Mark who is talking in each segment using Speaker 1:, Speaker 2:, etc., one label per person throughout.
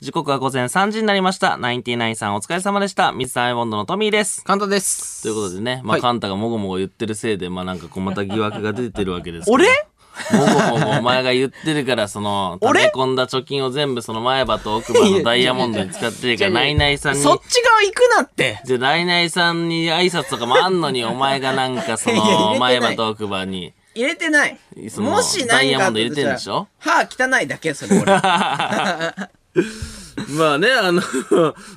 Speaker 1: 時刻は午前3時になりました。ナインティナインさんお疲れ様でした。水溜りボンドのトミーです。
Speaker 2: 簡単です。
Speaker 1: ということでね、ま
Speaker 2: は
Speaker 1: あ、
Speaker 2: い
Speaker 1: カンタがもごもご言ってるせいで、まあ、なんかこう、また疑惑が出てるわけですけど
Speaker 2: 俺
Speaker 1: もごもごお前が言ってるから、その、溜め
Speaker 2: 俺
Speaker 1: 込んだ貯金を全部その前歯と奥歯のダイヤモンドに使ってるから、ナイナイさんに。
Speaker 2: そっち側行くなって。
Speaker 1: じゃあ、ナイナイさんに挨拶とかもあんの に、お前がなんかそ
Speaker 2: いや入れ
Speaker 1: の、
Speaker 2: てな
Speaker 1: 前
Speaker 2: い
Speaker 1: 歯と奥歯 に。
Speaker 2: 入れてない
Speaker 1: そ。の
Speaker 2: もし
Speaker 1: ダイ
Speaker 2: 何
Speaker 1: ヤモ
Speaker 2: か
Speaker 1: ンド入れてんでしょ
Speaker 2: 歯汚いだけ、それ 俺。
Speaker 1: まあね、あの、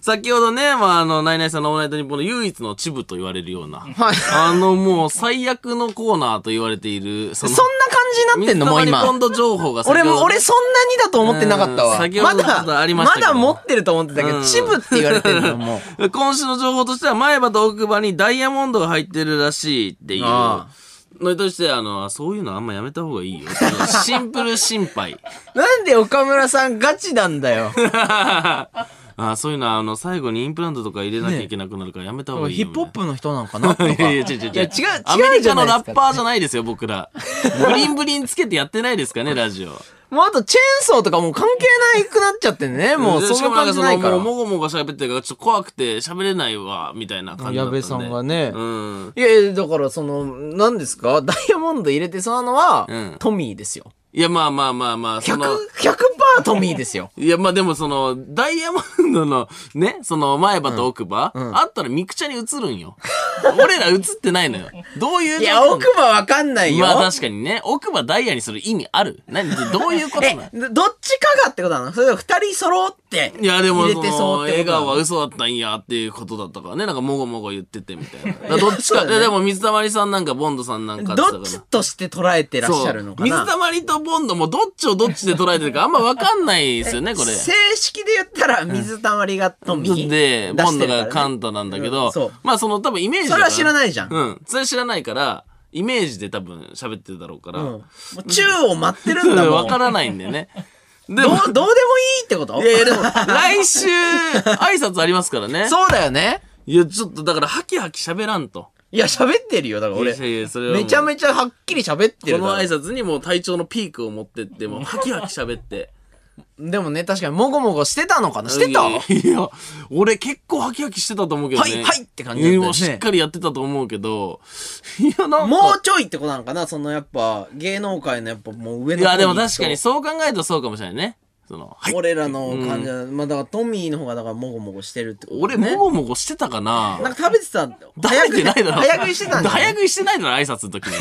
Speaker 1: 先ほどね、まああの、ナイナイさんのオールナイトニッポンの唯一のチブと言われるような、
Speaker 2: はい。
Speaker 1: あのもう最悪のコーナーと言われている、そ
Speaker 2: そんな感じになってんのもう
Speaker 1: 水溜りボン
Speaker 2: 今。
Speaker 1: ド情報が先ほ
Speaker 2: 俺
Speaker 1: ど
Speaker 2: も、俺そんなにだと思ってなかった
Speaker 1: うん
Speaker 2: わ。
Speaker 1: 先ほ
Speaker 2: ま
Speaker 1: どちょっとあり
Speaker 2: だ、
Speaker 1: ましたけ
Speaker 2: ま
Speaker 1: ど
Speaker 2: だ持ってると思ってたけ
Speaker 1: うん
Speaker 2: ど、チブって言われてるのもう。
Speaker 1: 今週の情報としては、前歯と奥歯にダイヤモンドが入ってるらしいっていう
Speaker 2: あ
Speaker 1: のに対して、あの、そういうのあんまやめた方がいいよ。そのシンプル心配。
Speaker 2: なんで岡村さんガチなんだよ。
Speaker 1: あそういうのは、あの、最後にインプラントとか入れなきゃいけなくなるからやめた方がいい
Speaker 2: ヒ
Speaker 1: よ、
Speaker 2: ップホッ
Speaker 1: プ
Speaker 2: プの人なのかなと
Speaker 1: い
Speaker 2: か。
Speaker 1: やいや、違う違う違う。
Speaker 2: いや違う
Speaker 1: アメ
Speaker 2: 違う
Speaker 1: リ
Speaker 2: じ
Speaker 1: カ
Speaker 2: ゃな
Speaker 1: の
Speaker 2: いで
Speaker 1: ラ
Speaker 2: すか
Speaker 1: ッパーじゃないですよ、僕ら。ブリンブリンつけてやってないですかね、ラジオ。
Speaker 2: もうあとチェーンソーとかもう関係ないくなっちゃってんね。もう
Speaker 1: で
Speaker 2: その感じない
Speaker 1: しもん。
Speaker 2: から
Speaker 1: かそのもうもごもご喋ってるから、ちょっと怖くて喋れないわ、みたいな感じだ
Speaker 2: 矢
Speaker 1: ったんで。
Speaker 2: 部さんがね。
Speaker 1: うん。
Speaker 2: いやいや、だからその、何ですかダイヤモンド入れてそうなのは、
Speaker 1: うん
Speaker 2: トミーですよ。
Speaker 1: いや、まあまあまあまあ、
Speaker 2: 100、
Speaker 1: その、
Speaker 2: 100%トミーですよ。
Speaker 1: いや、まあでもその、ダイヤモンドの、ね、 その前歯と奥歯、
Speaker 2: んうん
Speaker 1: あったらミクチャに映るんよ。 俺ら映ってないのよ。どういう状況
Speaker 2: いや、奥歯わかんないよ。
Speaker 1: まあ確かにね、奥歯ダイヤにする意味ある何どういうことなの
Speaker 2: え、どっちかがってことなのそれとも二人揃って。
Speaker 1: いやでも
Speaker 2: 入
Speaker 1: そ
Speaker 2: れ
Speaker 1: の
Speaker 2: てそうって
Speaker 1: 笑
Speaker 2: ことなの
Speaker 1: 顔は嘘だったんやっていうことだったからねなんかもごもご言っててみたいなだからどっち
Speaker 2: そ
Speaker 1: か、
Speaker 2: うだね
Speaker 1: でも水溜りさんなんかボンドさんなんかって言
Speaker 2: どっ
Speaker 1: ってた
Speaker 2: ち
Speaker 1: か
Speaker 2: として捉えてら
Speaker 1: ら
Speaker 2: っしゃるの
Speaker 1: そ
Speaker 2: か
Speaker 1: う
Speaker 2: な
Speaker 1: 水溜りとボンドもどっちをどっちで捉えてる かあんま分かんないですよねこれ
Speaker 2: 正式で言ったら、水たまりがトミー。
Speaker 1: で、
Speaker 2: 出
Speaker 1: ボン
Speaker 2: して
Speaker 1: ド
Speaker 2: るからね
Speaker 1: がカンタなんだけど、
Speaker 2: うんそう
Speaker 1: まあその多分イメージだ
Speaker 2: そ
Speaker 1: か
Speaker 2: れ
Speaker 1: ら
Speaker 2: は知らないじゃん。うん。
Speaker 1: うん。それ知らないから、イメージで多分喋ってるだろうから、
Speaker 2: もう宙を待ってるんだ
Speaker 1: うん
Speaker 2: も
Speaker 1: わ
Speaker 2: ん。
Speaker 1: からないんだよ ね。で
Speaker 2: どう
Speaker 1: も、
Speaker 2: どうでもいいってこと
Speaker 1: いやいやで も、来週、挨拶ありますからね。
Speaker 2: そうだよね。
Speaker 1: いや、ちょっとだから、ハキハキ喋らんと。
Speaker 2: いや、喋ってるよ。だから俺
Speaker 1: い。やいやそれはもう
Speaker 2: めちゃめちゃはっきり喋ってる
Speaker 1: こ
Speaker 2: だ
Speaker 1: の
Speaker 2: ろ
Speaker 1: 挨拶にもう体調のピークを持ってって、もうハキハキ喋って。
Speaker 2: でもね、確かにもごもごしてたのかな してた
Speaker 1: いやいや、俺結構ハキハキしてたと思うけどね。
Speaker 2: はいはいって感じだったよね
Speaker 1: もうしっかりやってたと思うけど、 いや、なんか。
Speaker 2: もうちょいってことなのかなそのやっぱ、芸能界のやっぱもう上
Speaker 1: い
Speaker 2: の方
Speaker 1: や、でも確か
Speaker 2: 行
Speaker 1: に
Speaker 2: く
Speaker 1: そう考えるとそうかもしれないね。その、は
Speaker 2: と
Speaker 1: い。
Speaker 2: 俺らの感じは、まあだからトミーの方がだからもごもごしてるってこと
Speaker 1: 俺、
Speaker 2: ね
Speaker 1: もごもごしてたかな
Speaker 2: なんか食べてた、
Speaker 1: 食
Speaker 2: 早
Speaker 1: べてないだろ。
Speaker 2: 早食いしてたんじゃない
Speaker 1: 早食いしてないだろ、挨拶の時に。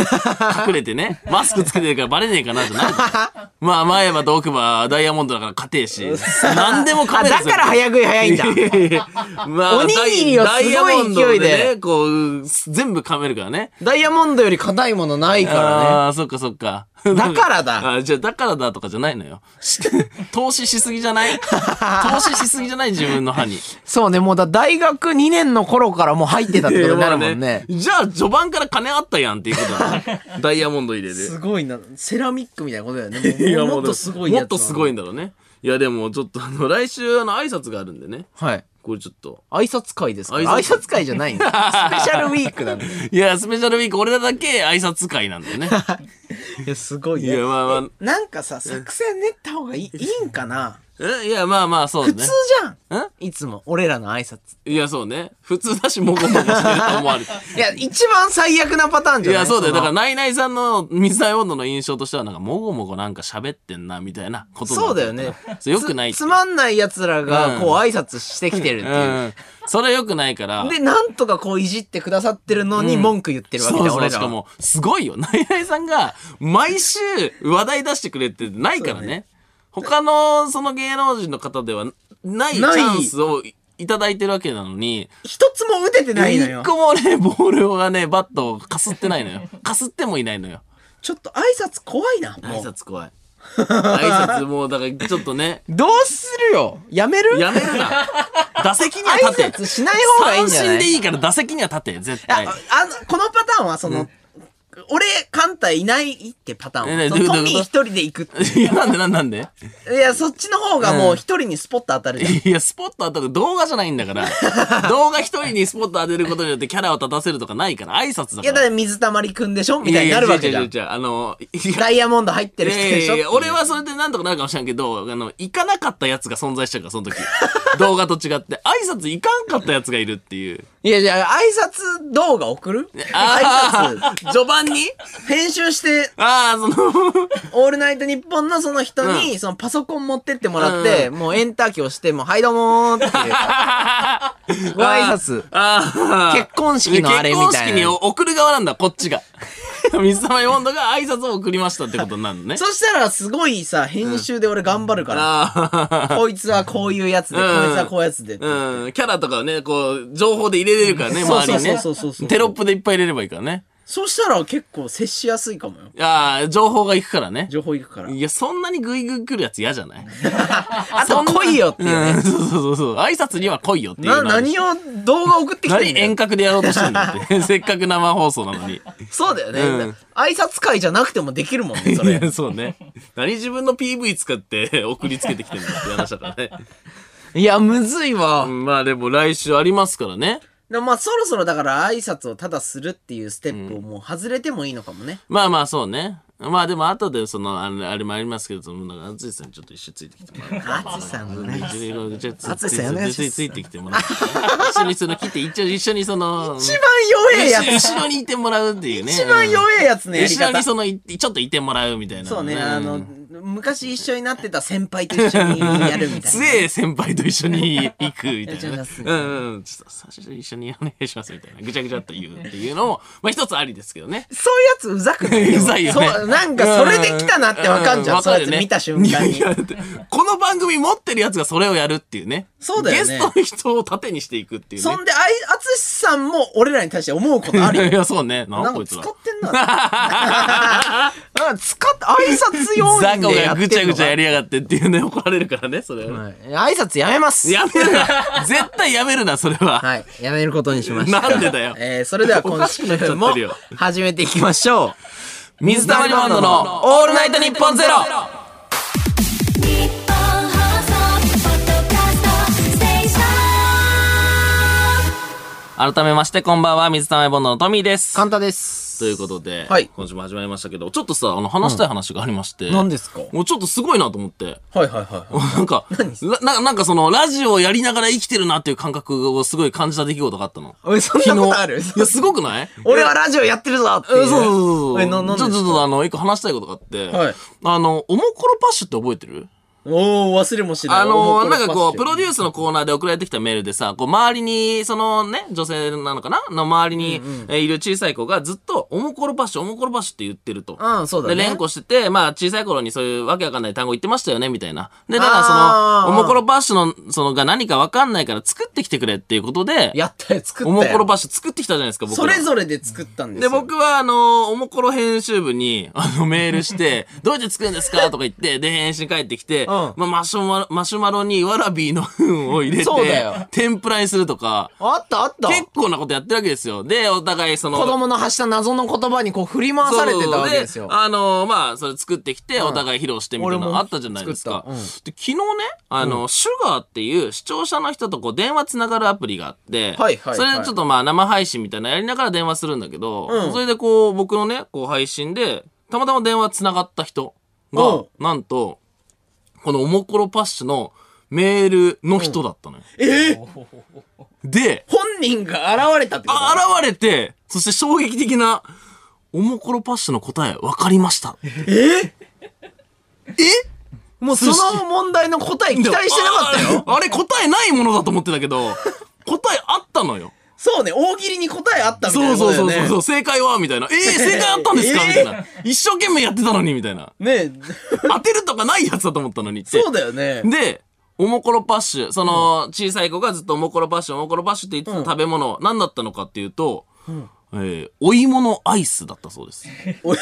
Speaker 1: 隠れてね。マスクつけてるからバレねえかな、じゃ ない。まあ、前歯と奥歯、ダイヤモンドだから硬え し。何でも
Speaker 2: あ、
Speaker 1: 亀
Speaker 2: だから早食い早いんだ。
Speaker 1: まあ、
Speaker 2: おにぎりをす
Speaker 1: ダ
Speaker 2: ごい勢いで
Speaker 1: イヤモンドね、こう、全部噛めるからね。
Speaker 2: ダイヤモンドより硬いものないからね。
Speaker 1: ああ、そっかそっか。
Speaker 2: だからだ
Speaker 1: あーじゃあ、だからだとかじゃないのよ。 し投資しすぎじゃない 投資しすぎじゃない自分の歯に。
Speaker 2: そうね、もうだ、大学2年の頃からもう入ってたってことになるもんね。
Speaker 1: じゃあ、序盤から金あったやんっていうことだ ね。ダイヤモンド入れ
Speaker 2: す
Speaker 1: る。
Speaker 2: ごいな。セラミックみたいなことだよね。
Speaker 1: いや
Speaker 2: もうも
Speaker 1: も
Speaker 2: っ
Speaker 1: うで
Speaker 2: とすごいやつ。
Speaker 1: もっとすごい。んだろうね。いや、でも、ちょっと、あの、来週、あの、挨拶があるんでね。
Speaker 2: はい。
Speaker 1: これちょっと。
Speaker 2: 挨拶会ですから
Speaker 1: 挨
Speaker 2: 挨
Speaker 1: 拶
Speaker 2: 拶会じゃない んだ。スペシャルウィークなんだよ。
Speaker 1: いや、スペシャルウィーク、俺らだけ挨拶会なんだよね。
Speaker 2: いや、すご い
Speaker 1: いや、まあま
Speaker 2: なんかさ、作戦練った方がいい、いいんかな
Speaker 1: あ、えいや、まあまあ、そう
Speaker 2: 普
Speaker 1: ね。
Speaker 2: 通じゃ
Speaker 1: ん
Speaker 2: んいつも、俺らの挨拶。
Speaker 1: いや、そうね。普通だし、もごもごしてると思われて。
Speaker 2: いや、一番最悪なパターン じ
Speaker 1: い
Speaker 2: ゃない
Speaker 1: や、そうだよ。だから、
Speaker 2: の
Speaker 1: ナイナイさんの水溜り温度の印象としては、なんか、もごもごなんか喋ってんな、みたいなことにな
Speaker 2: そ
Speaker 1: っ
Speaker 2: う
Speaker 1: ち
Speaker 2: だ
Speaker 1: ゃ
Speaker 2: よ
Speaker 1: から
Speaker 2: ね。
Speaker 1: そうよくないっ
Speaker 2: つ
Speaker 1: て
Speaker 2: つまんない奴らが、こう、挨拶してきてるっていう。
Speaker 1: うん。それはよくないから。
Speaker 2: で、なんとかこう、いじってくださってるのに文句言ってるわけ
Speaker 1: そう
Speaker 2: だ、
Speaker 1: そう、
Speaker 2: 俺
Speaker 1: し
Speaker 2: ら
Speaker 1: か
Speaker 2: は。
Speaker 1: も、すごいよ。ナイナイさんが、毎週、話題出してくれってないからね。他の、その芸能人の方では、ないチ
Speaker 2: ない
Speaker 1: ャンスをいいただいてるわけなのに、
Speaker 2: 一つも打ててないのよ
Speaker 1: 一。個もね、ボールがね、バットをかすってないの よ。かすってもいないのよ。
Speaker 2: ちょっと挨拶怖いな、も
Speaker 1: 挨
Speaker 2: う。
Speaker 1: 拶怖い。挨拶もう、だから、ちょっとね、
Speaker 2: どうするよやめる
Speaker 1: やめ るな。打席には
Speaker 2: 挨
Speaker 1: 立て。
Speaker 2: 拶しない方がいいんじゃない
Speaker 1: 三振でいいから打席には立て、絶
Speaker 2: いや
Speaker 1: 対。
Speaker 2: ああの、このパターンはその、俺、カンタいないってパターン
Speaker 1: え
Speaker 2: は。
Speaker 1: ね
Speaker 2: そ
Speaker 1: どういう
Speaker 2: の
Speaker 1: こと
Speaker 2: トミー一人で行くって
Speaker 1: いや、なんでなんでなんで
Speaker 2: いや、そっちの方がもう一人にスポット当たるじゃん。
Speaker 1: いや、スポット当たる動画じゃないんだ から。動画一人にスポット当てることによってキャラを立たせるとかないから、挨拶だから。
Speaker 2: いや、だって水溜りくんでしょみたいになるわけじゃ
Speaker 1: いや
Speaker 2: ん
Speaker 1: い。や違う違う違うあの、いや
Speaker 2: ダイヤモンド入ってる人
Speaker 1: いや
Speaker 2: で
Speaker 1: い
Speaker 2: しょ
Speaker 1: やいや俺
Speaker 2: は。
Speaker 1: はそれでなんとかなるかもしれんけど、あの、行かなかったやつが存在しちゃうから、 その時。動画と違って、挨拶行かんかったやつがいるっていう。
Speaker 2: いやいや、挨拶動画送る挨
Speaker 1: あ
Speaker 2: 拶、序盤に編集して、
Speaker 1: ああ、その、
Speaker 2: オールナイトニッポンのその人に、そのパソコン持ってってもらって、もうエンターキーをして、もう、はいどうもーっていう。 ご挨拶。
Speaker 1: ああ。
Speaker 2: 結婚式のあれみたいな
Speaker 1: 結婚式に送る側なんだ、こっちが。 水溜りボンドが挨拶を送りましたってことになるのね。
Speaker 2: そしたら、すごいさ、編集で俺頑張るから。
Speaker 1: あ
Speaker 2: こいつはこういうやつで、
Speaker 1: うん
Speaker 2: こいつはこういうやつで。
Speaker 1: あ。うん。キャラとかをね、こう、情報で入れれるからね、周りにね。
Speaker 2: そうそうそうそうそう
Speaker 1: テロップでいっぱい入れればいいからね。
Speaker 2: そしたら結構接しやすいかもよ。
Speaker 1: ああ、情報が行くからね。
Speaker 2: 情報いくから。
Speaker 1: いや、そんなにグイグイ来るやつ嫌じゃない
Speaker 2: あと来いよっていうね。
Speaker 1: うん、そうそうそうそう。挨拶には来いよっていうの
Speaker 2: な、
Speaker 1: は
Speaker 2: 何を動画送ってきてん
Speaker 1: 何
Speaker 2: だよ
Speaker 1: 遠隔でやろうとしてんだって。 せっかく生放送なのに。
Speaker 2: そうだよね、
Speaker 1: うん
Speaker 2: 挨拶会じゃなくてもできるもんね、そ
Speaker 1: い
Speaker 2: れ。
Speaker 1: や、 そうね。何自分の PV 使って 送りつけてきてんだって話だからね。
Speaker 2: いや、むずいわ。
Speaker 1: うんまあでも来週ありますからね。
Speaker 2: でもまあそろそろだから挨拶をただするっていうステップをもう外れてもいいのかもね。
Speaker 1: まあまあそうね。まあでも後でその、あれあれもありますけど、その、なんか淳さんにちょっと一緒についてきてもらって。
Speaker 2: 淳さんのね。
Speaker 1: いろいろじゃあつ
Speaker 2: 淳さんお願いします
Speaker 1: つついてきてもらって。一緒にその切って、一緒に一緒にその、
Speaker 2: 一番弱えやつ。
Speaker 1: 後ろに いてもらうっていうね。
Speaker 2: 一番弱えやつのやり
Speaker 1: 後ろ
Speaker 2: 方
Speaker 1: に。そのいちょっといてもらうみたいな
Speaker 2: そうね、
Speaker 1: ん
Speaker 2: あの、昔一緒になってた先輩と一緒にやるみたい
Speaker 1: 強
Speaker 2: な。
Speaker 1: え先輩と一緒 に行くみたい
Speaker 2: やっちゃい
Speaker 1: な、
Speaker 2: ま
Speaker 1: ね
Speaker 2: す、ね
Speaker 1: うんうんちょっと最初に一緒にお願いしますみたいなぐちゃぐちゃっと言うっていう のもまあ一つありですけどね
Speaker 2: そういうやつうざく ないう
Speaker 1: ざいよね
Speaker 2: そう、なんかそれで来たなってわかんじゃん。
Speaker 1: う
Speaker 2: そういう
Speaker 1: わ
Speaker 2: や
Speaker 1: か
Speaker 2: つ
Speaker 1: るよね
Speaker 2: 見た瞬間に。
Speaker 1: いやいやだってこの番組持ってるやつがそれをやるっていうね
Speaker 2: そうだよ
Speaker 1: ゲス
Speaker 2: ね
Speaker 1: トの人を盾にしていくっていうね
Speaker 2: そんで、あい、あつしさんも俺らに対して思うことあるよ。
Speaker 1: いや そうねなん
Speaker 2: な
Speaker 1: か
Speaker 2: ん
Speaker 1: こ
Speaker 2: か
Speaker 1: いつ
Speaker 2: 使
Speaker 1: ら
Speaker 2: って んな。なんか使って、挨拶用
Speaker 1: 雑魚
Speaker 2: にでや
Speaker 1: が
Speaker 2: ってんのか
Speaker 1: ぐちゃぐちゃやりやがってっていうね怒られるからねそれは、
Speaker 2: はい挨拶やめます。
Speaker 1: やめるな絶対やめるなそれは、
Speaker 2: はい。やめることにしました。
Speaker 1: なんでだよ
Speaker 2: えー、それでは今週も
Speaker 1: おかしくなっちゃってるよ
Speaker 2: 始めていきましょう。
Speaker 1: 水溜りボンドの「オールナイトニッポンゼロ
Speaker 3: 日本放送ポッドキャストステーション
Speaker 1: 改めましてこんばんは水溜りボンドのトミーです
Speaker 2: 簡単です。
Speaker 1: ということで、
Speaker 2: はい
Speaker 1: 今週も始まりましたけどちょっとさあの話したい話がありまして、
Speaker 2: 何ですかはい
Speaker 1: もうちょっとすごいなと思って
Speaker 2: はいはい。
Speaker 1: なんかなななんかそのラジオをやりながら生きてるなっていう感覚をすごい感じた出来事があったの
Speaker 2: 俺、そんなことある
Speaker 1: いやすごくない
Speaker 2: 俺はラジオやってるぞって
Speaker 1: えそう
Speaker 2: い
Speaker 1: そうそうそう。
Speaker 2: え、な、なん
Speaker 1: ちょ
Speaker 2: で
Speaker 1: っ
Speaker 2: す
Speaker 1: と
Speaker 2: か
Speaker 1: ちょっとあの、一個話したいことがあって、
Speaker 2: はい
Speaker 1: あの、おもころパッシュって覚えてる
Speaker 2: おー、忘れもしない。
Speaker 1: あ
Speaker 2: おも
Speaker 1: の、
Speaker 2: ろパ
Speaker 1: なん
Speaker 2: ッショ
Speaker 1: かこう、プロデュースのコーナーで送られてきたメールでさ、こう、周りに、そのね、女性なのかなの周りにえーいる小さい子がずっと、おもころパッシュ、おもころパッシュって言ってると。
Speaker 2: うんそうだね
Speaker 1: で、連呼してて、まあ、小さい頃にそういうわけわかんない単語言ってましたよね、みたいな。で、だから
Speaker 2: あー
Speaker 1: その、おもころパッシュの、その、が何かわかんないから作ってきてくれっていうことで、
Speaker 2: やったよ、作った
Speaker 1: お
Speaker 2: よ。
Speaker 1: もころパッシュ作ってきたじゃないですか、僕
Speaker 2: そ
Speaker 1: ら
Speaker 2: れぞれで作ったんです
Speaker 1: で、
Speaker 2: よ。
Speaker 1: 僕は、あの、おもころ編集部に、あ の、メールして、どうやって作るんですかとか言って、で、返信返ってきて、
Speaker 2: ん
Speaker 1: まあ、マシュマロ、マシュマロにわらびの糞を入れて
Speaker 2: そうだよ、
Speaker 1: 天ぷらにするとか、
Speaker 2: あったあった。
Speaker 1: 結構なことやってるわけですよ。で、お互いその、
Speaker 2: 子供の発した謎の言葉にこう振り回されてたわけですよ。
Speaker 1: あのーまあ、それ作ってきて、お互い披露してみたいな
Speaker 2: 俺
Speaker 1: の
Speaker 2: も
Speaker 1: あったじゃないですか。
Speaker 2: 作ったうん
Speaker 1: で昨日ね、あの、シュガーっていう視聴者の人とこう電話つながるアプリがあって、
Speaker 2: はいはいはい
Speaker 1: それでちょっとまあ生配信みたいなのやりながら電話するんだけど、
Speaker 2: うん
Speaker 1: それでこう僕のね、こう配信で、たまたま電話つながった人
Speaker 2: う
Speaker 1: が
Speaker 2: ん、
Speaker 1: なんと、このおもころパッシュのメールの人だったのよ。
Speaker 2: えー
Speaker 1: で、
Speaker 2: 本人が現れたってこと
Speaker 1: あ現れて、そして衝撃的な、おもころパッシュの答え分かりました。ええ
Speaker 2: もうその問題の答え期待してなかったよ。
Speaker 1: ああれ答えないものだと思ってたけど、 答えあったのよ。
Speaker 2: そうね、大喜利に答えあったみた
Speaker 1: そ
Speaker 2: いな
Speaker 1: う
Speaker 2: こ
Speaker 1: そう
Speaker 2: とだ
Speaker 1: そ
Speaker 2: よ
Speaker 1: う
Speaker 2: ね。
Speaker 1: そう、正解はみたい な。えー、正解あったんですかみたいな。一生懸命やってたのにみたいな。
Speaker 2: ね
Speaker 1: 当てるとかないやつだと思ったのにって。
Speaker 2: そうだよね。
Speaker 1: で、おもころパッシュ、その、小さい子がずっとおもころパッシュ、おもころパッシュって言ってた食べ物、何だったのかっていうと、えーお芋のアイスだったそうです。
Speaker 2: お え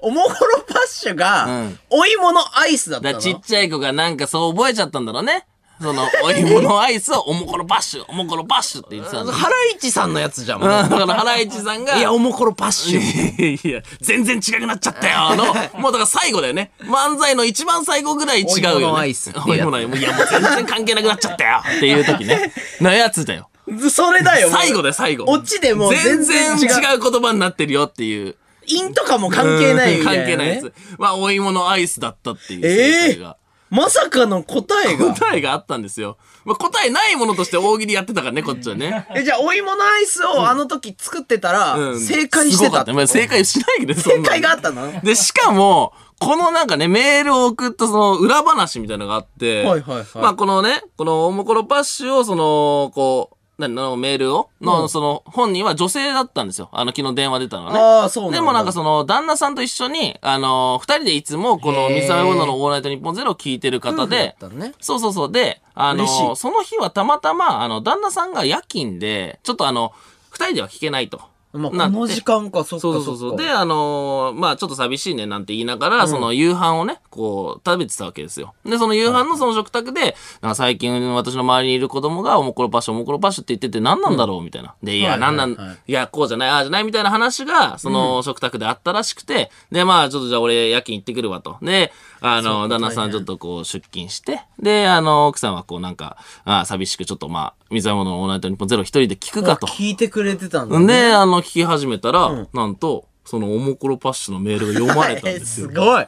Speaker 2: おもころパッシュ
Speaker 1: う
Speaker 2: が
Speaker 1: ん、
Speaker 2: お芋のアイスだった
Speaker 1: だ
Speaker 2: の
Speaker 1: ちっちゃい子がなんかそう覚えちゃったんだろうね。その、お芋のアイスをおもころパッシュ、おもころパッシュって言ってたんだ。
Speaker 2: ハライチさんのやつじゃん。もう
Speaker 1: だから、原市さんが、
Speaker 2: いや、おもころパッシュ。
Speaker 1: いやいや、全然違くなっちゃったよ。の、もうだから最後だよね。漫才の一番最後ぐらい違うよ、ね。
Speaker 2: お芋のアイスってやつ
Speaker 1: お芋のアイスいや、もう全然関係なくなっちゃったよ。っていう時ね。なやつだよ。
Speaker 2: それだよ。もう
Speaker 1: 最後だよ、最後。
Speaker 2: オチでもう
Speaker 1: 全
Speaker 2: 全
Speaker 1: 然
Speaker 2: 然違
Speaker 1: 違
Speaker 2: う
Speaker 1: う言葉になってるよっていう。
Speaker 2: 韻とかも関係ない
Speaker 1: うん
Speaker 2: みた
Speaker 1: 関
Speaker 2: いな、ね。
Speaker 1: 係ないやつ。は、お芋のアイスだったっていう正
Speaker 2: ええ
Speaker 1: 解が。
Speaker 2: まさかの答えが。
Speaker 1: 答えがあったんですよ。まあ、答えないものとして大喜利やってたからね、こっちはね。
Speaker 2: え、じゃあ、お芋のアイスをあの時作ってたら、
Speaker 1: うん
Speaker 2: 正解し
Speaker 1: す
Speaker 2: て
Speaker 1: ごか
Speaker 2: たっ
Speaker 1: ってまあ正解しないけど、そんなの
Speaker 2: 正解があったのは い
Speaker 1: で、しかも、このなんかね、メールを送ったその裏話みたいなのがあって、
Speaker 2: はいはい。
Speaker 1: まあこのね、このおもころパッシュを、その、こう、何のメールをの、
Speaker 2: うん
Speaker 1: その、本人は女性だったんですよ。あの、昨日電話出たのはね。
Speaker 2: ああ、そうなんだ
Speaker 1: でもなんかその、旦那さんと一緒に、あのー二人でいつもこの、
Speaker 2: へー
Speaker 1: ミサメボンドのオールナイトニッポンゼロを聞いてる方
Speaker 2: 夫婦だっ
Speaker 1: で、
Speaker 2: たのね。
Speaker 1: そうそうそう。で、あの
Speaker 2: 嬉し
Speaker 1: ー
Speaker 2: い
Speaker 1: その日はたまたま、あの、旦那さんが夜勤で、ちょっとあの、二人では聞けないと。
Speaker 2: まあ、こ
Speaker 1: なって
Speaker 2: の時間か、そっか
Speaker 1: そうそう
Speaker 2: っか。
Speaker 1: そうそう。で、あのーまあちょっと寂しいねなんて言いながら、その夕飯をね、こう、食べてたわけですよ。で、その夕飯のその食卓で、なんか最近私の周りにいる子供が、おもころパッシュ、おもころパッシュって言ってて何なんだろうみたいな。で、い
Speaker 2: は
Speaker 1: や、
Speaker 2: いは
Speaker 1: ないん
Speaker 2: は
Speaker 1: ないん、いや、こうじゃない、ああじゃないみたいな話が、その食卓であったらしくて、で、まあちょっとじゃあ俺夜勤行ってくるわと。で、あの、旦那さんちょっとこう出勤して、で、あの、奥さんはこうなんか、ああ寂しくちょっとまあ、水山のオールナイトニッポンゼロ一人で聞く
Speaker 2: あ
Speaker 1: かと。
Speaker 2: 聞いてくれてたんだ、ね。
Speaker 1: で、あの、聞き始めたら、
Speaker 2: うん
Speaker 1: なんと、そのおもころパッシュのメールが読まれたん
Speaker 2: え、
Speaker 1: です
Speaker 2: す
Speaker 1: よ。
Speaker 2: ごい。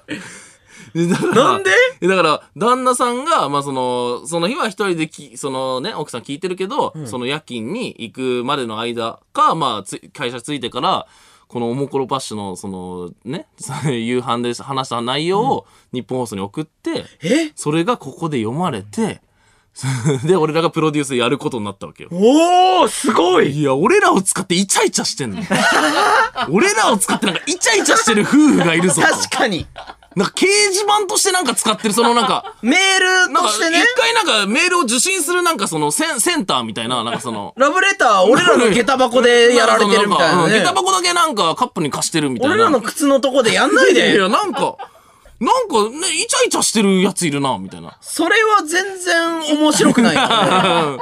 Speaker 1: でだから
Speaker 2: なんで
Speaker 1: えだから、旦那さんが、まあ、その、その日は一人でき、そのね、奥さん聞いてるけど、その夜勤に行くまでの間か、まあ、つ会社着いてから、このおもころパッシュの、そのね、 夕飯で話した内容を日本放送に送って、
Speaker 2: え
Speaker 1: それがここで読まれて、 で、俺らがプロデュースやることになったわけよ。
Speaker 2: おー、すごい
Speaker 1: いや、俺らを使ってイチャイチャ してんの。俺らを使ってなんかイチャイチャしてる夫婦がいるぞと。
Speaker 2: 確かに。
Speaker 1: なんか掲示板としてなんか使ってる、そのなんか、
Speaker 2: メール
Speaker 1: なん
Speaker 2: と
Speaker 1: か
Speaker 2: してね
Speaker 1: 一、回なんかメールを受信するなんかそのセンセンターみたいな、なんかその。
Speaker 2: ラブレター、俺らの下駄箱でやられてるみたいな
Speaker 1: うん
Speaker 2: ね。
Speaker 1: 下駄箱だけなんかカップに貸してるみたいな。
Speaker 2: 俺らの靴のとこでやんない
Speaker 1: いやい
Speaker 2: で。
Speaker 1: や、なんか、なんかね、イチャイチャしてるやついるな、みたい な。
Speaker 2: それは全然面白くないよ ね。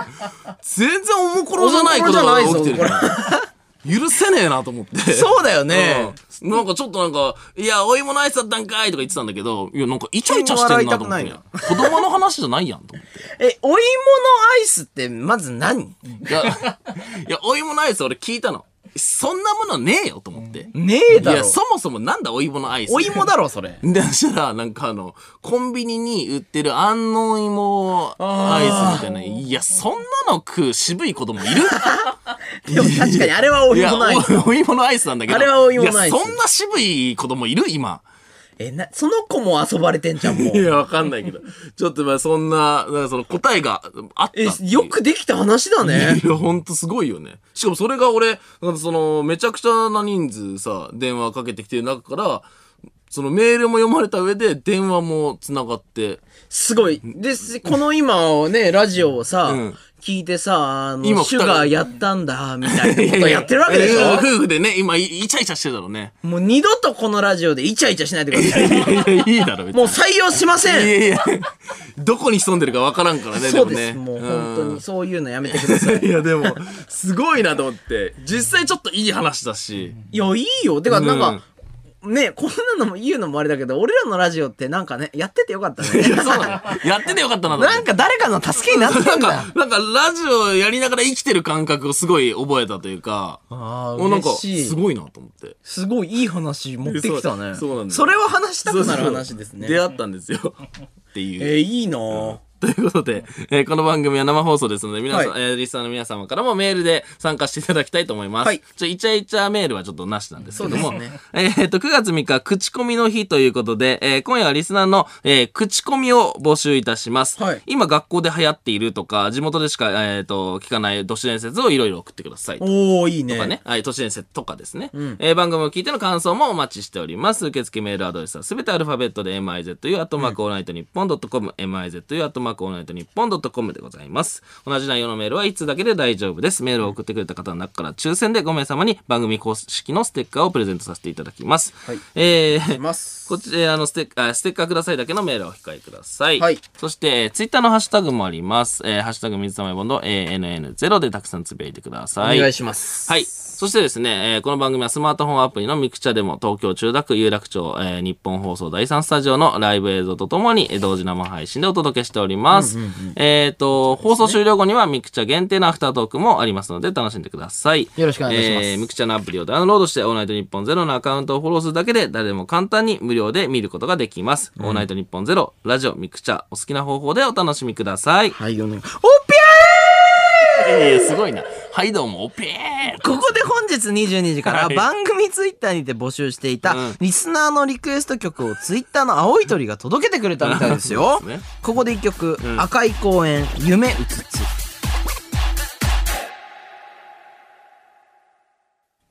Speaker 1: 全然おもころじゃないことが起きてるから。許せねえなと思って。
Speaker 2: そうだよ
Speaker 1: う
Speaker 2: ね。
Speaker 1: んなんかちょっとなんか、いや、お芋のアイスだったんかいとか言ってたんだけど、いや、なんかイチャイチャしてんなと思っ
Speaker 2: 急に笑い
Speaker 1: て
Speaker 2: た。
Speaker 1: 子供の話じゃないやんと思って。
Speaker 2: え、お芋のアイスってまず何
Speaker 1: いや、いやお芋のアイス俺聞いたの。そんなものねえよと思って。
Speaker 2: ねえ
Speaker 1: い
Speaker 2: だ
Speaker 1: や、
Speaker 2: ろ。
Speaker 1: そもそもなんだお芋のアイス。
Speaker 2: お芋だろ、それ。
Speaker 1: で、そしたら、なんかあの、コンビニに売ってる安納芋アイスみたいな。いや、そんなの食う渋い子供いる
Speaker 2: でも確かにあれ はお
Speaker 1: いや
Speaker 2: 芋のアイス。
Speaker 1: お、お芋のアイスなんだけど。
Speaker 2: あれはお芋のアイス
Speaker 1: いや、そんな渋い子供いる今。
Speaker 2: え、な、その子も遊ばれてんじゃん、も。
Speaker 1: いうや、わかんないけど。 ちょっとまあそんな、なんかその答えがあったって
Speaker 2: え
Speaker 1: いう。、
Speaker 2: よくできた話だね。
Speaker 1: いや、ほんとすごいよね。しかもそれが俺、なんかその、めちゃくちゃな人数さ、電話かけてきてる中から、そのメールも読まれた上で、電話も繋がって。
Speaker 2: すごい。で、すこの今をね、ラジオをさ、
Speaker 1: うん
Speaker 2: 聞いてさ、あの、
Speaker 1: 今二人
Speaker 2: シュガーやったんだ、みたいなことやってるわけでし
Speaker 1: いやいや
Speaker 2: ょ
Speaker 1: 夫婦でね、今、いイチャイチャしてるだろうね。
Speaker 2: もう二度とこのラジオでイチャイチャしないでくださ い。
Speaker 1: いやいや、いいだろ、別
Speaker 2: もう
Speaker 1: に。
Speaker 2: 採用しませ
Speaker 1: い
Speaker 2: ん
Speaker 1: やいや、どこに潜んでるかわからんからね、
Speaker 2: そう
Speaker 1: もね
Speaker 2: です、もう本当
Speaker 1: ん
Speaker 2: に。そういうのやめてください。
Speaker 1: いや、でも、すごいなと思って。実際ちょっといい話だし。
Speaker 2: いや、いいよ。てか、なんか、ね、こんなのも言うのもあれだけど、俺らのラジオってなんかね、やっててよかったね。
Speaker 1: いや、そうなの。やっててよかったなと思って
Speaker 2: なんか誰かの助けになって
Speaker 1: なん
Speaker 2: んだ
Speaker 1: か。、なんかラジオやりながら生きてる感覚をすごい覚えたというか、
Speaker 2: あ
Speaker 1: もうなんか、
Speaker 2: しい
Speaker 1: す。ごいなと思って。
Speaker 2: すごいいい話持ってきた
Speaker 1: そ
Speaker 2: ね。
Speaker 1: うそうなんです
Speaker 2: それは話したくなる
Speaker 1: そうそう
Speaker 2: 話ですね。
Speaker 1: 出会ったんですよ。っていう。
Speaker 2: えー、いいなぁ。
Speaker 1: ということで、えーこの番組は生放送ですので、皆さん、
Speaker 2: は
Speaker 1: えーリスナーの皆様からもメールで参加していただきたいと思います。
Speaker 2: はい
Speaker 1: ちょ、イチャイチャメールはちょっとなしなんですけども、
Speaker 2: そうですね
Speaker 1: えーっと、9月3日、口コミの日ということで、えー今夜はリスナーの、えー口コミを募集いたします。
Speaker 2: はい
Speaker 1: 今、学校で流行っているとか、地元でしか、えーっと、聞かない都市伝説をいろいろ送ってください。
Speaker 2: おー、いいね。
Speaker 1: とかね、はい、都市伝説とかですね、えー番組を聞いての感想もお待ちしております。受付メールアドレスはすべてアルファベットで m i z u アットマークオールナイトニッポンドットコム m i z u アットマークオールナイトニッポンドットコムでございます。同じ内容のメールは1通だけで大丈夫です。メールを送ってくれた方の中から抽選で5名様に番組公式のステッカーをプレゼントさせていただきます。
Speaker 2: はい
Speaker 1: えー
Speaker 2: います
Speaker 1: こっち、えーあのステッカー、あステッカーくださいだけのメールをお控えください。
Speaker 2: はい
Speaker 1: そして、えーツイッターのハッシュタグもあります。えーハッシュタグ水溜りボンド ANN0 でたくさんつぶやいてください。
Speaker 2: お願いします
Speaker 1: はい。そしてですね、えーこの番組はスマートフォンアプリのミクチャでも東京中田区有楽町、えー日本放送第3スタジオのライブ映像とともにえー同時生配信でお届けしております。えっ、と、放送終了後にはミクチャ限定のアフタートークもありますので楽しんでください。
Speaker 2: よろしくお願いします
Speaker 1: えーミクチャのアプリをダウンロードして、オールナイトニッポンゼロのアカウントをフォローするだけで誰でも簡単に無料で見ることができます。オールナイトニッポンゼロ、ラジオ、ミクチャ、お好きな方法でお楽しみください。
Speaker 2: はい、お願い。おぴゃ
Speaker 1: えー、すごいな。はい、どうも、ぺー
Speaker 2: ーここで本日22時から
Speaker 1: はい
Speaker 2: 番組ツイッターにて募集していた
Speaker 1: うん
Speaker 2: リスナーのリクエスト曲をツイッターの青い鳥が届けてくれたみたいですよ
Speaker 1: そうですね
Speaker 2: ここで一曲、
Speaker 1: ん
Speaker 2: 赤い公園夢うつつ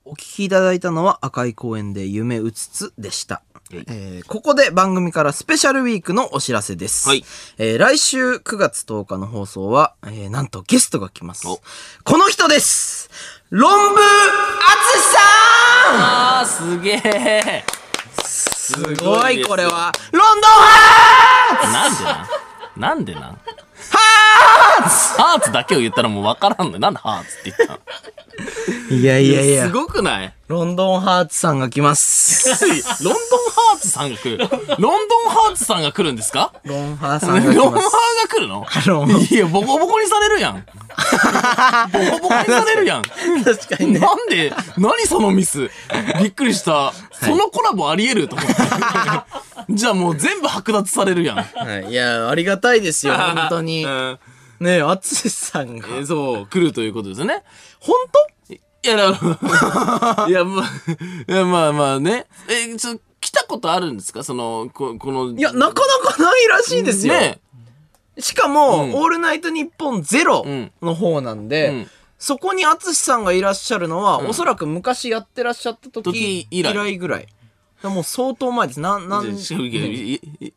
Speaker 2: お聞きいただいたのは赤い公園で夢うつつでした
Speaker 1: はい
Speaker 2: えーここで番組からスペシャルウィークのお知らせです。
Speaker 1: はい
Speaker 2: えー来週9月10日の放送は、えーなんとゲストが来ます。
Speaker 1: お
Speaker 2: この人です論文
Speaker 1: あ
Speaker 2: あ
Speaker 1: ーすげえ
Speaker 2: つさん
Speaker 1: す
Speaker 2: すごい、
Speaker 1: です
Speaker 2: これは。ロンドンハ
Speaker 1: なんでなんなんでなんハーツハーツだけを言ったらもう分からんのよなんでハーツって言ったの
Speaker 2: ーツいやいやいや
Speaker 1: す、ごくない
Speaker 2: ロンドンハーツさんが来ます。
Speaker 1: ロンドンハーツさんが来るロンドンハーツさんが来るんですか
Speaker 2: ロンハー
Speaker 1: ロ
Speaker 2: さ
Speaker 1: ン
Speaker 2: んが来
Speaker 1: ハー
Speaker 2: ま
Speaker 1: が
Speaker 2: す。
Speaker 1: 来るの
Speaker 2: ロン
Speaker 1: いや、ボコボコにされるやん。ボコボコにされるやん。
Speaker 2: 確かにね。
Speaker 1: なんで、何そのミス。びっくりした。そのコラボあり得ると思って。じゃあもう全部剥奪されるやん。
Speaker 2: はい、いや、ありがたいですよ、 本当に
Speaker 1: う。ん
Speaker 2: ねえ、あつさんが。
Speaker 1: えーそう、来るということですよね。本当いや、だから いや、まあ、いや、まあまあね。え、ちょ、来たことあるんですかその、ここの。
Speaker 2: いや、なかなかないらしいですよ。
Speaker 1: ね。
Speaker 2: しかも、
Speaker 1: うん
Speaker 2: オールナイトニッポンゼロ
Speaker 1: うん
Speaker 2: の方なんで、
Speaker 1: うん
Speaker 2: そこに淳さんがいらっしゃるのは、おそらく昔やってらっしゃった時
Speaker 1: 時
Speaker 2: 以
Speaker 1: 以来
Speaker 2: 来ぐらい。もう相当前です。なん、なん、
Speaker 1: しかもいや
Speaker 2: ね
Speaker 1: いい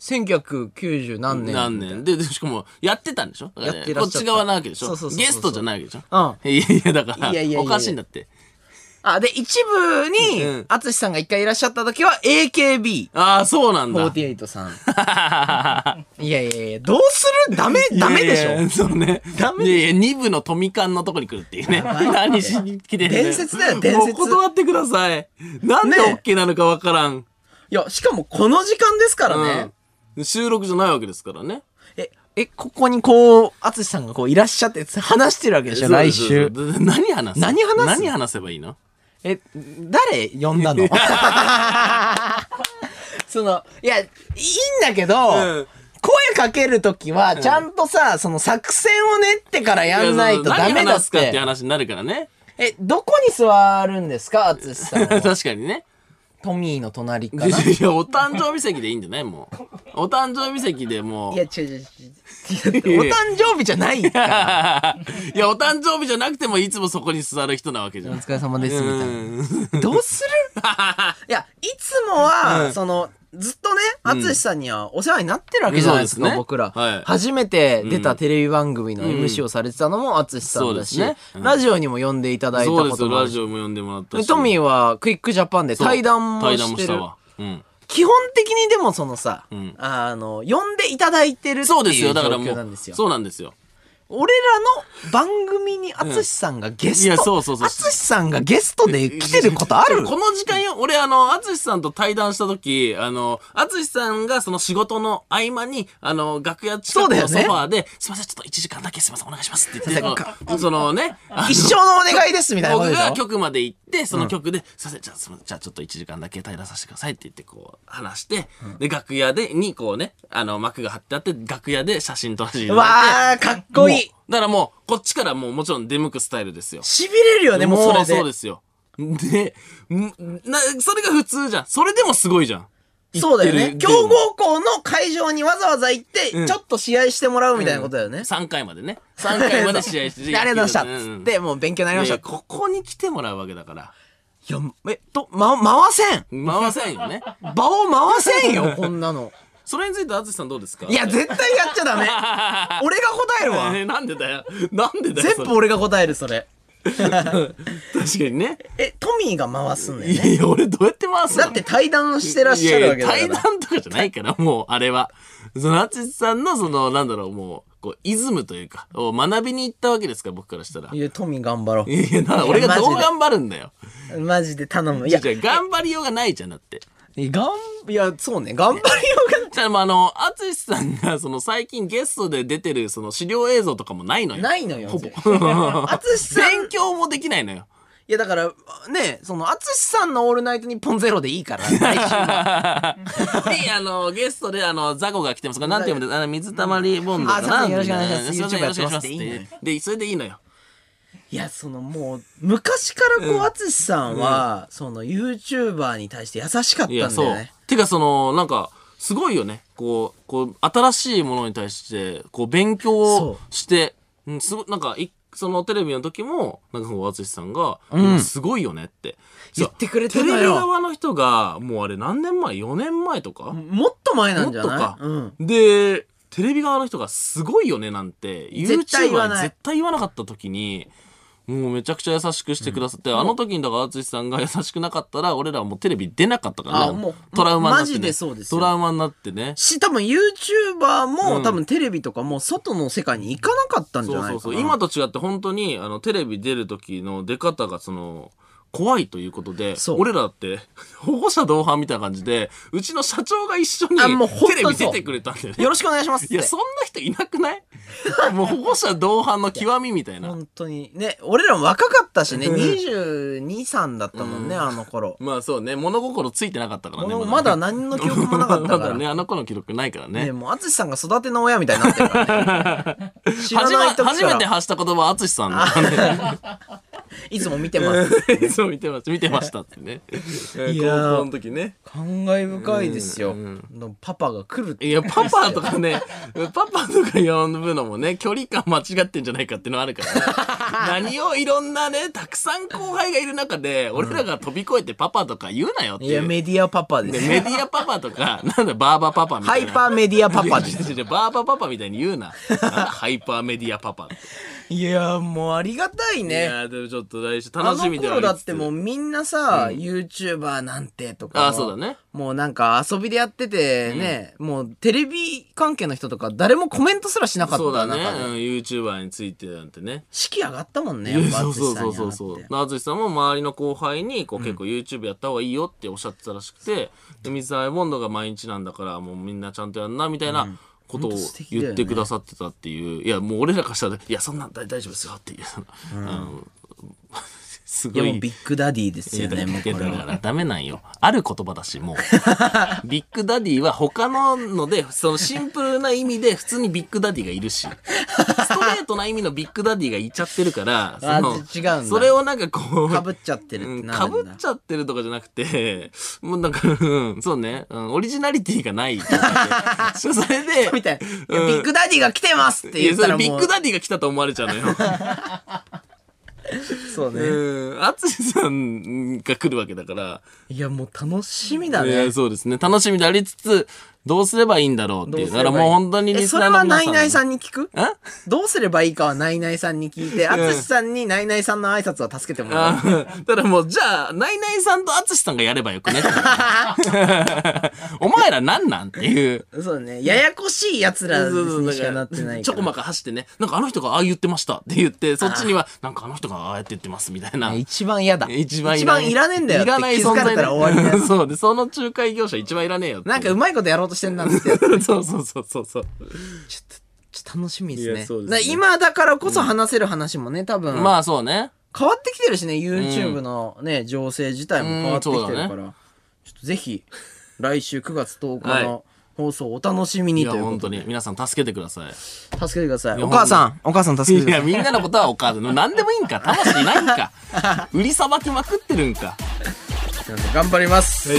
Speaker 2: 1990何年。
Speaker 1: 何年で、でしかも、やってたんでしょだからね
Speaker 2: やってら
Speaker 1: こ
Speaker 2: っ
Speaker 1: っ
Speaker 2: しゃった
Speaker 1: ち側なわけでしょ
Speaker 2: そうそうそうそう
Speaker 1: ゲストじゃないわけでしょ
Speaker 2: うん。
Speaker 1: いやいや、だから
Speaker 2: いやいやいやいや
Speaker 1: おかしいんだって。
Speaker 2: あ、で、一部
Speaker 1: う
Speaker 2: に
Speaker 1: ん、
Speaker 2: 淳さんが一回いらっしゃった時は AKB48
Speaker 1: ああ、そうなんだ。
Speaker 2: さん。 いやいやいや、どうするダメ、ダメでし
Speaker 1: いやい
Speaker 2: ょ
Speaker 1: やそうね。
Speaker 2: ダメでしょ
Speaker 1: いやいや、2部の富官のとこに来るっていうね。何しに来てんの
Speaker 2: 伝説だよ伝説
Speaker 1: もう断ってください。なんで
Speaker 2: ね
Speaker 1: OK なのかわからん。
Speaker 2: いや、しかもこの時間ですからね。
Speaker 1: うん収録じゃないわけですからね。
Speaker 2: え、え、ここにこう、淳さんがこういらっしゃって話してるわけでしょ、来週。
Speaker 1: そうそうそう。何話す
Speaker 2: 何話す
Speaker 1: 何話せばいいの
Speaker 2: え、誰呼んだの その、いや、いいんだけど、
Speaker 1: うん
Speaker 2: 声かけるときは、ちゃんとさ、その作戦を練ってからやんないとダメ
Speaker 1: いやそう
Speaker 2: だ
Speaker 1: 何
Speaker 2: っ
Speaker 1: 話すかって
Speaker 2: て。
Speaker 1: 話になるからね。
Speaker 2: え、どこに座るんですか、淳さん
Speaker 1: 確
Speaker 2: は。
Speaker 1: かにね。
Speaker 2: トミーの隣
Speaker 1: い
Speaker 2: か
Speaker 1: や、
Speaker 2: な。い
Speaker 1: お誕生日席でいいんじゃないもう。お誕生日席でもう。
Speaker 2: や、違う違う違う。違 うお誕生日じゃない から。
Speaker 1: いや、お誕生日じゃなくてもいつもそこに座る人なわけじゃ
Speaker 2: お
Speaker 1: ん。
Speaker 2: 疲れ様です、みたいな。
Speaker 1: うん
Speaker 2: どうする いや、いつもは、その、ずっとね、淳さんにはお世話になってるわけじゃないですか、
Speaker 1: そうですね
Speaker 2: 僕ら、
Speaker 1: はい
Speaker 2: 初めて出たテレビ番組の MC をされてたのも淳さんだし、
Speaker 1: そうですねうん
Speaker 2: ラジオにも呼んでいただいた
Speaker 1: そうで
Speaker 2: こ
Speaker 1: す
Speaker 2: と
Speaker 1: よ、
Speaker 2: もあ
Speaker 1: ラ
Speaker 2: るし
Speaker 1: ジオも呼んでもらった
Speaker 2: で
Speaker 1: し。
Speaker 2: トミーはクイックジャパンで
Speaker 1: そう
Speaker 2: 対談も
Speaker 1: 対談も
Speaker 2: して
Speaker 1: した
Speaker 2: る。
Speaker 1: わ。うん。
Speaker 2: 基本的にでもそのさ、
Speaker 1: ん
Speaker 2: あの、呼んでいただいてるって
Speaker 1: そうです
Speaker 2: い
Speaker 1: よ、
Speaker 2: う
Speaker 1: だ
Speaker 2: 状
Speaker 1: からも
Speaker 2: 況なん
Speaker 1: う。
Speaker 2: ですよ。
Speaker 1: そうなんですよ。
Speaker 2: 俺らの番組に淳さんがゲスト、
Speaker 1: いやそうそうそう
Speaker 2: 淳さんがゲストで来てることある
Speaker 1: この時間よ、俺、あの、淳さんと対談した時、あの、淳さんがその仕事の合間に、あの、楽屋近くの
Speaker 2: そう
Speaker 1: ソ
Speaker 2: だよね
Speaker 1: ファーで、すいません、ちょっと1時間だけすいません、お願いしますって言
Speaker 2: そう
Speaker 1: っ
Speaker 2: か
Speaker 1: て、そのね、あの
Speaker 2: 一生のお願いですみたいなこと
Speaker 1: 僕
Speaker 2: でし
Speaker 1: が
Speaker 2: ょ
Speaker 1: 局まで行って、その局で、すいません、じゃあ、すいませんじゃあちょっと1時間だけ対談させてくださいって言って、こう、話して、で、楽屋で、に、こうね、あの、幕が張ってあって、楽屋で写真撮らせていただいて
Speaker 2: わー、かっこいい
Speaker 1: も。うだからもう、こっちからもう、もちろん出向くスタイルですよ。
Speaker 2: しびれるよね、もうそれ
Speaker 1: そうそう
Speaker 2: で。
Speaker 1: ですよ。で、んな、それが普通じゃん。それでもすごいじゃん。
Speaker 2: そうだよ
Speaker 1: 行っ
Speaker 2: ね
Speaker 1: て。る
Speaker 2: 強豪校の会場にわざわざ行って、
Speaker 1: うん
Speaker 2: ちょっと試合してもらうみたいなことだよね。
Speaker 1: 3回までね。3回まで試合し て。
Speaker 2: ありがとうございま
Speaker 1: ん
Speaker 2: した。
Speaker 1: ん
Speaker 2: つって、もう勉強にないりま
Speaker 1: やい
Speaker 2: した。
Speaker 1: や
Speaker 2: い
Speaker 1: ここに来てもらうわけだから。
Speaker 2: や、えっと、ま、回せん
Speaker 1: 回せんよね。
Speaker 2: 場を回せんよ、こんなの。
Speaker 1: それについて淳さんどうですか
Speaker 2: いや、絶対やっちゃ ダメ。俺が答えるわ。
Speaker 1: ねなんでだよ。なんでだよ。
Speaker 2: 全部俺が答える、それ。
Speaker 1: それ確かにね。
Speaker 2: え、トミーが回すんだ
Speaker 1: い
Speaker 2: よ
Speaker 1: や
Speaker 2: ね。
Speaker 1: いや、俺どうやって回すの
Speaker 2: だって対談してらっしゃるわけだから。
Speaker 1: いやいや対談とかじゃないから、もう、あれは。その、淳さんの、その、なんだろう、もう、こう、イズムというか、を学びに行ったわけですから、僕からしたら。
Speaker 2: い
Speaker 1: い
Speaker 2: や、トミー頑張ろ
Speaker 1: やいや、な、俺がどう頑張るんだよ。
Speaker 2: う。マジで頼む。い
Speaker 1: じゃ
Speaker 2: や
Speaker 1: あ、頑張りようがないじゃん、だって。
Speaker 2: がん、いや、そうね、頑張りようが
Speaker 1: じゃあ、まあ、あの、淳さんが、その、最近ゲストで出てる、その、資料映像とかもないのよ。
Speaker 2: ないのよ。
Speaker 1: ほぼ。
Speaker 2: 淳さん、い
Speaker 1: 勉強もできないのよ。
Speaker 2: やだから、ね、その、淳さんのオールナイトニッポンゼロでい いから、来週は
Speaker 1: で、あの、ゲストで、あの、ザコが来てますから、なんて読むんで、あの、水溜りボンドか
Speaker 2: あザ
Speaker 1: な。
Speaker 2: コよろしくお願いします
Speaker 1: みたな
Speaker 2: YouTuber
Speaker 1: よろしくお願いします。
Speaker 2: やってますって
Speaker 1: で、それでいいのよ。
Speaker 2: いや、そのもう、昔からこう、淳さんは、その、YouTuber に対して優しかったん
Speaker 1: い
Speaker 2: だ
Speaker 1: や、そ
Speaker 2: よ
Speaker 1: う
Speaker 2: ね。。
Speaker 1: てか、その、なんか、すごいよね。こう、こう、新しいものに対して、こう、勉強をして、うん、すごい、なんか、いそのテレビの時も、なんかこう、淳さんが、今すごいよねって。
Speaker 2: 言ってくれて
Speaker 1: テ
Speaker 2: た
Speaker 1: レビ
Speaker 2: よ。
Speaker 1: 側の人が、もうあれ何年前 ?4 年前とか、
Speaker 2: もっと前なんじゃ
Speaker 1: もっとか
Speaker 2: ないうん。
Speaker 1: で、テレビ側の人がすごいよねなんて、
Speaker 2: 絶対言わ
Speaker 1: YouTuber
Speaker 2: な
Speaker 1: に
Speaker 2: い
Speaker 1: 絶対言わなかった時に、もうめちゃくちゃ優しくしてくださって、あの時にだから淳さんが優しくなかったら、俺らはもうテレビ出なかったから
Speaker 2: あもう
Speaker 1: トラウマになって、ね。
Speaker 2: マジでそうですよ
Speaker 1: トラウマになってね。
Speaker 2: し、多分 YouTuber も、
Speaker 1: うん
Speaker 2: 多分テレビとかもう外の世界に行かなかったんじゃ
Speaker 1: そう
Speaker 2: ないか
Speaker 1: そう
Speaker 2: な
Speaker 1: そう。今と違って本当に、あの、テレビ出る時の出方がその、怖いということで、
Speaker 2: そう
Speaker 1: 俺らだって、 保護者同伴みたいな感じで、うちの社長が一緒に
Speaker 2: あもう本当そう
Speaker 1: テレビ出てくれたんだよね。
Speaker 2: よろしくお願いしますっ
Speaker 1: い
Speaker 2: て
Speaker 1: や、そんな人いなくない もう保護者同伴の極みみたいな。
Speaker 2: 本当にね俺らも若かったしね223だったもんね、あの頃、
Speaker 1: まあそうね、物心ついてなかったからね。
Speaker 2: もうまだ何の記憶もなかった
Speaker 1: ま
Speaker 2: か
Speaker 1: だ
Speaker 2: ら
Speaker 1: ね、
Speaker 2: ね
Speaker 1: あの子の記録ないからね。
Speaker 2: もう淳さんが育ての親みたいになってるから ね知ら
Speaker 1: 初め
Speaker 2: ない時
Speaker 1: 初めて
Speaker 2: から
Speaker 1: 発した言葉は淳さんの、
Speaker 2: いつも見てます
Speaker 1: ね。そう見てました、見てましたってね。
Speaker 2: いやー
Speaker 1: 高校の時ね。
Speaker 2: 感慨深いですよ、
Speaker 1: うん
Speaker 2: のパパが来るって
Speaker 1: いや、パパとかね、 パパとか呼ぶのもね、距離感間違ってんじゃないかっていうのはあるから、 ね、何をいろんなね、たくさん後輩がいる中で、俺らが飛び越えてパパとか言うなよって
Speaker 2: い
Speaker 1: いう。
Speaker 2: やメディアパパで
Speaker 1: ですメディアパパとか、 なんだ、バーバパパみ
Speaker 2: ハ
Speaker 1: たい
Speaker 2: イ
Speaker 1: な。
Speaker 2: パーメディアパパで
Speaker 1: 違う
Speaker 2: す
Speaker 1: 違う違うバーバパパみたいに言うな。なんだハイパーメディアパパって。
Speaker 2: いやもうありがたい
Speaker 1: い
Speaker 2: ね
Speaker 1: やーでもちょっと来週
Speaker 2: あ
Speaker 1: 楽し
Speaker 2: の
Speaker 1: みでは
Speaker 2: 頃だってもう
Speaker 1: う。
Speaker 2: みんなさ、YouTuber なんてとか。
Speaker 1: あーそうだね。
Speaker 2: もうなんか遊びでやっててね、もうテレビ関係の人とか誰もコメントすらしなかった
Speaker 1: そうだ
Speaker 2: 中
Speaker 1: ね。
Speaker 2: で、
Speaker 1: うん、YouTuber についてなんてね。
Speaker 2: 式上がったもんね、
Speaker 1: い
Speaker 2: やっ
Speaker 1: や
Speaker 2: ぱ
Speaker 1: そうそう
Speaker 2: 淳さ
Speaker 1: そ
Speaker 2: ん
Speaker 1: う
Speaker 2: に
Speaker 1: そ
Speaker 2: 上
Speaker 1: うそう
Speaker 2: がって。
Speaker 1: 淳さんも周りの後輩にこう結構 YouTube やった方がいいよっておっしゃってたらしくて、で水溜りボンドが毎日なんだからもうみんなちゃんとやんなみたいなことを
Speaker 2: ほんと素敵だよね
Speaker 1: 言ってくださってたっていう、いやもう俺らからしたらいやそんなん大大丈夫ですよっていう、あの す
Speaker 2: いや
Speaker 1: ご
Speaker 2: もう
Speaker 1: い
Speaker 2: ビッグダディですよ
Speaker 1: い
Speaker 2: ね、
Speaker 1: や
Speaker 2: もう
Speaker 1: だ
Speaker 2: こ
Speaker 1: け
Speaker 2: れ
Speaker 1: どだか
Speaker 2: は。
Speaker 1: らダメなんよ。ある言葉だし、も う。ビッグダディは他のので、そのシンプルな意味で普通にビッグダディがいるし、ストレートな意味のビッグダディがいちゃってるから、その
Speaker 2: あ違うんだ
Speaker 1: それをなんかこう、
Speaker 2: かぶっちゃってるってな
Speaker 1: か
Speaker 2: るん
Speaker 1: ぶ
Speaker 2: だ。
Speaker 1: っちゃってるとかじゃなくて、もうなんか、うん、そうね、うんオリジナリティがないっていうかね。 そうそれで、
Speaker 2: みたいな、いや
Speaker 1: うん
Speaker 2: ビッグダディが来てますって
Speaker 1: い
Speaker 2: 言
Speaker 1: や
Speaker 2: っ
Speaker 1: そ
Speaker 2: た
Speaker 1: れ
Speaker 2: らもう。
Speaker 1: ビッグダディが来たと思われちゃう のよ。
Speaker 2: そうね。
Speaker 1: うん、淳さんが来るわけだから、
Speaker 2: いやもう楽しみだ
Speaker 1: いや
Speaker 2: ね。
Speaker 1: そうですね。楽しみでありつつ、どうすればいいんだろうっていう。だからもう本当に
Speaker 2: え
Speaker 1: リス
Speaker 2: それ
Speaker 1: ナー
Speaker 2: は
Speaker 1: の皆
Speaker 2: ナ
Speaker 1: さんに。
Speaker 2: イナイさんに聞く
Speaker 1: ん
Speaker 2: どうすればいいかはナイナイさんに聞いて、アツシさんにナイナイさんの挨拶は助けてもらう。
Speaker 1: あ ただもう、じゃあ、ナイナイさんとアツシさんがやればよくねって。 お前らなんなんっていう。
Speaker 2: そうね。ややこしい奴らにしかなってないから。
Speaker 1: ちょこまか走ってね、なんかあの人がああ言ってましたって言って、そっちには、なんかあの人がああやって言ってますみたいな。
Speaker 2: 一番嫌だ。
Speaker 1: 一番い
Speaker 2: 一
Speaker 1: らな
Speaker 2: 番
Speaker 1: い
Speaker 2: いらねえんだよ。
Speaker 1: いらない存
Speaker 2: 気づかれ
Speaker 1: 在
Speaker 2: た
Speaker 1: だ
Speaker 2: ら終わり だよ。
Speaker 1: そうで、その仲介業者一番いらねえよっていう。
Speaker 2: なんかうまいことやろうとしてんなって。ちょ っ
Speaker 1: そうそうそうそうそう。
Speaker 2: と、ちょっと楽しみです
Speaker 1: い
Speaker 2: ね。
Speaker 1: やそうですね
Speaker 2: だから今だからこそ話せる話もね、多分。
Speaker 1: まあそうね。
Speaker 2: 変わってきてるしね、YouTube のね、情勢自体も変わってきてるか
Speaker 1: う
Speaker 2: ら。
Speaker 1: んそう
Speaker 2: ちょっとぜひ、来週9月10日
Speaker 1: は
Speaker 2: の放送お楽しみ
Speaker 1: い
Speaker 2: に
Speaker 1: や、
Speaker 2: というこ
Speaker 1: 本当
Speaker 2: とで。
Speaker 1: に。皆さん助けてください。
Speaker 2: 助けてください。
Speaker 1: や
Speaker 2: お母さん、お母さん助けて
Speaker 1: い
Speaker 2: くだ
Speaker 1: や、
Speaker 2: さい。
Speaker 1: みんなのことはお母さん。何でもいいんか。魂ないん か。売りさばきまくってるんか。
Speaker 2: すいません頑張ります。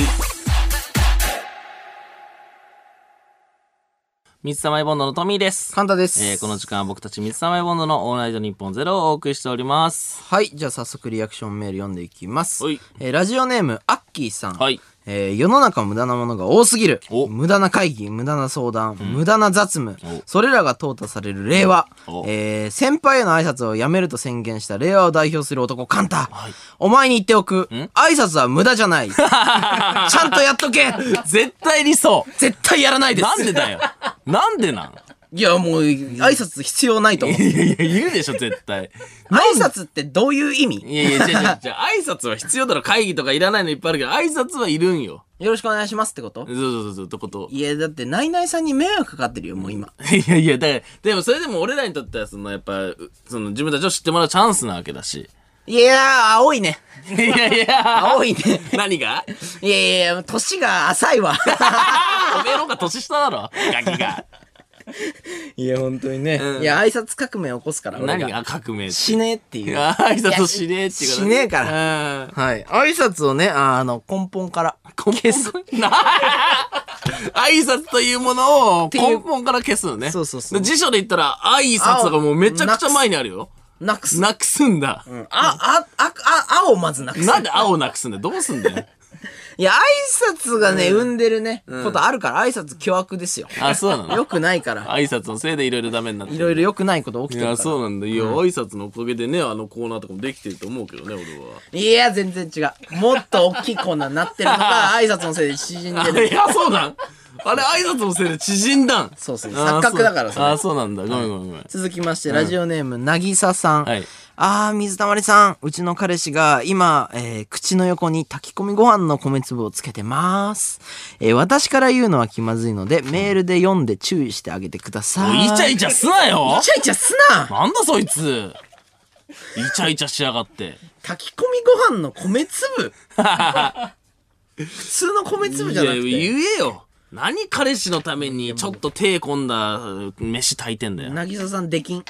Speaker 1: 水溜りボンドのトミーです。
Speaker 2: カンタです。
Speaker 1: えー、この時間は僕たち水溜りボンドのオールナイトニッポンゼロをお送りしております。
Speaker 2: はい、じゃあ早速リアクションメール読んでいきます
Speaker 1: はい。
Speaker 2: えーラジオネーム、アッキーさん。
Speaker 1: はい。
Speaker 2: えー世の中無駄なものが多すぎる
Speaker 1: お。
Speaker 2: 無駄な会議、無駄な相談、無駄な雑務。それらが淘汰される令和
Speaker 1: お。
Speaker 2: えー先輩への挨拶をやめると宣言した令和を代表する男、カンタ。お前に言っておく。挨拶は無駄じゃ ない。ちゃんとやっとけ
Speaker 1: 絶対にそ
Speaker 2: 絶対やらないで
Speaker 1: う。な
Speaker 2: す。
Speaker 1: んで だよ。なんでなん
Speaker 2: いや、もう、挨拶必要ないと思う。
Speaker 1: いやいや、言うでしょ、絶対。
Speaker 2: 挨拶ってどういう意味
Speaker 1: いやいや、じゃじゃ挨拶は必要だろ。会議とかいらないのいっぱいあるけど、挨拶はいるんよ。
Speaker 2: よろしくお願いしますってこと
Speaker 1: そうそうそうそう、ってこと。
Speaker 2: いや、だって、ナイナイさんに迷惑かかってるよ、もう今。
Speaker 1: いやいや、だから、でもそれでも俺らにとっては、その、やっぱ、うその、自分たちを知ってもらうチャンスなわけだし。
Speaker 2: いやー、青いね。
Speaker 1: いやいや、
Speaker 2: 青いね。
Speaker 1: 何が
Speaker 2: いやいやいや、年が浅いわ。
Speaker 1: おめえの方が年下だろ、ガキが。
Speaker 2: いや、本当にね。
Speaker 1: うん
Speaker 2: いや、挨拶革命起こすから、俺
Speaker 1: 何
Speaker 2: が。
Speaker 1: が革命って。
Speaker 2: しねえっていう。
Speaker 1: あ挨拶しねえっていうこと
Speaker 2: しねえから
Speaker 1: ら。うん。
Speaker 2: はい。挨拶をね、ああの、根本から。
Speaker 1: 消す。な挨拶というものを
Speaker 2: てい
Speaker 1: 根
Speaker 2: う
Speaker 1: 本から消すのね。
Speaker 2: そうそうそう
Speaker 1: で辞書で言ったら、挨拶がもうめちゃくちゃ前にあるよ。
Speaker 2: なくす。
Speaker 1: なくすんだ。
Speaker 2: うんあ、あ、あ、あ、青をまずなくす。
Speaker 1: なんで青なくすんだよどうすんだよ。
Speaker 2: いや、挨拶がね、生んでるね、ことあるから、挨拶巨悪ですよ。
Speaker 1: あ、そうな
Speaker 2: 良
Speaker 1: の
Speaker 2: くないから。
Speaker 1: 挨拶のせいでいろいろダメになって
Speaker 2: い
Speaker 1: る。
Speaker 2: ろいろ良くないこと起き
Speaker 1: い
Speaker 2: てる
Speaker 1: や、
Speaker 2: から。
Speaker 1: そうなんだ。いや、挨拶のおかげでね、あのコーナーとかもできてると思うけどね、俺は。
Speaker 2: いや、全然違う。もっと大きいコーナーになってるのが、挨拶のせいで縮んで
Speaker 1: あ
Speaker 2: る。
Speaker 1: いや、そうなんあれ、挨拶のせいで縮んだん。
Speaker 2: そうそう
Speaker 1: あ
Speaker 2: 錯覚だから
Speaker 1: そ
Speaker 2: そうれ
Speaker 1: あ、そうなんだ。ごめんごめんごめん。
Speaker 2: 続きまして、ラジオネーム、なぎささん。
Speaker 1: はい
Speaker 2: あー、水たまりさん。うちの彼氏が今、えー口の横に炊き込みご飯の米粒をつけてます。えー私から言うのは気まずいので、メールで読んで注意してあげてくださ
Speaker 1: お
Speaker 2: い。
Speaker 1: いイチャイチャすなよ
Speaker 2: イチャイチャすな
Speaker 1: なんだそいつイチャイチャしやがって。
Speaker 2: 炊き込みご飯の米粒普通の米粒じゃな
Speaker 1: い
Speaker 2: く
Speaker 1: や
Speaker 2: て。
Speaker 1: 言えよ何彼氏のためにちょっと手込んだ飯炊いてんだよ。
Speaker 2: なぎささん、でき ん。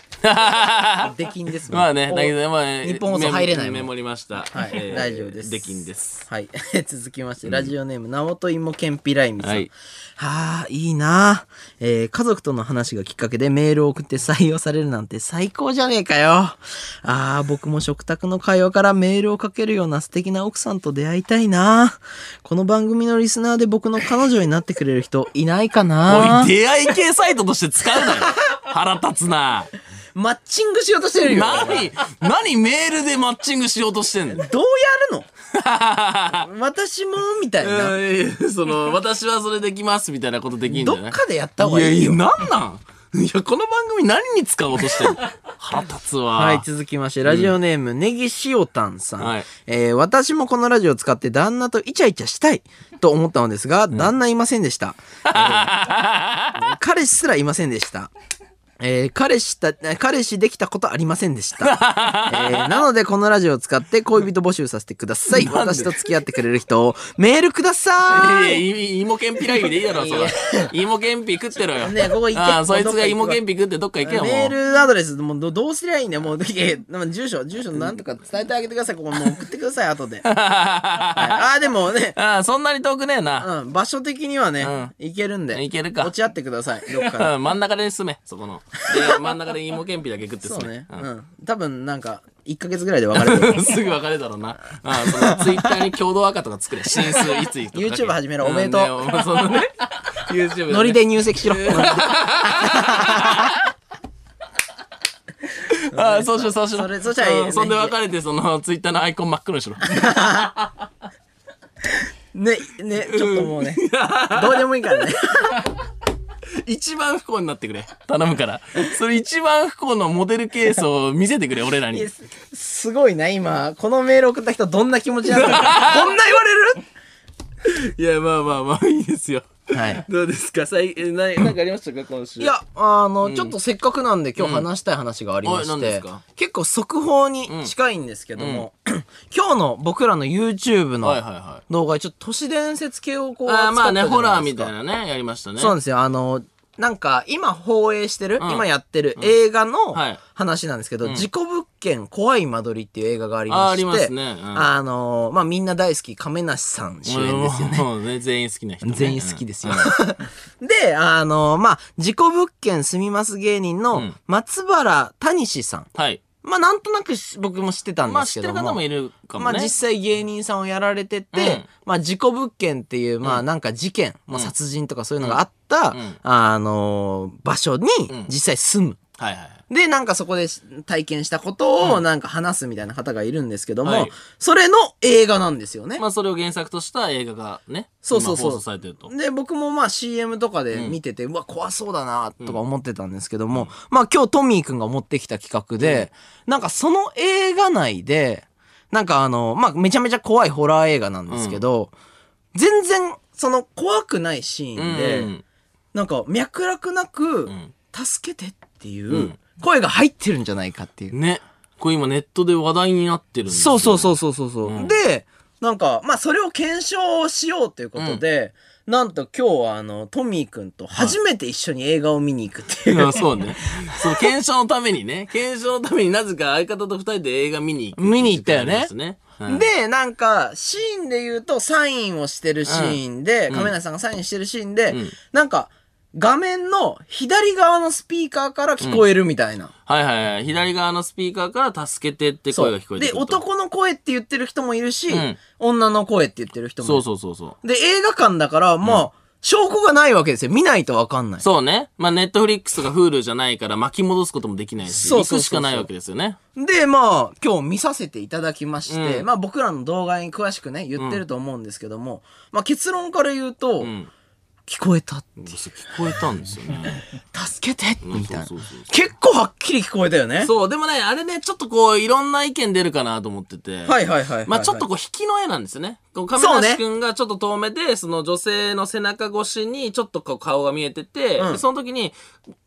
Speaker 2: できんですもん
Speaker 1: まあね、
Speaker 2: お
Speaker 1: だけど、まあ、
Speaker 2: 日本放送入れないもん
Speaker 1: メモメモりました。
Speaker 2: はい
Speaker 1: えー
Speaker 2: 大丈夫です
Speaker 1: できんです。
Speaker 2: はい。 続きまして、ラジオネーム、直人芋けんぴらいみさん。
Speaker 1: は
Speaker 2: はいあ、いいなあえー家族との話がきっかけでメールを送って採用されるなんて最高じゃねえかよ。ああ、僕も食卓の会話からメールをかけるような素敵な奥さんと出会いたいなこの番組のリスナーで僕の彼女になってくれる人いないかな
Speaker 1: おい、出会い系サイトとして使うなよ。 腹立つな。
Speaker 2: マッチングしようとしてるよ。
Speaker 1: 何、何メールでマッチングしようとしてんの
Speaker 2: どう やるの私もみたいな。
Speaker 1: うんそ の、私はそれできますみたいなことできんじ
Speaker 2: ど
Speaker 1: ゃな
Speaker 2: っ
Speaker 1: い
Speaker 2: かでやった方がいいよ。
Speaker 1: いやいや、なんなんいや、この番組何に使おうとしてるの腹立つわ。
Speaker 2: はい、続きまして、ラジオネーム、ネギシオタンさん。
Speaker 1: はい
Speaker 2: えー私もこのラジオを使って旦那とイチャイチャしたいと思ったのですが、旦那いませんでした。えー彼氏すらいませんでした。えー彼氏た、彼氏できたことありませんでした。えーなので、このラジオを使って恋人募集させてください。私と付き合ってくれる人をメールくださ
Speaker 1: いや
Speaker 2: い。
Speaker 1: いやいい芋けんぴライブでいいだろ、 それ。芋けんぴ食ってろよ。
Speaker 2: ねえここ行け
Speaker 1: ああそいつ
Speaker 2: どっか
Speaker 1: が
Speaker 2: 行くわ
Speaker 1: 芋けんぴ食ってどっか行けよ、もう。
Speaker 2: メ ールアドレスもうどどうすりゃいいんだよもういやいや住所住所なんとか伝えてあげてくださいここもう送ってください後で、はい、ああでもね
Speaker 1: ああそんなに遠くねえな。
Speaker 2: うん、場所的にはね、
Speaker 1: ん
Speaker 2: いけるんで。
Speaker 1: いけるか
Speaker 2: 落ち合ってください、どっか
Speaker 1: う
Speaker 2: ら。
Speaker 1: ん真ん中で進め、そこの。で真ん中で芋けんぴだけ食って
Speaker 2: そ
Speaker 1: 進
Speaker 2: う
Speaker 1: め。
Speaker 2: ね。
Speaker 1: う
Speaker 2: うんん。多分なんか、1ヶ月ぐらい で別れる。
Speaker 1: すぐ別れだろうな。ああそのツイッターに共同赤とか作れ。新数いついつとか書け。
Speaker 2: YouTube 始めろおめでとうん
Speaker 1: ねその ね YouTube でね
Speaker 2: ノリで入籍 しろ。
Speaker 1: ああ、そうしよう、そうしよう。
Speaker 2: それそしたらいいよね
Speaker 1: うんそんで別れて、その、ツイッターのアイコン真っ黒にしろ。
Speaker 2: ね、ね、ちょっともうね。どうでもいいか らね。
Speaker 1: 一番不幸になってくれ。頼むから。それ一番不幸のモデルケースを見せてくれ、俺らに。
Speaker 2: すすごいな、今。このメール送った人どんな気持ちな のこんな言われる
Speaker 1: いや、まあまあまあ、いいですよ。
Speaker 2: はい。
Speaker 1: どうですか最えななんかありましたか今週。
Speaker 2: いや、あの、ちょっとせっかくなんで今日話したい話がありま
Speaker 1: うんおい何
Speaker 2: し
Speaker 1: です
Speaker 2: て
Speaker 1: か、
Speaker 2: 結構速報に近いんですけども、 今日の僕らの YouTube の
Speaker 1: はいはいはい。
Speaker 2: 動画、ちょっと都市伝説系をこう、
Speaker 1: あーまあね、
Speaker 2: 扱
Speaker 1: ホ
Speaker 2: ったじゃ
Speaker 1: ラー
Speaker 2: いです
Speaker 1: み
Speaker 2: か
Speaker 1: たいなね、やりましたね。
Speaker 2: そうなんですよ。あの、なんか、今放映してる、
Speaker 1: うん
Speaker 2: 今やってる映画の
Speaker 1: はい
Speaker 2: 話なんですけど、
Speaker 1: ん
Speaker 2: 事故物件怖い間取りっていう映画があり
Speaker 1: あー
Speaker 2: ま
Speaker 1: あり
Speaker 2: し
Speaker 1: ま
Speaker 2: て、
Speaker 1: すね。うん
Speaker 2: あの、まあ、みんな大好き、亀梨さん主演ですよね。
Speaker 1: もうね全員好きな人ね。
Speaker 2: 全員好きですよ
Speaker 1: うん。
Speaker 2: で、あの、まあ、事故物件住みます芸人
Speaker 1: う
Speaker 2: の
Speaker 1: ん
Speaker 2: 松原谷志さん
Speaker 1: はい。
Speaker 2: まあなんとなくし僕も知ってたん
Speaker 1: ま
Speaker 2: で
Speaker 1: あ
Speaker 2: す
Speaker 1: 知
Speaker 2: け
Speaker 1: って
Speaker 2: ど
Speaker 1: る
Speaker 2: も、
Speaker 1: 方もいるか
Speaker 2: ま
Speaker 1: も
Speaker 2: あ
Speaker 1: ね。
Speaker 2: 実際芸人さんをやられてて、
Speaker 1: うん
Speaker 2: まあ事故物件っていう、まあなんか事件、まあ殺人とかそういうのがあった、
Speaker 1: ん
Speaker 2: あのー場所に
Speaker 1: ん
Speaker 2: 実際住む。
Speaker 1: はいはいはい。
Speaker 2: で、なんかそこで体験したことをなんか話すみたいな方がいるんですけども、
Speaker 1: はい
Speaker 2: それの映画なんですよね。
Speaker 1: まあそれを原作とした映画がね、
Speaker 2: そうそうそう
Speaker 1: 今放送されてると。
Speaker 2: で、僕もまあ CM とかで見てて、うわ、怖そうだな、とか思ってたんですけども、まあ今日トミーくんが持ってきた企画で、なんかその映画内で、なんかあの、まあめちゃめちゃ怖いホラー映画なんですけど、全然その怖くないシーンで、
Speaker 1: うん
Speaker 2: なんか脈絡なく
Speaker 1: ん、
Speaker 2: 助けてっていうん声が入ってるんじゃないかっていう。
Speaker 1: ね。これ今ネットで話題になってるんです。
Speaker 2: そうそうそううそうそうそう、
Speaker 1: うん
Speaker 2: でなんかまあそれを検証しようということで、なんと今日はあのトミーくんと初めて一緒に映画を見に行くっていう、
Speaker 1: あ そうね。そう、検証のためにね。検証のためになぜか相方と二人で映画見に行くっていう
Speaker 2: 見に行ったよね
Speaker 1: 時間ですね。はい
Speaker 2: でなんかシーンで言うとサインをしてるシーンで、亀梨さんがサインしてるシーンで、
Speaker 1: ん
Speaker 2: なんか画面の左側のスピーカーから聞こえるみたいな。
Speaker 1: はいはいはい。左側のスピーカーから助けてって声が聞こえて
Speaker 2: で
Speaker 1: くると。
Speaker 2: 男の声って言ってる人もいるし、
Speaker 1: うん
Speaker 2: 女の声って言ってる人もい
Speaker 1: そう
Speaker 2: る
Speaker 1: そうそうそう。
Speaker 2: で映画館だからまあ、証拠がないわけですよ見ないとわかんない
Speaker 1: そうね。まあ、ネットフリックスが Hulu じゃないから巻き戻すこともできないし、
Speaker 2: そう
Speaker 1: 行
Speaker 2: そうそうそう
Speaker 1: くしかないわけですよね。
Speaker 2: で、まあ、今日見させていただきまして、
Speaker 1: うん
Speaker 2: まあ僕らの動画に詳しくね、言ってると思うんですけども、まあ結論から言うと、
Speaker 1: うん。
Speaker 2: 聞こえた、
Speaker 1: そう聞こえたんですよね。
Speaker 2: 助けて、みたいな
Speaker 1: そうそうそう。
Speaker 2: 結構はっきり聞こえたよね。
Speaker 1: そう、でもね、あれね、ちょっとこう、いろんな意見出るかなと思ってて。
Speaker 2: はいはいはいはいはい
Speaker 1: まあ、ちょっとこう、引きの絵なんですよね。こう、亀
Speaker 2: そうね
Speaker 1: 梨くんがちょっと遠目で、その女性の背中越しに、ちょっとこう、顔が見えてて、
Speaker 2: うん
Speaker 1: でその時に、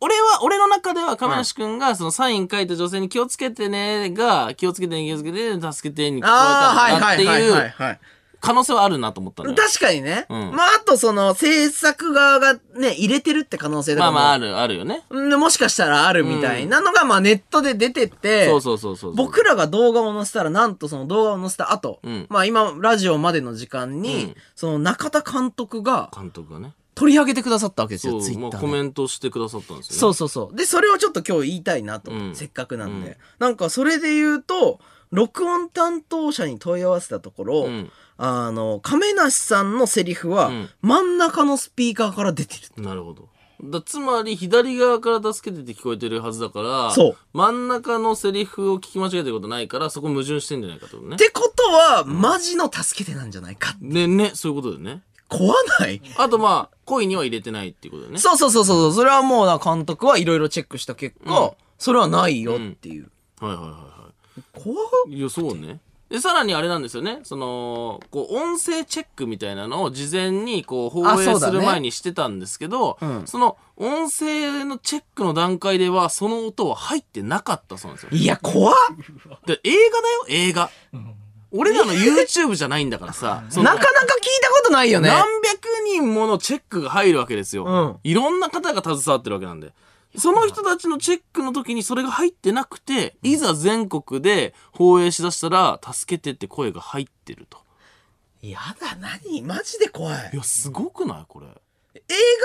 Speaker 1: 俺は、俺の中では亀梨くんが、そのサイン書いた女性に気をつけてね、が、気をつけてね、気をつけてね、助けてに聞こえ
Speaker 2: ああ、
Speaker 1: たん
Speaker 2: は
Speaker 1: だ
Speaker 2: い
Speaker 1: な
Speaker 2: は
Speaker 1: って
Speaker 2: いはいはいいうはい。
Speaker 1: 可能性はあるなと思ったのよ。
Speaker 2: 確かにね。
Speaker 1: うん
Speaker 2: まああとその制作側がね、入れてるって可能性と
Speaker 1: ま
Speaker 2: か
Speaker 1: あ
Speaker 2: も、
Speaker 1: まあ、ある、あるよね。
Speaker 2: うんもしかしたらあるみたいなのが、まあネットで出てて、
Speaker 1: そうそうそうそうそう。
Speaker 2: 僕らが動画を載せたら、なんとその動画を載せた後、
Speaker 1: うん
Speaker 2: まあ今、ラジオまでの時間に、
Speaker 1: うん
Speaker 2: その中田監督が
Speaker 1: 監督がね。
Speaker 2: 取り上げてくださったわけです
Speaker 1: そ
Speaker 2: よ、ツイ
Speaker 1: う、ま
Speaker 2: ッ
Speaker 1: あ、
Speaker 2: タ
Speaker 1: コ
Speaker 2: ーで。
Speaker 1: メントしてくださったんですよ、ね。
Speaker 2: そうそうそう。で、それをちょっと今日言いたいなと、
Speaker 1: うん
Speaker 2: せっかくなんで。
Speaker 1: うん
Speaker 2: なんかそれで言うと、録音担当者に問い合わせたところ、
Speaker 1: うん
Speaker 2: あの、亀梨さんのセリフは、
Speaker 1: うん
Speaker 2: 真ん中のスピーカーから出てる。
Speaker 1: なるほど。だつまり左側から助けてって聞こえてるはずだから
Speaker 2: そう
Speaker 1: 真ん中のセリフを聞き間違えてることないからそこ矛盾してんじゃないかってことね
Speaker 2: っ。てことは、マジの助けてなんじゃないか。
Speaker 1: ねねそういうことでね。
Speaker 2: 怖ない
Speaker 1: あとまあ恋には入れてないっていうことだね。
Speaker 2: そうそうそうそうそう。それはもうな、監督はいろいろチェックした結果、
Speaker 1: うん
Speaker 2: それはないよっていう。
Speaker 1: はいはいはいは
Speaker 2: 怖っ
Speaker 1: い。いやそうね。でさらにあれなんですよねそのこう音声チェックみたいなのを事前にこう放
Speaker 2: あそ
Speaker 1: 映
Speaker 2: うだ
Speaker 1: す
Speaker 2: ね
Speaker 1: る前にしてたんですけどそ,、
Speaker 2: うん
Speaker 1: の音声のチェックの段階ではその音は入ってなかったそうなんですよ。
Speaker 2: いや、怖っ
Speaker 1: で映画だよ映画。俺らの YouTube じゃないんだから さ。その
Speaker 2: なかなか聞いたことないよね。
Speaker 1: 何百人ものチェックが入るわけですよ、
Speaker 2: うん
Speaker 1: いろんな方が携わってるわけなんでその人たちのチェックの時にそれが入ってなくていざ全国で放映しだしたら「助けて」って声が入ってると
Speaker 2: やだ、何マジで怖い。映
Speaker 1: いやすごくないこれ
Speaker 2: 画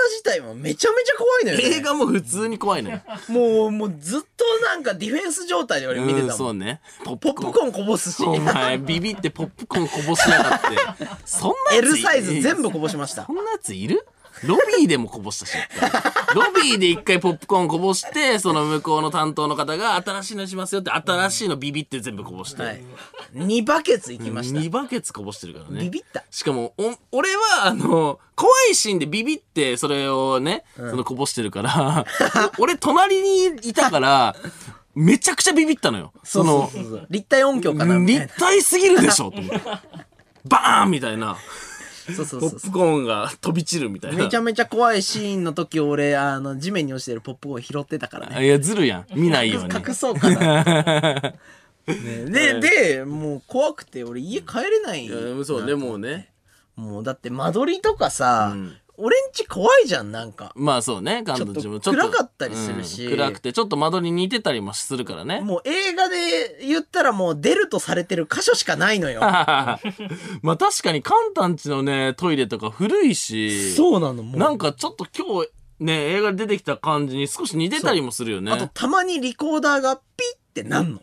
Speaker 2: 自体もめちゃめちゃ怖いのよ、ね。
Speaker 1: 映画も普通に怖いね
Speaker 2: もう、もうずっとなんかディフェンス状態で俺見て
Speaker 1: うん
Speaker 2: た
Speaker 1: そ
Speaker 2: もん。
Speaker 1: うねポッ
Speaker 2: ポップコーンこぼすし、
Speaker 1: お前ビビってポップコーンこぼしやがって そんなやつ
Speaker 2: L サイズ全部こぼしました
Speaker 1: そ。んなやついるロビーでもこぼしたし。ロビーで一回ポップコーンこぼして、その向こうの担当の方が新しいのにしますよって、新しいのビビって全部こぼして。
Speaker 2: はい。2バケツいきました。
Speaker 1: 2バケツこぼしてるからね。
Speaker 2: ビビった。
Speaker 1: しかも、お、俺は、あの、怖いシーンでビビって、それをね、そのこぼしてるから、 お俺隣にいたから、めちゃくちゃビビったのよ。そ
Speaker 2: その
Speaker 1: の、
Speaker 2: 立体音響かなみたい
Speaker 1: 立体すぎるでしょと思って。バーンみたいな、
Speaker 2: な。そうそう
Speaker 1: ポ
Speaker 2: そう
Speaker 1: ップコーンが飛び散るみ たいな
Speaker 2: めち。ゃめちゃ怖いシーンの時俺、あの、地面に落ちてるポップコーン拾ってたからね。
Speaker 1: いや、ず るやん。見ないように。
Speaker 2: 隠そう かな。ねで、で、もう怖くて俺家帰れない。
Speaker 1: うんそうね、もうね。
Speaker 2: もうだって間取りとかさ、
Speaker 1: うん
Speaker 2: 俺んち怖いじゃん、なんか。
Speaker 1: まあそうね、関東地も
Speaker 2: ちょっと暗かったりするし
Speaker 1: うん暗くて、ちょっと間取り似てたりもするからね。
Speaker 2: もう映画で言ったらもう出るとされてる箇所しかないのよ。
Speaker 1: まあ確かに、カンタンチのね、トイレとか古いし、
Speaker 2: そうなの、もう。
Speaker 1: なんかちょっと今日、ね、映画で出てきた感じに少し似てたりもするよね。
Speaker 2: あとたまにリコーダーがピッってな んの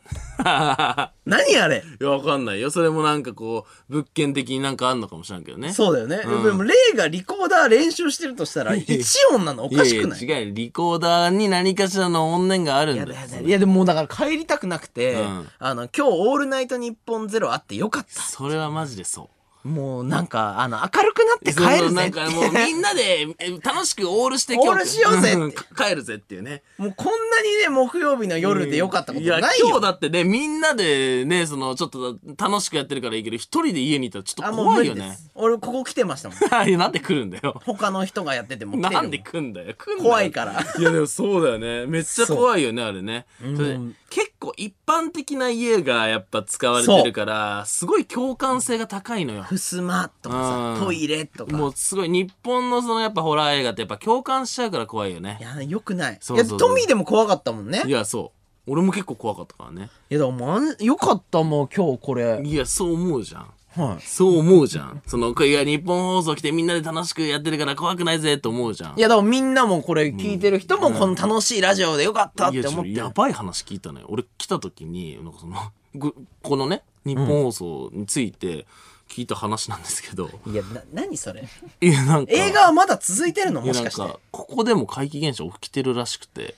Speaker 2: 何あれ
Speaker 1: いや、わかんないよ。それもなんかこう、物件的になんかあんのかもしれんけどね。
Speaker 2: そうだよね。
Speaker 1: うん
Speaker 2: でも、レイがリコーダー練習してるとしたら、一音なのお
Speaker 1: いや
Speaker 2: か
Speaker 1: い
Speaker 2: し
Speaker 1: や
Speaker 2: くない
Speaker 1: 違うよリコーダーに何かしらの怨念があるんだ
Speaker 2: や
Speaker 1: よ。
Speaker 2: だやだいやでももうだから帰りたくなくて、
Speaker 1: うん
Speaker 2: あの今日「オールナイトニッポンゼロあってよかった
Speaker 1: それはマジでそう。
Speaker 2: もうなんかあの明るくなって帰
Speaker 1: そ
Speaker 2: る
Speaker 1: うな
Speaker 2: ぜ
Speaker 1: ん
Speaker 2: って
Speaker 1: かもうみんなでえ楽しくオールして
Speaker 2: オールしようぜって
Speaker 1: ん帰るぜっていうね。
Speaker 2: もうこんなにね木曜日の夜でよかったことな
Speaker 1: や
Speaker 2: いよ、
Speaker 1: 今日だってね、みんなでね、その、ちょっと楽しくやってるからいいけど、一人で家にいたらちょっ
Speaker 2: あ
Speaker 1: と
Speaker 2: もう
Speaker 1: 怖
Speaker 2: 無
Speaker 1: い
Speaker 2: 理
Speaker 1: よ
Speaker 2: で
Speaker 1: ね。
Speaker 2: す俺ここ来てましたもん
Speaker 1: いやなんで来るんだよ。
Speaker 2: 他の人がやってても来てるも
Speaker 1: なんで来んだよ。来んだよ
Speaker 2: 怖いから
Speaker 1: いやでもそうだよね。めっちゃ怖いよね、あれね。それで結構一般的な家がやっぱ使われてるから、すごい共感性が高いのよ。
Speaker 2: ふすまと
Speaker 1: う
Speaker 2: か
Speaker 1: ん
Speaker 2: さトイレとか
Speaker 1: もうすごい日本のそのやっぱホラー映画ってやっぱ共感しちゃうから怖いよね
Speaker 2: い。やよくない
Speaker 1: そうそうそう
Speaker 2: いやトミーでも怖かったもんね
Speaker 1: い
Speaker 2: いや
Speaker 1: や、そう。俺も結構怖かったからね。
Speaker 2: でもあんよかったもう今日これ、
Speaker 1: いや、そう思うじゃん。
Speaker 2: は
Speaker 1: そう思うじゃん。その、いや、日本放送来てみんなで楽しくやってるから怖くないぜと思うじゃん。
Speaker 2: い、いやでもみんなもこれ聞いてる人もこの楽しいラジオでよかったっ
Speaker 1: いや
Speaker 2: て
Speaker 1: ちょ
Speaker 2: 思
Speaker 1: っ
Speaker 2: っ
Speaker 1: と
Speaker 2: て
Speaker 1: や
Speaker 2: る
Speaker 1: ばい話聞いたのよ俺来た時になんかそのぐこのね日本放送について聞いた話なんですけど、
Speaker 2: いや、な、何それ
Speaker 1: いやなんか
Speaker 2: 映画はまだ続いてるの
Speaker 1: い
Speaker 2: も
Speaker 1: や
Speaker 2: し
Speaker 1: なん
Speaker 2: かして。だ
Speaker 1: か
Speaker 2: か
Speaker 1: ここでも怪奇現象起きてるらしくて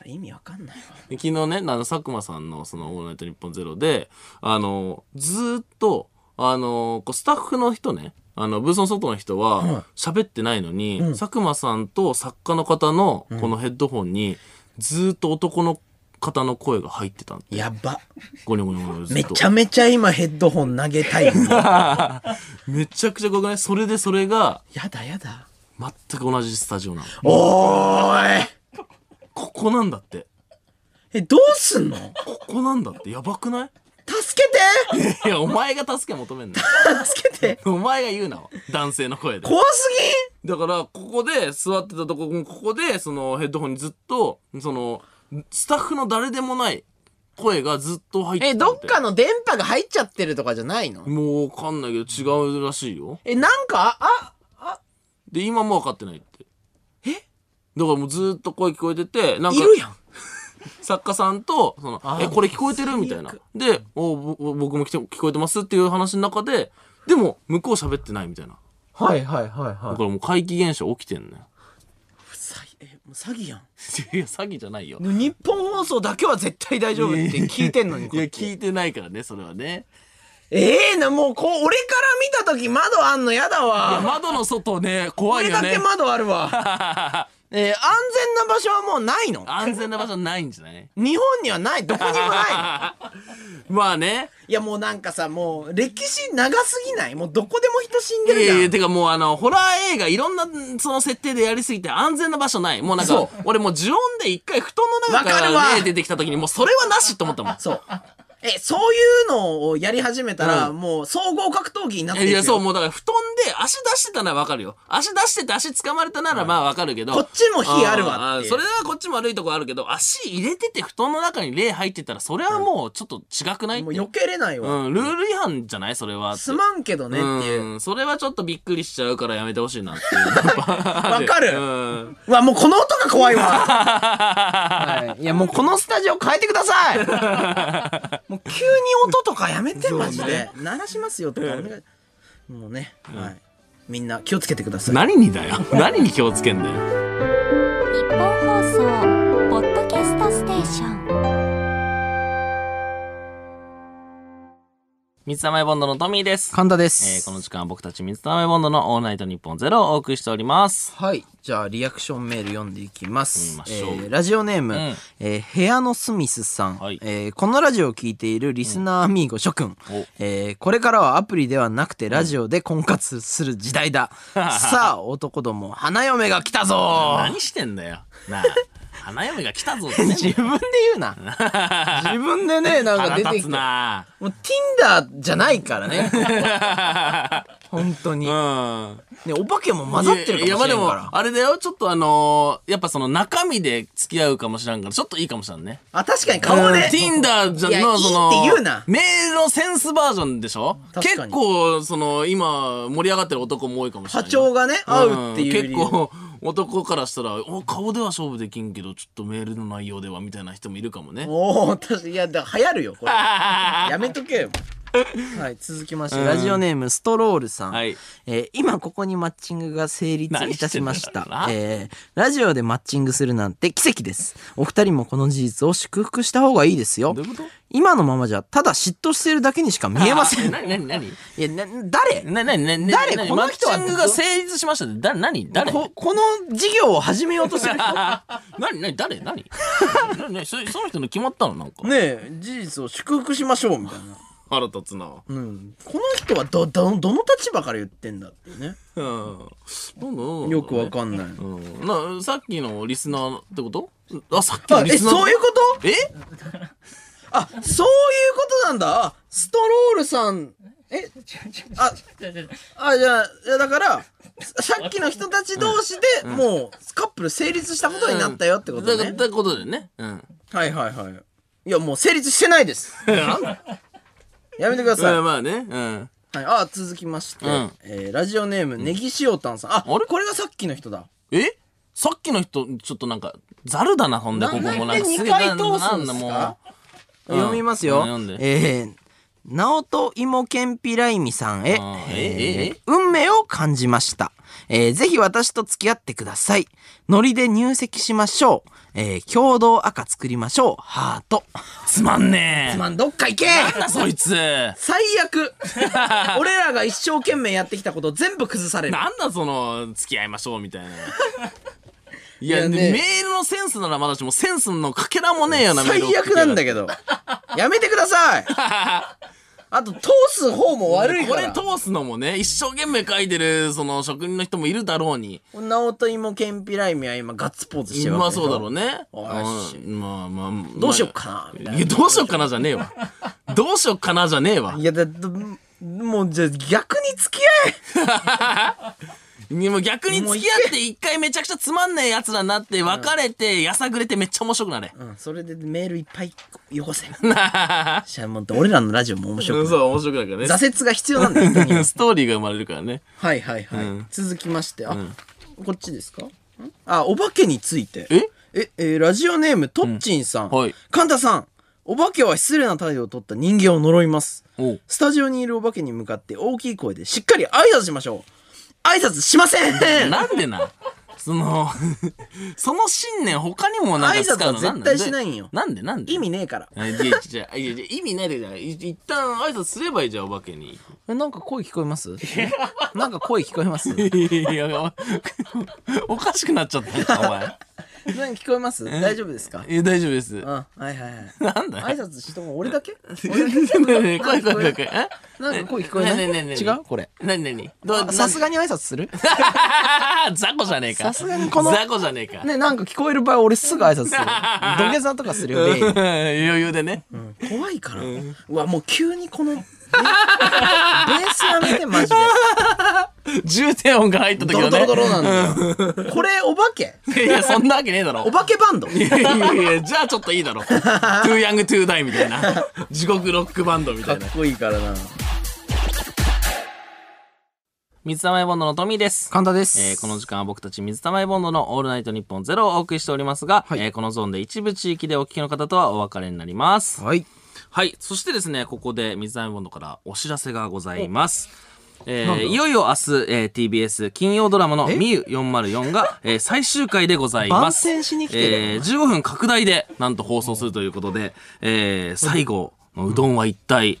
Speaker 2: ら意味わかんないわ。
Speaker 1: で昨日ねあの佐久間さんの「そのオールナイトニッポンゼロであのずーっとあのこうスタッフの人ねあのブースの外の人は喋ってないのに、佐久間さんと作家の方のこのヘッドホンにずーっと男の方の声が入ってたの
Speaker 2: やば。
Speaker 1: ゴニョゴニョゴニョずっ
Speaker 2: め
Speaker 1: と
Speaker 2: ちゃめちゃ今ヘッドホン投げたい。や
Speaker 1: めちゃくちゃ怖くないそれでそれが
Speaker 2: だやだ。
Speaker 1: 全く同じスタジオなの。
Speaker 2: おーい
Speaker 1: ここなんだって。
Speaker 2: え、どうすんの
Speaker 1: ここなんだって。やばくない
Speaker 2: 助けて
Speaker 1: いや、お前が助け求めんな。
Speaker 2: 助けて
Speaker 1: お前が言うな。男性の声で。
Speaker 2: 怖す
Speaker 1: だから、ここで座ってたとこ、ここで、そのヘッドホンにずっと、その、スタッフの誰でもない声がずっと入っ
Speaker 2: ぎ
Speaker 1: て
Speaker 2: え、
Speaker 1: た
Speaker 2: ど
Speaker 1: ん
Speaker 2: ってかの電波が入っちゃってるとかじゃないの
Speaker 1: もうわかんないけど違うらしいよ。
Speaker 2: え、なんか、あ、
Speaker 1: で、今も分かってないって。えだからもうずっと声聞こえてて、なん
Speaker 2: い
Speaker 1: か、
Speaker 2: るやん。
Speaker 1: 作家さんと、その、え、これ聞こえてるみたいな。で、おぼぼ僕も来て聞こえてますっていう話の中で、でも、向こう喋ってないみたいな。
Speaker 2: はいはいはい
Speaker 1: だ
Speaker 2: は
Speaker 1: からもう怪奇現象起きてんね。
Speaker 2: い。詐欺、え、もう詐欺やん。
Speaker 1: いや、詐欺じゃないよ。
Speaker 2: でも日本放送だけは絶対大丈夫って聞いてんのに。
Speaker 1: いや、聞いてないからね、それはね。
Speaker 2: ええな、もうこう、俺から見たとき窓あんのやだ
Speaker 1: い
Speaker 2: わ
Speaker 1: や、。窓の外ね、怖
Speaker 2: こ
Speaker 1: い
Speaker 2: れ
Speaker 1: よ
Speaker 2: だ
Speaker 1: ね
Speaker 2: け。窓ある わ。えー安全な場所はもうないの
Speaker 1: 安全な場所ないんじゃない
Speaker 2: 日本にはない。どこ にもないの。
Speaker 1: まあね。
Speaker 2: いやもうなんかさ、もう歴史長すぎないもうどこでも人死ん
Speaker 1: い
Speaker 2: で
Speaker 1: や
Speaker 2: る
Speaker 1: い
Speaker 2: じゃ
Speaker 1: や
Speaker 2: ん。
Speaker 1: いやてかもうあの、ホラー映画いろんな、その設定でやりすぎて安全な場所ない。もうなん
Speaker 2: そ
Speaker 1: か
Speaker 2: う、
Speaker 1: 俺もう呪音で一回布団の中
Speaker 2: わかる
Speaker 1: から
Speaker 2: わ
Speaker 1: ね、出てきた時にもうそれはなしと思った もん。
Speaker 2: そう。え、そういうのをやり始めたら、
Speaker 1: うん
Speaker 2: もう総合格闘技になっていく
Speaker 1: い
Speaker 2: よ
Speaker 1: や、そう、もうだから布団で足出してたならわかるよ。足出してて足掴まれたならまあわかるけど。
Speaker 2: こっちも火あるわ
Speaker 1: あ
Speaker 2: っ
Speaker 1: ー
Speaker 2: ていう
Speaker 1: それはこっちも悪いとこあるけど、足入れてて布団の中に霊入ってたら、それはもうちょっと違くないっ
Speaker 2: も
Speaker 1: て
Speaker 2: う避けれないわ。
Speaker 1: うん、ルール違反じゃないそれはって。
Speaker 2: すまんけどねっていう。
Speaker 1: うん、それはちょっとびっくりしちゃうからやめてほしいなっていう。わ
Speaker 2: わか る
Speaker 1: うん。
Speaker 2: うわ、もうこの音が怖いわ。 はい、いや、もうこのスタジオ変えてください。 もう急に音とかやめて、マジで。鳴らしますよとかお願い。もうね、はい。みんな気をつけてください。
Speaker 1: 何にだよ。何に気をつけんだよ。
Speaker 3: 日本放送ポッドキャストステーション
Speaker 1: 三つ玉ボンドのトミーです。
Speaker 2: 神田で
Speaker 1: えーこの時間は僕たち三つ玉ボンドのオールナイトニッポンゼロをお送りしております。
Speaker 2: はい。じゃあ、リアクションメール読んでいきます。
Speaker 1: 読みましょう
Speaker 2: えーラジオネーム、
Speaker 1: ん
Speaker 2: えー部屋のスミスさん、
Speaker 1: はい
Speaker 2: えーこのラジオを聞いているリスナーアミーゴ諸君、
Speaker 1: お
Speaker 2: えーこれからはアプリではなくてラジオで婚活する時代だ。 さあ、男ども、花嫁が来たぞ
Speaker 1: 何してんだよ。 なあ、花嫁が来たぞってね。
Speaker 2: 自分で言 うな。自分でね、なんか出
Speaker 1: 腹
Speaker 2: て
Speaker 1: 立
Speaker 2: き
Speaker 1: つ
Speaker 2: た。
Speaker 1: な
Speaker 2: もう Tinder じゃないか らね。本当に。
Speaker 1: う
Speaker 2: ね、
Speaker 1: ん。
Speaker 2: お化けも混ざってるかもしれんから。
Speaker 1: いや、まあでも、あれだよ、ちょっとあのーやっぱその中身で付き合うかもしらんから、ちょっといいかもしらんね。
Speaker 2: あ、確かに顔で。
Speaker 1: Tinder じ
Speaker 2: いや
Speaker 1: ゃの、そ
Speaker 2: いいって言う
Speaker 1: の
Speaker 2: な、
Speaker 1: メールのセンスバージョンでしょ
Speaker 2: 確
Speaker 1: 結
Speaker 2: かに
Speaker 1: 構、その、今、盛り上がってる男も多いかもしれ
Speaker 2: 波
Speaker 1: ない。
Speaker 2: 長がね、合うっていうう理
Speaker 1: ん
Speaker 2: 由。
Speaker 1: 結構男からしたら、お顔では勝負できんけど、ちょっとメールの内容ではみたいな人もいるかもね。
Speaker 2: おお、確かいや、だ流行る よ、これ。やめとけよ。はい、続きまして、ラジオネーム、ストロールさん。
Speaker 1: はい
Speaker 2: えー今ここにマッチングが成立いたしまし
Speaker 1: 何してんだろ
Speaker 2: た
Speaker 1: う。な
Speaker 2: えーラジオでマッチングするなんて奇跡です。お二人もこの事実を祝福した方がいいですよ
Speaker 1: どう。いうこと
Speaker 2: 今のままじゃ、ただ嫉妬してるだけにしか見えませ ん。
Speaker 1: なになになに
Speaker 2: いや、な、誰
Speaker 1: なになに
Speaker 2: 誰こ
Speaker 1: マ
Speaker 2: の
Speaker 1: ッ
Speaker 2: 人は
Speaker 1: チングが成立しましたって、だ、なに誰
Speaker 2: ここの事業を始めようとする人
Speaker 1: なになに誰なに なになにそその人の決まったのなんか。
Speaker 2: ねえ、事実を祝福しましょう、みたいな。
Speaker 1: 腹立つな。
Speaker 2: うん、この人はど、ど、どの立場から言ってんだっていうね。
Speaker 1: うん。どんどんどんどん
Speaker 2: よくわかんない。
Speaker 1: うん、なさっきのリスナーってことあさっき
Speaker 2: あ
Speaker 1: の、リ
Speaker 2: え、
Speaker 1: スナー
Speaker 2: そういうこと
Speaker 1: え
Speaker 2: あ、そういうことなんだ。あストロールさん、え、あ、あ、じゃあ、いやだから、さっきの人たち同士でもうカップル成立したことになったよってこと
Speaker 1: だ
Speaker 2: ね。
Speaker 1: だことでね。うん。
Speaker 2: はいはいはい。いや、もう成立してないです。やめてください。
Speaker 1: まあまあね。うん。
Speaker 2: はい、あ続きまして、
Speaker 1: うん
Speaker 2: えーラジオネーム、ネギ塩炭さん。あ、
Speaker 1: あれ
Speaker 2: これがさっきの人だ。
Speaker 1: えさっきの人、ちょっとなんか、ざるだな、ほんで、
Speaker 2: な
Speaker 1: ここもな
Speaker 2: な
Speaker 1: んん
Speaker 2: で
Speaker 1: か。
Speaker 2: 二
Speaker 1: げえ
Speaker 2: 回
Speaker 1: な
Speaker 2: 通す
Speaker 1: な
Speaker 2: んですか
Speaker 1: だもううん
Speaker 2: 読みますよ。
Speaker 1: 読んで
Speaker 2: えー、直人芋けんぴらいみさんへ、
Speaker 1: あーえ
Speaker 2: えー
Speaker 1: え
Speaker 2: 運命を感じました。えーぜひ私と付き合ってください。ノリで入籍しましょう。えー共同赤作りましょう。ハ ート。
Speaker 1: つまんねえ。
Speaker 2: まん、どっか行け
Speaker 1: なんだそいつ。
Speaker 2: 最 悪俺らが一生懸命やってきたこと全部崩される。
Speaker 1: なんだその、付き合いましょうみたい な。い
Speaker 2: い
Speaker 1: や、
Speaker 2: やね
Speaker 1: メールのセンスならまだしも、センスのかけらもねえよな、
Speaker 2: 最悪なんだ
Speaker 1: け
Speaker 2: けど。やめてくださ いあと、通す方も悪いか
Speaker 1: これ
Speaker 2: ら。
Speaker 1: 通すのもね、一生懸命書いてる、その、職人の人もいるだろうに。
Speaker 2: 直人芋けんぴらいみは今ガッツポーズして
Speaker 1: う
Speaker 2: るわ
Speaker 1: ま
Speaker 2: けでし
Speaker 1: そうだろ
Speaker 2: ょ。
Speaker 1: うね。
Speaker 2: おいし
Speaker 1: うんまあまあ。
Speaker 2: どうしよっかなみたいない
Speaker 1: や、どうしよっかなじゃねえわ。 どうしよっかなじゃねえわ
Speaker 2: い。や、だって、もうじゃあ逆に付き
Speaker 1: でも逆に付き合って一回めちゃくちゃつまんねえやつらになって別れてやさぐれてめっちゃ面白くな れ。
Speaker 2: 合え、うん、それでメールいっぱいよこせ。 しゃあもう俺らのラジオも面
Speaker 1: う
Speaker 2: 白
Speaker 1: ん、
Speaker 2: くない。
Speaker 1: そう、面白くなるからね。
Speaker 2: 挫折が必要なん だよ、人 には
Speaker 1: ストーリーが生まれるからね。
Speaker 2: はいはいはい。
Speaker 1: うん
Speaker 2: 続きまして、あ、こっちですかんあ、お化けについて。
Speaker 1: え
Speaker 2: え、えーラジオネーム、トッチンさ
Speaker 1: う
Speaker 2: ん。
Speaker 1: んはい
Speaker 2: カンタさん、お化けは失礼な態度を取った人間を呪います。
Speaker 1: おう
Speaker 2: スタジオにいるお化けに向かって大きい声でしっかり挨拶しましょう。挨拶しません
Speaker 1: なんでな。その、 その信念他にもなんか使うの
Speaker 2: 挨拶は絶対しないんよ
Speaker 1: なんでなんで
Speaker 2: 意味ねえから。
Speaker 1: いやいやいやいやいや意味ないでじゃない。い一旦挨拶すればいいじゃん、お化けに。
Speaker 2: え、なんか声聞こえます なんか声聞こえます
Speaker 1: いやいやおおかしくなっちゃったんかお前。
Speaker 2: 何聞こえます大丈夫ですか
Speaker 1: え大丈夫です。
Speaker 2: うん、はいはいはい。
Speaker 1: なんだ
Speaker 2: 挨
Speaker 1: よ。
Speaker 2: 拶しとも 俺だけ
Speaker 1: ねえねえ声声声声。え
Speaker 2: なんか声聞こえない
Speaker 1: ねえねえねえ
Speaker 2: 違うこれ。
Speaker 1: なになにどう
Speaker 2: さすがに挨拶する
Speaker 1: が 雑魚じゃねえか。
Speaker 2: さすがにこの
Speaker 1: 雑魚じゃねえか。
Speaker 2: ね、なんか聞こえる場合俺すぐ挨 拶する。土下座とかするよ、レイン
Speaker 1: 余裕でね。
Speaker 2: 怖いから、うわもう急に このベベースやめてマジで
Speaker 1: 重低音が入った時
Speaker 2: ドロ
Speaker 1: は
Speaker 2: ドロド
Speaker 1: ね。
Speaker 2: ロなんだよこれお化け
Speaker 1: いや、そんなわけねえだろ
Speaker 2: お。化けバンド
Speaker 1: いやいやいや、じゃあちょっといいだろ。トゥーヤングトゥーダイみたいな。地獄ロックバンドみた いな。
Speaker 2: こいいからな
Speaker 1: 水溜りボンドのトミーです。
Speaker 2: 簡単です、
Speaker 1: えーこの時間は僕たち水溜りボンドの「オールナイトニッポンゼロをお送りしておりますが、
Speaker 2: はい
Speaker 1: えーこのゾーンで一部地域でお聞きの方とはお別れになります。
Speaker 2: はい
Speaker 1: はい。そしてですね、ここで水溜りボンドからお知らせがございます。えー
Speaker 2: なんだ
Speaker 1: いよいよ明日、えー TBS 金曜ドラマの「ミユ404が」 えー最終回でございます。
Speaker 2: 番宣しに来てる
Speaker 1: えー15分拡大でなんと放送するということで、えー最後のうどんは一体、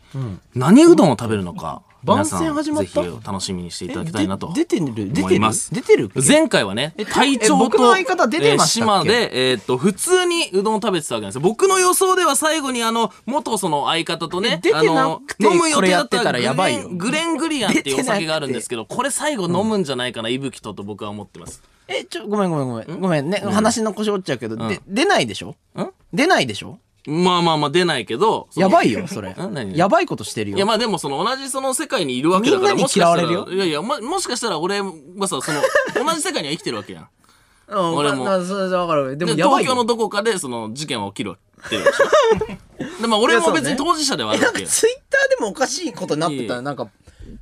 Speaker 1: 何うどんを食べるのか、皆さん
Speaker 2: 番宣始まっ
Speaker 1: ぜ
Speaker 2: た
Speaker 1: ひお楽しみにしていただきたいなと
Speaker 2: えで出てる出
Speaker 1: 思
Speaker 2: て
Speaker 1: い
Speaker 2: る
Speaker 1: ます
Speaker 2: 出てる
Speaker 1: 前回はね、隊長と、
Speaker 2: 僕の相方出てましたっけ
Speaker 1: えー島で、えーっと、普通にうどんを食べてたわけなんですよ。僕の予想では最後にあの、元その相方とね、
Speaker 2: え出てな
Speaker 1: あ
Speaker 2: くて
Speaker 1: の、飲む予定だった
Speaker 2: これやってたらやばいよ
Speaker 1: グレングレングリアンっていうお
Speaker 2: 出てなくて
Speaker 1: 酒があるんですけど、これ最後飲むんじゃないかな、いぶきとと僕は思ってます。
Speaker 2: えちょごめんごめんごめんごめんね話の腰折っちゃうけど、で出ないでしょ
Speaker 1: ん
Speaker 2: 出ないでしょ
Speaker 1: まあまあまあ出ないけど、その
Speaker 2: やばいよそれ
Speaker 1: ん何
Speaker 2: やばいことして
Speaker 1: い
Speaker 2: る
Speaker 1: や
Speaker 2: よ
Speaker 1: まあでもその同じその世界にいるわけだから
Speaker 2: みんなに
Speaker 1: もしかしたら
Speaker 2: 嫌われる
Speaker 1: いやいや、ま、もしかしたら俺はさ、 その、同じ世界には生きてるわけやん。
Speaker 2: うん
Speaker 1: 俺も
Speaker 2: まあそうそうだからで
Speaker 1: で
Speaker 2: もやばい
Speaker 1: 東京の
Speaker 2: よ
Speaker 1: どこかでその事件は起きるわ けでしょ。でまあ俺も別に当事者ではあ
Speaker 2: え
Speaker 1: るわ
Speaker 2: なん
Speaker 1: け
Speaker 2: か
Speaker 1: よ。
Speaker 2: ツイッターでもおかしいことになってた
Speaker 1: いえ
Speaker 2: なんか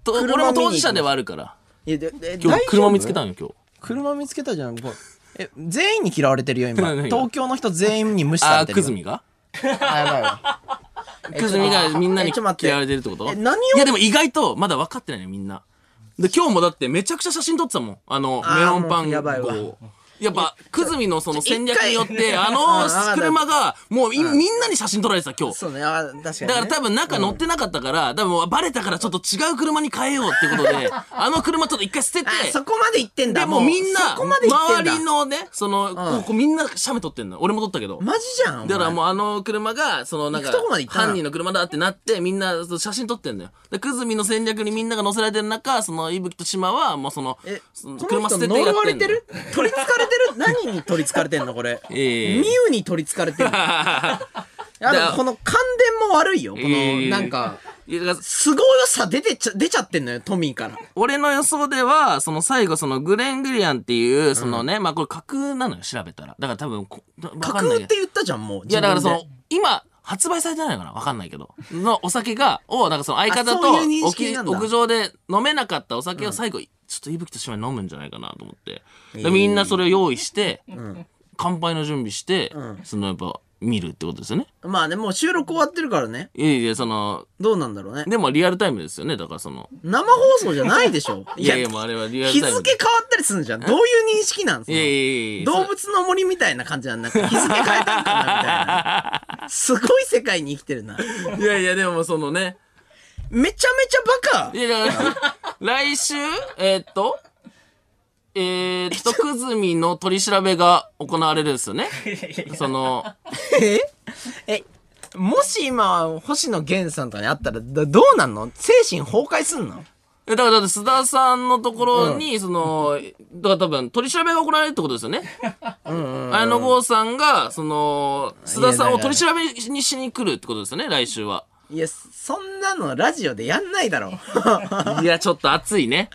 Speaker 1: と俺も当事者ではあるから。
Speaker 2: いやでで
Speaker 1: 今
Speaker 2: 大
Speaker 1: 日
Speaker 2: 丈夫
Speaker 1: 車見つけたんよ、今日。
Speaker 2: 車見つけたじゃんこうえ全員に嫌われてるよ 今
Speaker 1: 何が
Speaker 2: 東京の人全員に無視さ
Speaker 1: あ
Speaker 2: れ
Speaker 1: ー、
Speaker 2: てる
Speaker 1: く
Speaker 2: よ
Speaker 1: ずみが
Speaker 2: あやばいわ
Speaker 1: くずみがみんな
Speaker 2: え
Speaker 1: に
Speaker 2: ちょっと待って
Speaker 1: 嫌われてるってこと
Speaker 2: え何を
Speaker 1: いやでも意外とまだ分かってないのよみんな。で、今日もだってめちゃくちゃ写真撮ってたもん。あの、
Speaker 2: あー
Speaker 1: メロンパ
Speaker 2: も
Speaker 1: ン
Speaker 2: う
Speaker 1: 号
Speaker 2: やばいわ
Speaker 1: を。やっぱ、くずみのその戦略によって、あ
Speaker 2: うん
Speaker 1: の
Speaker 2: わかった
Speaker 1: 車が、もういみんなに写真撮られてた、今日。
Speaker 2: そうねあー確かに、ね、
Speaker 1: だから多分中乗ってなかったから、多分バレたからちょっと違う車に変えようってこと で、あの車ちょっと一回捨てて、
Speaker 2: あそこまで行ってんだ
Speaker 1: でもうみんな、
Speaker 2: そこまで行ってんだ
Speaker 1: 周りのね、その、こうこうみんな写メ撮ってんの。俺も撮ったけど。
Speaker 2: マジじゃんお前
Speaker 1: だからもうあの車が、そのなんか
Speaker 2: 行くとこまで行、ったな
Speaker 1: 犯人の車だってなって、みんなその写真撮ってんだよ。で、くずみの戦略にみんなが乗せられてる中、その、いぶきと島は、もうその
Speaker 2: え、
Speaker 1: その
Speaker 2: この人
Speaker 1: や
Speaker 2: 呪われ
Speaker 1: ん
Speaker 2: て
Speaker 1: だよ
Speaker 2: る取り憑かれて る何に取り憑かれてんのこれミ
Speaker 1: ええ
Speaker 2: ウに取り憑かれてるあ
Speaker 1: だ
Speaker 2: のこの感電も悪いよこ
Speaker 1: ええ
Speaker 2: のなんか
Speaker 1: いやだから
Speaker 2: すごさ出てちゃ出ちゃってんのよトミーから
Speaker 1: 俺の予想では、その最後、そのグレン・グリアンっていう、そのね、まあこれ架空なのよ、調べたら。だから多分こ、わ
Speaker 2: 架
Speaker 1: かん
Speaker 2: 空
Speaker 1: ない
Speaker 2: っ
Speaker 1: けど
Speaker 2: て言ったじゃんもう
Speaker 1: いやだからそ
Speaker 2: 自分
Speaker 1: の
Speaker 2: で
Speaker 1: 今発売されてないのかなわかんないけどのお酒がをなんかその相方
Speaker 2: あ
Speaker 1: と
Speaker 2: そういう認
Speaker 1: 屋
Speaker 2: 識なんだ
Speaker 1: 屋上で飲めなかったお酒を最後、ちょっといぶきとしまい飲むんじゃないかなと思ってでみんなそれを用意して、乾杯の準備して、そのやっぱ見るってことですよね
Speaker 2: まあねもう収録終わってるからね
Speaker 1: いやいやその
Speaker 2: どうなんだろうね
Speaker 1: でもリアルタイムですよねだからその
Speaker 2: 生放送じゃないでしょ
Speaker 1: いやいやもうあれはリアル
Speaker 2: 日
Speaker 1: タイム
Speaker 2: 付
Speaker 1: で
Speaker 2: 変わったりするじゃんどういう認識なんす
Speaker 1: いやいやいやいや
Speaker 2: 動物の森みたいな感じなんなんか日付変えたんかなみたいなすごい世界に生きてるない
Speaker 1: やいやでもそのね
Speaker 2: めちゃめちゃバカ
Speaker 1: いやだから来週えーっとえーっと久住の取り調べが行われるんですよ ねその
Speaker 2: ええもし今星野源さんとかに会ったらどどうなんの精神崩壊すんの
Speaker 1: えだからだって須田さんのところに、そのだから多分取り調べが行われるってことですよね綾野剛さんがその須田さんを取り調べにしに来るってことですよね来週はい
Speaker 2: やそんなのラジオでやんないだ ろ
Speaker 1: いやちょっと熱いね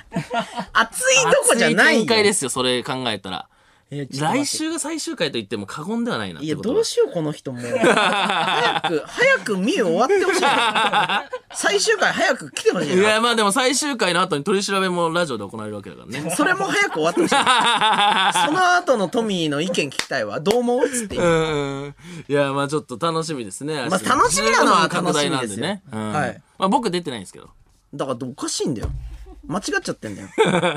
Speaker 2: 熱いとこじゃない
Speaker 1: 熱
Speaker 2: よ
Speaker 1: い展開ですよそれ考えたら
Speaker 2: いやちょっと待って
Speaker 1: 来週が最終回と言っても過言ではないなっ
Speaker 2: い
Speaker 1: て
Speaker 2: や
Speaker 1: こと
Speaker 2: ど
Speaker 1: は
Speaker 2: うしようこの人もう早く早く見終わってほしい最終回早く来てほしい
Speaker 1: い
Speaker 2: な
Speaker 1: やまあでも最終回の後に取り調べもラジオで行われるわけだからね。
Speaker 2: それも早く終わって ほしいその後のトミーの意見聞きたいわどう思うっつって
Speaker 1: うーん。いやまあちょっと楽しみですね。
Speaker 2: まあ楽しみなのは楽しみですよ
Speaker 1: 15分拡大なんね。うん
Speaker 2: はい
Speaker 1: まあ僕出てないんですけど。
Speaker 2: だからおかしいんだよ。間違っちゃってんだよ。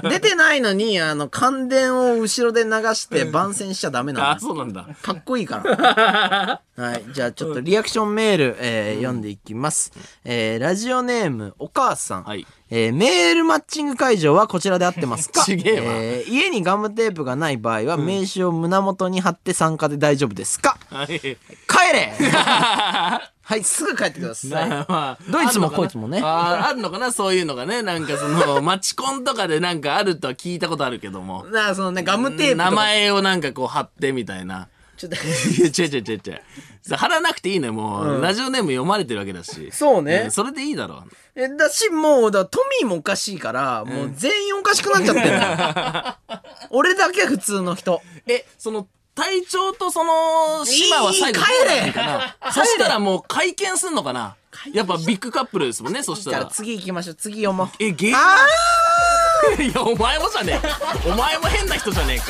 Speaker 2: 出てないのに、あの、感電を後ろで流して番宣しちゃダメな
Speaker 1: あ
Speaker 2: んだ。
Speaker 1: そうなんだ。
Speaker 2: かっこいいから。 はい。じゃあちょっとリアクションメール、えー読んでいきます。えーラジオネーム、お母さん。
Speaker 1: はい
Speaker 2: えーメールマッチング会場はこちらで合ってます か
Speaker 1: ちげえわ
Speaker 2: ー家にガムテープがない場合は名刺を胸元に貼って参加で大丈夫ですか
Speaker 1: はい。
Speaker 2: 帰れ はい、すぐ帰ってください。
Speaker 1: まあ
Speaker 2: ドイツもこいつもね
Speaker 1: ああるのかなそういうのがねなんかそ のマチコンとかでなんかあるとは聞いたことあるけども。
Speaker 2: なあ、そのね、ガムテープとか。
Speaker 1: 名前をなんかこう貼ってみたいな。
Speaker 2: ちょっと。
Speaker 1: いや違う違う違う違う。それ貼らなくていいのよもう、ラジオネーム読まれてるわけだし。
Speaker 2: そうね
Speaker 1: んそれでいいだろう。
Speaker 2: えだしもうだトミーもおかしいから、もう全員おかしくなっちゃってるの 俺だけ普通の人
Speaker 1: え、その、隊長とその、島は最後
Speaker 2: いい帰れ
Speaker 1: かな。そしたらもう会見すんのかな
Speaker 2: 会見
Speaker 1: やっぱビッグカップルですもんね、そし
Speaker 2: じ
Speaker 1: た
Speaker 2: ゃあ
Speaker 1: ら。
Speaker 2: 次行きましょう次 読もう
Speaker 1: え、芸人
Speaker 2: あ
Speaker 1: いや、お前もじゃねえ。お前も変な人じゃねえか。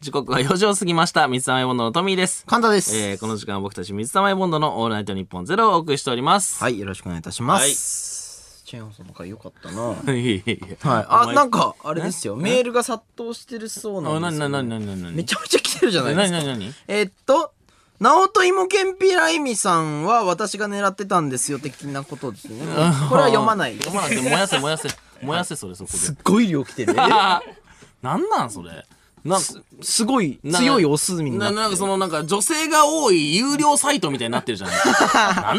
Speaker 1: 時刻は4時を過ぎました。水溜りボンドのトミーです。
Speaker 2: ー簡単です、
Speaker 1: えー、この時間は僕たち水溜りボンドのオールナイトニッポンゼロをお送りしております。
Speaker 2: はいよろしくお願いいたします、チェーンホンさんの回よかったなは
Speaker 1: い
Speaker 2: い
Speaker 1: やいやいや。
Speaker 2: あなんかあれですよメールが殺到してるそう
Speaker 1: あ、な
Speaker 2: な
Speaker 1: んに
Speaker 2: です
Speaker 1: な
Speaker 2: よ
Speaker 1: になになになになに
Speaker 2: めちゃめちゃ来てるじゃない
Speaker 1: な
Speaker 2: です
Speaker 1: に
Speaker 2: か
Speaker 1: なになに
Speaker 2: えっと直人芋けんぴらえみさんは私が狙ってたんですよ的なことですねこれは読まないです
Speaker 1: 読まないで燃やせ燃やせ燃やせそれそこ
Speaker 2: すっ
Speaker 1: で
Speaker 2: ごい量来て る
Speaker 1: なんなんそれなん
Speaker 2: すごい
Speaker 1: な
Speaker 2: 強いオスに
Speaker 1: な
Speaker 2: なって
Speaker 1: なんかそのなんか女性が多い有料サイトみたいになってるじゃない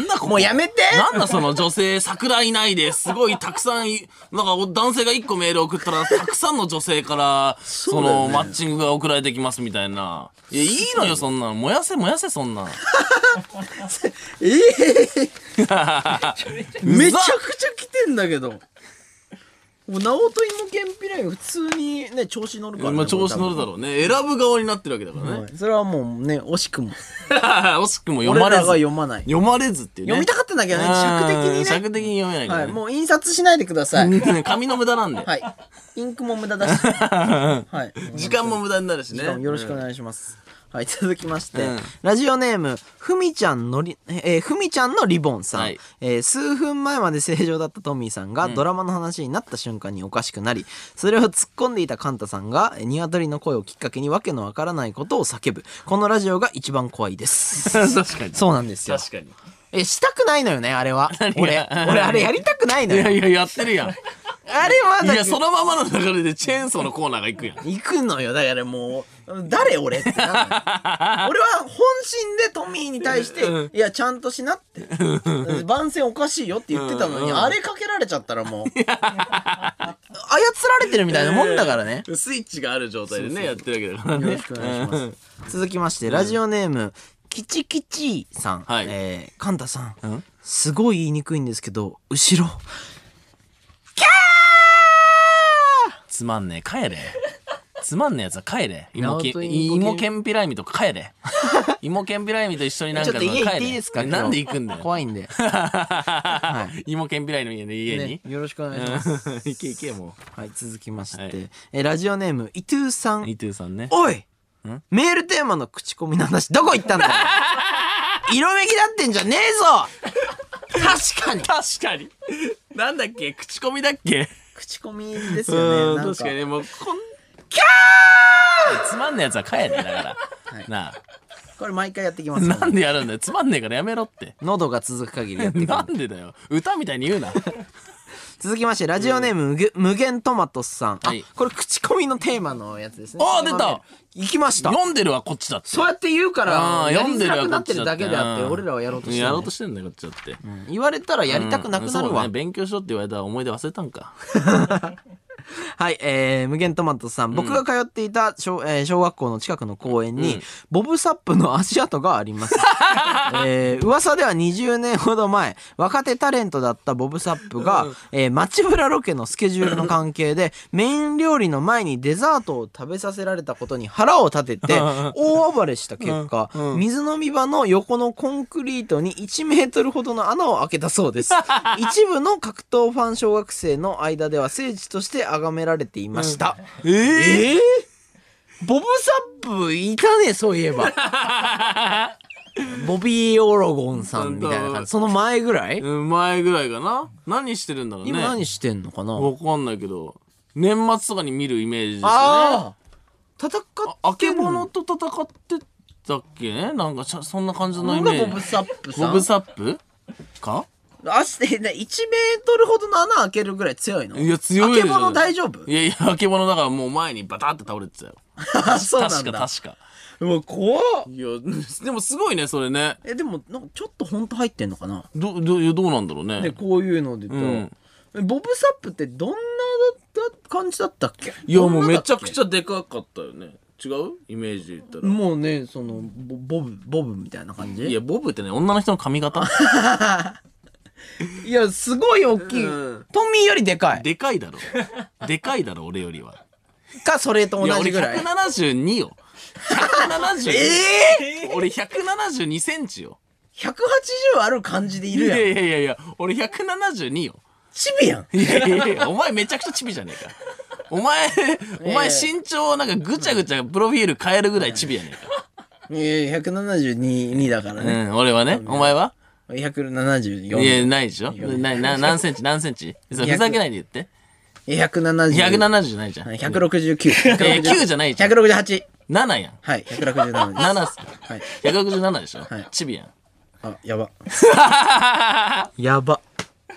Speaker 1: なんだここ
Speaker 2: もうやめて
Speaker 1: なんだその女性桜いないですごいたくさんいなんか男性が1個メール送ったらたくさんの女性からそ
Speaker 2: そうだよ
Speaker 1: の
Speaker 2: ね
Speaker 1: マッチングが送られてきますみたいないやいいのよそんなの燃やせ燃やせそんなの
Speaker 2: ええめちゃくちゃ来てんだけどもう直人芋けんぴらいが普通にね調子乗るから、ね、
Speaker 1: まあ、調子乗るだろうね。選ぶ側になってるわけだから
Speaker 2: う、
Speaker 1: ね。
Speaker 2: はいそれはもうね惜しくも
Speaker 1: 惜しくも読
Speaker 2: 俺
Speaker 1: ま
Speaker 2: ら
Speaker 1: れ
Speaker 2: が
Speaker 1: ず。
Speaker 2: 読まない
Speaker 1: 読まれずっていうね。
Speaker 2: 読みたかったんだけどね尺的に
Speaker 1: う
Speaker 2: ね
Speaker 1: ん尺的に読めないか
Speaker 2: は
Speaker 1: ら
Speaker 2: い、
Speaker 1: ね。
Speaker 2: もう印刷しないでください
Speaker 1: うん 紙の無駄なんで。
Speaker 2: はいインクも無駄だ しはい
Speaker 1: 時間も無駄になるしね。
Speaker 2: しかもよろしくお願いします。はい、 続きまして、
Speaker 1: うん
Speaker 2: ラジオネーム、ふみちゃんのり、 えーふみちゃんのリボンさん、
Speaker 1: はい
Speaker 2: えー数分前まで正常だったトミーさんが、ドラマの話になった瞬間におかしくなり、それを突っ込んでいたカンタさんが、えー鶏の声をきっかけにわけのわからないことを叫ぶ。このラジオが一番怖いです。
Speaker 1: 確かに。
Speaker 2: そうなんですよ。
Speaker 1: 確かに。
Speaker 2: え、したくないのよね、 あれは。俺、俺、あれやりたくないの
Speaker 1: いや
Speaker 2: よ。
Speaker 1: いや、やってるやん。
Speaker 2: あれはだっ
Speaker 1: い
Speaker 2: て
Speaker 1: や、そのままの流れでチェーンソーのコーナーが行くやん。
Speaker 2: 行くのよだからもう誰俺ってなる 俺は本心でトミーに対して
Speaker 1: うん
Speaker 2: 「いやちゃんとしな」って「番宣おかしいよ」って言ってたの
Speaker 1: うん
Speaker 2: に
Speaker 1: うん
Speaker 2: あれかけられちゃったらもう操られてるみたいなもんだから ね。
Speaker 1: スイッチがある状態でね、やってるわけだからね。
Speaker 2: よろしくお願いします続きましてラジオネームキチキチさん、
Speaker 1: はい
Speaker 2: えー、カンタさん、
Speaker 1: ん
Speaker 2: すごい言いにくいんですけど後ろ
Speaker 1: つまんねえ、帰れ。つまんねえやつは帰れ。芋け
Speaker 2: 直人芋けん
Speaker 1: 芋けんぴらいみとか帰れ。 芋けんぴらいみと一緒になん
Speaker 2: ち
Speaker 1: か
Speaker 2: ょっと家行っていいですか
Speaker 1: 帰れなんで行くんだよ。
Speaker 2: 怖 いんで、
Speaker 1: 芋けんぴらいの家の家
Speaker 2: ね
Speaker 1: に、。
Speaker 2: よろしくお 願いします、
Speaker 1: うん行け行けも
Speaker 2: はい続きまして、
Speaker 1: はい
Speaker 2: えーラジオネーム伊藤さん
Speaker 1: う。伊藤さんね。
Speaker 2: おいメールテーマの口コミの話どこ行ったん だよ色めきだってんじゃねえぞ確かに
Speaker 1: 確かに。なんだっけ口コミだっけ
Speaker 2: 口コミです
Speaker 1: う
Speaker 2: よ
Speaker 1: ん、
Speaker 2: ねなん
Speaker 1: 確
Speaker 2: か
Speaker 1: かにねもうこんつまんねえやつは帰れだから、
Speaker 2: はい
Speaker 1: な
Speaker 2: これ毎回やってきま
Speaker 1: あ
Speaker 2: すか
Speaker 1: な
Speaker 2: ら
Speaker 1: んでやるんだよつまんねえからやめろって
Speaker 2: 喉が続く限りやってくる
Speaker 1: なんでだよ歌みたいに言うな
Speaker 2: 続きましてラジオネーム、無限無限トマトスさん、
Speaker 1: はい
Speaker 2: あこれ口コミのテーマのやつですね
Speaker 1: あー出た
Speaker 2: 行きました
Speaker 1: 読んでるわこっちだって
Speaker 2: そうやって言うから
Speaker 1: うん
Speaker 2: やり
Speaker 1: 読んでる
Speaker 2: づら
Speaker 1: わ
Speaker 2: く
Speaker 1: こ
Speaker 2: な
Speaker 1: っ
Speaker 2: って
Speaker 1: ちだ
Speaker 2: るだ
Speaker 1: って
Speaker 2: けであって俺らはやろうとしてる、
Speaker 1: やろうとしてんだよこっちだって
Speaker 2: 言われたらやりたくなくなる
Speaker 1: うんそ
Speaker 2: わ、
Speaker 1: うだね勉強しろって言われたら思い出忘れたんか
Speaker 2: はい、えー、無限トマトさん、僕が通っていた小,、えー小学校の近くの公園に、ボブサップの足跡があります。 えー、噂では20年ほど前、若手タレントだったボブサップが、えー、街ブラロケのスケジュールの関係で、メイン料理の前にデザートを食べさせられたことに腹を立てて、大暴れした結果、水飲み場の横のコンクリートに1メートルほどの穴を開けたそう です。一部の格闘ファン小学生の間では聖地として崇められていました。
Speaker 1: ええ
Speaker 2: えーボブサップいたね、そういえば。ボビー・オロゴンさんみたいな感じ。その前ぐらい
Speaker 1: 前ぐらいかな何してるんだろうね
Speaker 2: 今何してんのかな、
Speaker 1: わかんないけど年末とかに見るイメージですよね
Speaker 2: ああ戦っ
Speaker 1: ああ
Speaker 2: て
Speaker 1: け
Speaker 2: んの
Speaker 1: ぼのと戦ってたっけねなんかちゃそんな感じのイ
Speaker 2: の
Speaker 1: メー
Speaker 2: が
Speaker 1: ジ
Speaker 2: ボブサップさん
Speaker 1: ボブサップか
Speaker 2: 足でね、1メートルほどの穴開けるぐらい強いの
Speaker 1: いや強いで
Speaker 2: あ
Speaker 1: しょ
Speaker 2: けぼの大丈夫
Speaker 1: いやいや、あけぼのだからもう前にバタって倒れてたよ。
Speaker 2: あ、そうなん
Speaker 1: 確か
Speaker 2: だ。
Speaker 1: 確か。
Speaker 2: うわ、怖っ
Speaker 1: いや、でもすごいね、それね。
Speaker 2: え、でも、なんかちょっとほんと入ってんのかな
Speaker 1: ど、どいやどうなんだろうね。
Speaker 2: ね、こういうので言ったら。ボブサップってどんなだった感じだったっけ
Speaker 1: いや、もうめちゃくち
Speaker 2: ゃ。
Speaker 1: ゃでかかったよね。違うイメージで言ったら。
Speaker 2: もうね、その、ボボブ、ボブみたいな感じ
Speaker 1: いや、ボブってね、女の人の髪 型。
Speaker 2: いや、すごい大きい。
Speaker 1: うん
Speaker 2: トミーよりでかい。
Speaker 1: でかいだろ。でかいだろ、俺よりは。
Speaker 2: か、それと
Speaker 1: いや、
Speaker 2: 同じ
Speaker 1: 俺
Speaker 2: ぐらい。
Speaker 1: 172よ。172。
Speaker 2: え
Speaker 1: 俺172センチよ。
Speaker 2: !180 ある感じでい
Speaker 1: い
Speaker 2: る
Speaker 1: や
Speaker 2: やん。
Speaker 1: いやいやいや、俺172よ。
Speaker 2: チビやん。
Speaker 1: いやいやいや、お前めちゃくちゃチビじゃねえか。お前、お前身長なんかぐちゃぐちゃプロフィール変えるぐらいチビやねえか。
Speaker 2: いや、172二だから
Speaker 1: う
Speaker 2: ね。
Speaker 1: ん、俺はね。お前は
Speaker 2: 174。
Speaker 1: いや、ないでしょなな何センチ何センチそうふざけないで言って。
Speaker 2: 170。
Speaker 1: 170じゃないじゃん。
Speaker 2: はい169。169
Speaker 1: 9じゃないじゃん
Speaker 2: 168。
Speaker 1: 7やん。
Speaker 2: はい、167です。
Speaker 1: 7っす。
Speaker 2: はい。
Speaker 1: 167でしょ
Speaker 2: はい
Speaker 1: チビやん。
Speaker 2: あ、や ば。やば。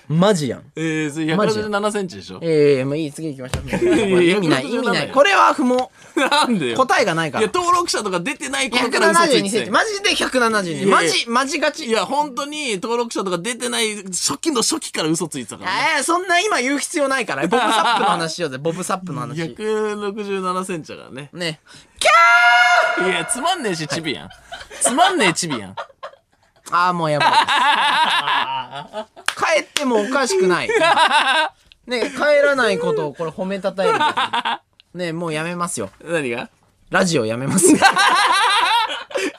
Speaker 2: マジやん。
Speaker 1: えー、それ167センチでしょ
Speaker 2: ええまあいい、次行きましょう。
Speaker 1: いやいや
Speaker 2: 意味ない、意味ない。これは不毛。
Speaker 1: なんでよ。
Speaker 2: 答えがないか
Speaker 1: いや、
Speaker 2: ら。
Speaker 1: 登録者とか出てない頃から嘘つい
Speaker 2: 172
Speaker 1: て
Speaker 2: セ
Speaker 1: た
Speaker 2: ンチ。
Speaker 1: よ
Speaker 2: マジで172。マジ、マジガ
Speaker 1: い
Speaker 2: チ。
Speaker 1: や、本当に登録者とか出てない初期の初期から嘘ついてたからね。
Speaker 2: えー、そんな今言う必要ないから。ボブサップの話しようぜ、ボブサップ の話。
Speaker 1: 167センチだからね。
Speaker 2: ね。
Speaker 1: いや、つまんねえし、チビやん。つまんねえチビやん。
Speaker 2: ああ、もうやばいです。帰ってもおかしくない。ね、帰らないことをこれ褒めたたえるんですよ。ね、もうやめますよ。
Speaker 1: 何が
Speaker 2: ラジオやめますよ。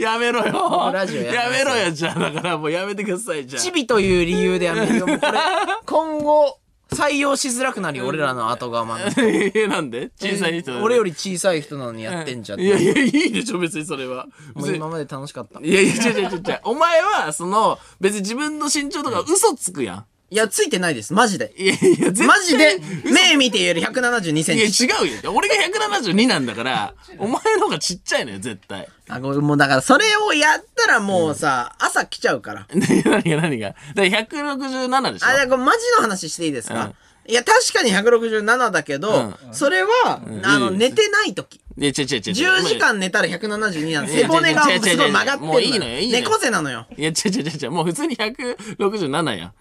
Speaker 1: やめろよ
Speaker 2: ラジオやめ
Speaker 1: や
Speaker 2: ま
Speaker 1: め
Speaker 2: す
Speaker 1: ろよじゃあだからもうやめてくださいじゃ
Speaker 2: チビという理由でやめるよ。もうこれ、今後、採用しづらくなるよ、俺らの後釜の。
Speaker 1: あえなんで小さい人
Speaker 2: 俺よ
Speaker 1: り
Speaker 2: り小さい人なのにやってんじゃん。
Speaker 1: い
Speaker 2: も
Speaker 1: やいやいいでしょ別にそれは別
Speaker 2: う
Speaker 1: に
Speaker 2: 今まで楽しかった。い
Speaker 1: いやいや違う違う違う違うお前はその別に自分の身長とか嘘つくや
Speaker 2: や、ついてないです、マジで。
Speaker 1: んいやいや絶対
Speaker 2: マジで、目見て言える172セ
Speaker 1: いや
Speaker 2: ンチ。
Speaker 1: 違うよ俺が172なんだからお前の方がちっちゃいのよ絶対
Speaker 2: あ、ごめんもうだから、それをやったらもうさ、朝来ちゃうから。
Speaker 1: 何が何がだから167でしょ
Speaker 2: あ、じゃあこれマジの話していいですか、いや、確かに167だけど、それは、あの、
Speaker 1: いい
Speaker 2: 寝てない時。
Speaker 1: いや違う違う違う
Speaker 2: 10時間寝たら172なんで、背骨が
Speaker 1: 違う違う違う
Speaker 2: すごい曲がってる
Speaker 1: もういいのよいいのよ
Speaker 2: 猫背なのよ。
Speaker 1: いや違う違う違うもう普通に167やん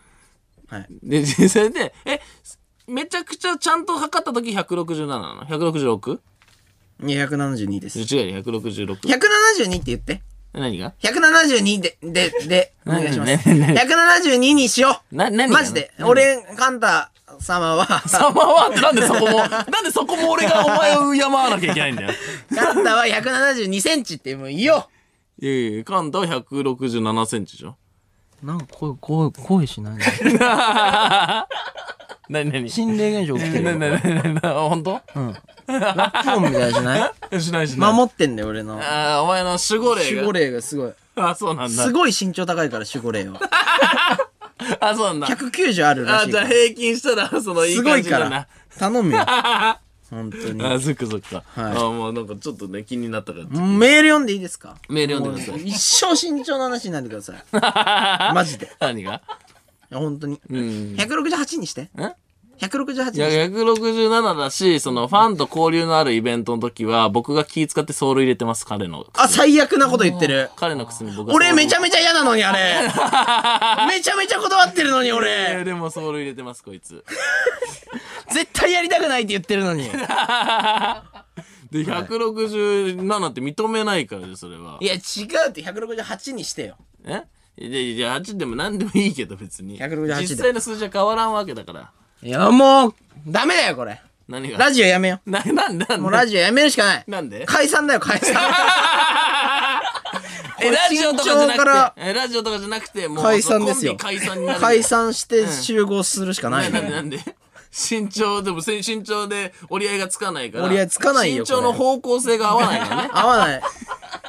Speaker 2: はい。
Speaker 1: で、 それで、え、めちゃくちゃちゃんと測った時167なの ?166?
Speaker 2: 272です。
Speaker 1: 違うよ、166。
Speaker 2: 172って言って。
Speaker 1: 何が
Speaker 2: 172で、で、で、お願いします。
Speaker 1: ねねね
Speaker 2: 172にしよう。
Speaker 1: な何が
Speaker 2: マジで。俺、カンタ様は、
Speaker 1: サマはなんでそこも、なんでそこも俺がお前を敬わなきゃいけないんだよ。
Speaker 2: カンタは172センチってもう言おう。
Speaker 1: いやいや、カンタは167センチでしょ
Speaker 4: なんか声、声、声しないね。
Speaker 1: 何何
Speaker 4: 心霊現象起きて
Speaker 1: 何
Speaker 4: る。
Speaker 1: 何何本当
Speaker 2: ラップ音みたいじゃない
Speaker 1: しないしない。
Speaker 2: 守ってんだよ、俺の。
Speaker 1: ああ、お前の守護霊
Speaker 2: 守
Speaker 1: が。
Speaker 2: 護霊がすごい。
Speaker 1: あ、そうなんだ
Speaker 2: す。ごい身長高いから、守護霊は。
Speaker 1: あ、そうなんだ。
Speaker 2: 190あるら
Speaker 1: あ、
Speaker 2: しい
Speaker 1: じ
Speaker 2: か
Speaker 1: ゃあ
Speaker 2: ら。
Speaker 1: 平均した ら、そのいい
Speaker 2: すご
Speaker 1: 感
Speaker 2: い
Speaker 1: じ
Speaker 2: か
Speaker 1: だな
Speaker 2: ら。。頼む よ。本当に。
Speaker 1: あ、そっかそっか。
Speaker 2: い
Speaker 1: あ、もうなんかちょっとね、気になったから。
Speaker 2: メール読んでいいですか
Speaker 1: メール読んでください。
Speaker 2: 一生身長の話になってください。 マジで。い
Speaker 1: 何が
Speaker 2: や、本当に。
Speaker 1: うん。
Speaker 2: 168にして。168に
Speaker 1: いや、
Speaker 2: して。
Speaker 1: 167だし、その、ファンと交流のあるイベントの時は、僕が気使ってソール入れてます、彼の。
Speaker 2: あ、最悪なこと言ってる。
Speaker 1: 彼の靴に僕がソール。
Speaker 2: 俺めちゃ
Speaker 1: め
Speaker 2: めちゃ嫌なのに、あ れ。めちゃめちゃ断ってるのに、俺。
Speaker 1: でもソール入れてます、こいつ。
Speaker 2: 絶対やりたくないって言ってる のに。。
Speaker 1: で、167って認めないからで、それはい
Speaker 2: や、違うって168にしてよ。
Speaker 1: えいやいや、8でも何でもいいけど、別に。
Speaker 2: 168で
Speaker 1: 実際の数字は変わらんわけだから。
Speaker 2: いや、もう、ダメだよ、これ。
Speaker 1: 何が
Speaker 2: ラジオやめよ
Speaker 1: な、なんでなんで
Speaker 2: う。もうラジオやめるしかない。
Speaker 1: なんで
Speaker 2: 解散だよ、解散。
Speaker 1: え、ラジオとかじゃ
Speaker 2: 身長から
Speaker 1: なくて、え、ラジオとかじゃなくて、もう、
Speaker 2: 解散です
Speaker 1: コ
Speaker 2: よ。
Speaker 1: ンビ解散になる。
Speaker 2: 解散して集合するしかない
Speaker 1: な
Speaker 2: ね
Speaker 1: んでなんで身長でもせ身長で折り合いがつかないから
Speaker 2: 折り合いつかないよ
Speaker 1: 身長の方向性が合わないからね
Speaker 2: 合わない。だか